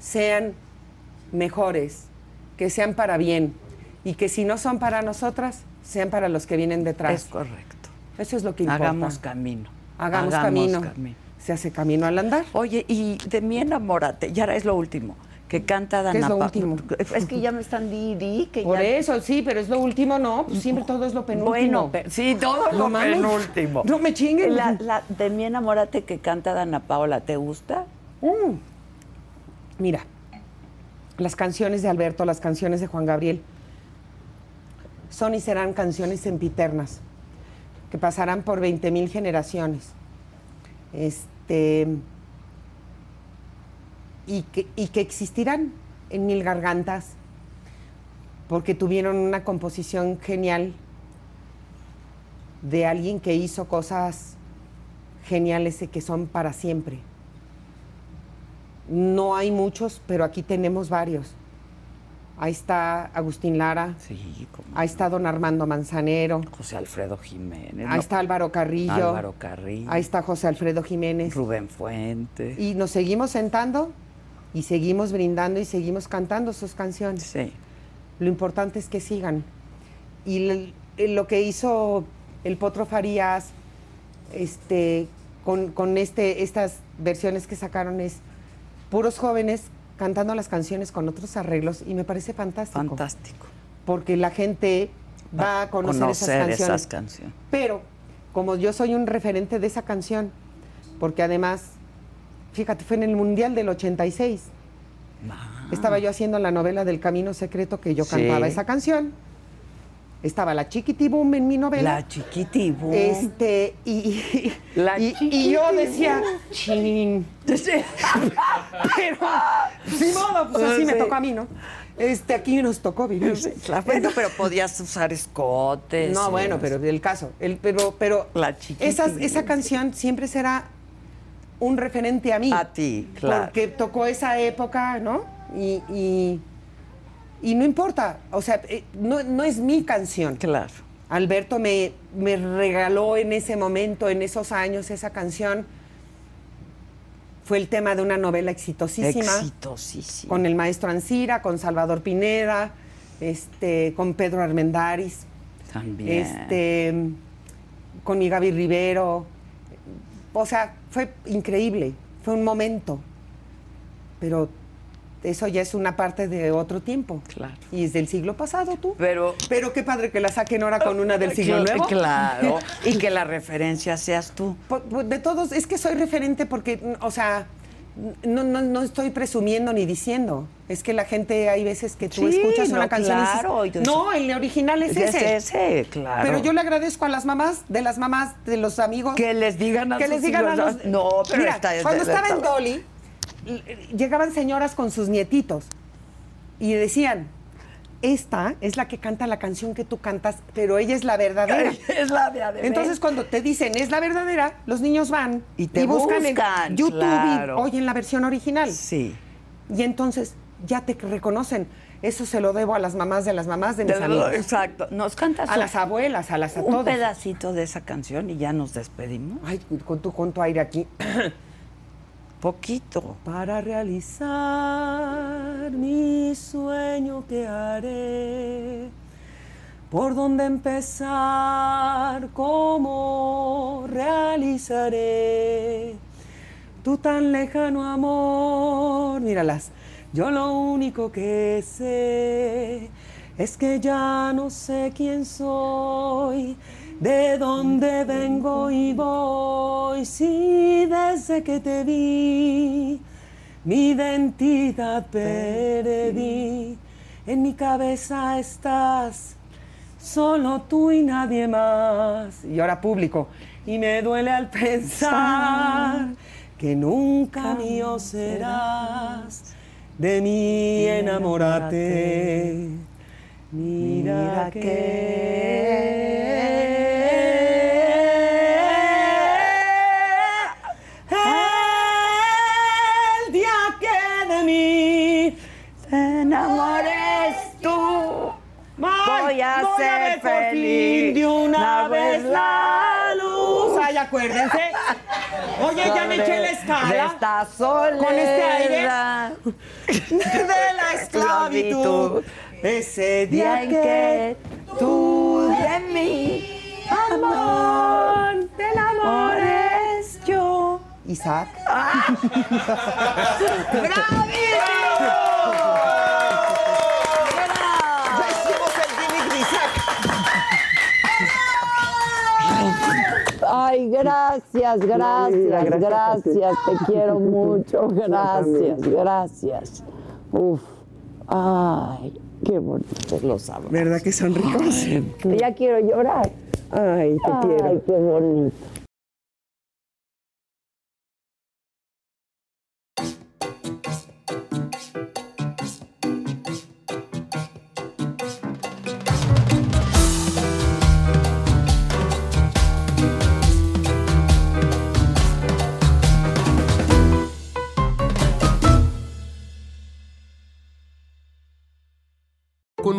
S1: sean mejores, que sean para bien y que si no son para nosotras, sean para los que vienen detrás.
S2: Es correcto.
S1: Eso es lo que importa.
S2: Hagamos camino.
S1: Hagamos, camino. Se hace camino al andar.
S2: Oye, y de mí enamórate. Ya es lo último. Que canta Dana
S1: ¿Qué es lo
S2: Pa-
S1: último?
S2: Es que ya me están di, di, que
S1: Por
S2: ya Mm,
S1: eso, sí, pero es lo último, no. pues siempre todo es lo penúltimo.
S2: Bueno, pe- sí, todo
S1: No
S2: lo
S1: mames.
S2: penúltimo.
S1: No me chinguen.
S2: La, la de mi enamórate que canta Dana Paola, ¿te gusta?
S1: Mm. Mira, las canciones de Alberto, las canciones de Juan Gabriel, son y serán canciones sempiternas que pasarán por 20.000 mil generaciones. Este. Y que, y que existirán en mil gargantas, porque tuvieron una composición genial de alguien que hizo cosas geniales y que son para siempre. No hay muchos, pero aquí tenemos varios. Ahí está Agustín Lara,
S2: Sí, como
S1: ahí está don Armando Manzanero,
S2: José Alfredo Jiménez.
S1: ahí
S2: ¿no?
S1: está Álvaro Carrillo,
S2: Álvaro Carrillo.
S1: ahí está José Alfredo Jiménez.
S2: Rubén Fuentes.
S1: Y nos seguimos sentando y seguimos brindando y seguimos cantando sus canciones.
S2: Sí.
S1: Lo importante es que sigan. Y l- eh, lo que hizo el Potro Farías este, con, con este, estas versiones que sacaron es puros jóvenes cantando las canciones con otros arreglos y me parece fantástico.
S2: Fantástico.
S1: Porque la gente va a conocer, esas canciones.
S2: esas canciones.
S1: Pero como yo soy un referente de esa canción, porque además, fíjate, fue en el Mundial del 86. Estaba yo haciendo la novela del Camino Secreto que yo
S2: Sí.
S1: cantaba esa canción. Estaba la Chiquitibum en mi novela.
S2: La chiquitibú.
S1: este, y, y-
S2: La
S1: y- y yo decía, chin. Pero, sin modo, pues así me
S2: Sí.
S1: tocó a mí, ¿no? Este, aquí nos tocó vivir.
S2: bueno, pero podías usar escotes.
S1: No, bueno, pero el caso. El, pero pero
S2: La chiquitibú.
S1: esas- esa canción siempre será un referente a mí.
S2: A ti, claro.
S1: Porque tocó esa época, ¿no? Y, y, y no importa. O sea, eh, no, no es mi canción.
S2: Claro.
S1: Alberto me, me regaló en ese momento, en esos años, esa canción. Fue el tema de una novela exitosísima
S2: Exitosísimo.
S1: con el maestro Ancira, con Salvador Pineda, este, con Pedro Armendáriz,
S2: También.
S1: este, con mi Gaby Rivero. O sea, fue increíble, fue un momento. Pero eso ya es una parte de otro tiempo.
S2: Claro.
S1: Y es del siglo pasado tú.
S2: Pero-
S1: Pero qué padre que la saquen ahora con una del siglo
S2: Cla-
S1: nuevo.
S2: Claro. y que la referencia seas tú.
S1: Por- por- De todos, es que soy referente porque, n- o sea, n- no, no, no estoy presumiendo ni diciendo. Es que la gente, hay veces que tú
S2: Sí,
S1: escuchas
S2: no,
S1: una canción
S2: claro,
S1: y
S2: y tú
S1: dices, no, el original es
S2: Es
S1: ese.
S2: ese, claro.
S1: Pero yo le agradezco a las mamás, de las mamás, de los amigos.
S2: Que les digan a
S1: que
S2: sus
S1: les digan a
S2: hijos,
S1: los-
S2: No, pero
S1: Mira,
S2: está-
S1: cuando
S2: está-
S1: estaba en
S2: está-
S1: Dolly, l- llegaban señoras con sus nietitos y decían, esta es la que canta la canción que tú cantas, pero ella es la verdadera.
S2: Es la de ADB.
S1: Entonces, cuando te dicen es la verdadera, los niños van
S2: Y te buscan,
S1: en YouTube
S2: claro.
S1: y oyen la versión original.
S2: Sí.
S1: Y entonces ya te reconocen. Eso se lo debo a las mamás de las mamás de mis
S2: Te lo-
S1: amigos.
S2: Exacto. Nos cantas
S1: A
S2: un-
S1: las abuelas, a las a
S2: un
S1: todos.
S2: pedacito de esa canción y ya nos despedimos.
S1: Ay, con tu, con tu aire aquí.
S2: Poquito.
S1: Para realizar mi sueño que haré, por dónde empezar, cómo realizaré tu tan lejano amor. Míralas, yo lo único que sé es que ya no sé quién soy, de dónde vengo y voy, si desde que te vi mi identidad perdí, en mi cabeza estás. Solo tú y nadie más. Y ahora público. Y me duele al pensar que nunca mío serás. De mí enamorate. Mira que el día que de mí
S2: Te enamores tú.
S1: Ay,
S2: Voy a ser
S1: ver por fin
S2: feliz
S1: de una vez la luz. Ay, acuérdense. Oye, ya me eché la
S2: De
S1: escala
S2: esta soledad.
S1: Con este aire. de la esclavitud.
S2: Esclavitud.
S1: Ese
S2: Día
S1: día
S2: en
S1: que
S2: que tú de mí, amor, del amor es yo.
S1: Isaac.
S2: ¡Bravo!
S1: hicimos el gimmick de Isaac.
S3: Ay, gracias, gracias,
S1: gracias a ti.
S3: gracias, te quiero mucho, gracias, gracias. Uf, ay, qué bonito los abrazos.
S1: ¿Verdad que son ricos?
S3: Ya quiero llorar.
S1: Ay, te quiero.
S3: Ay, qué bonito.
S4: Con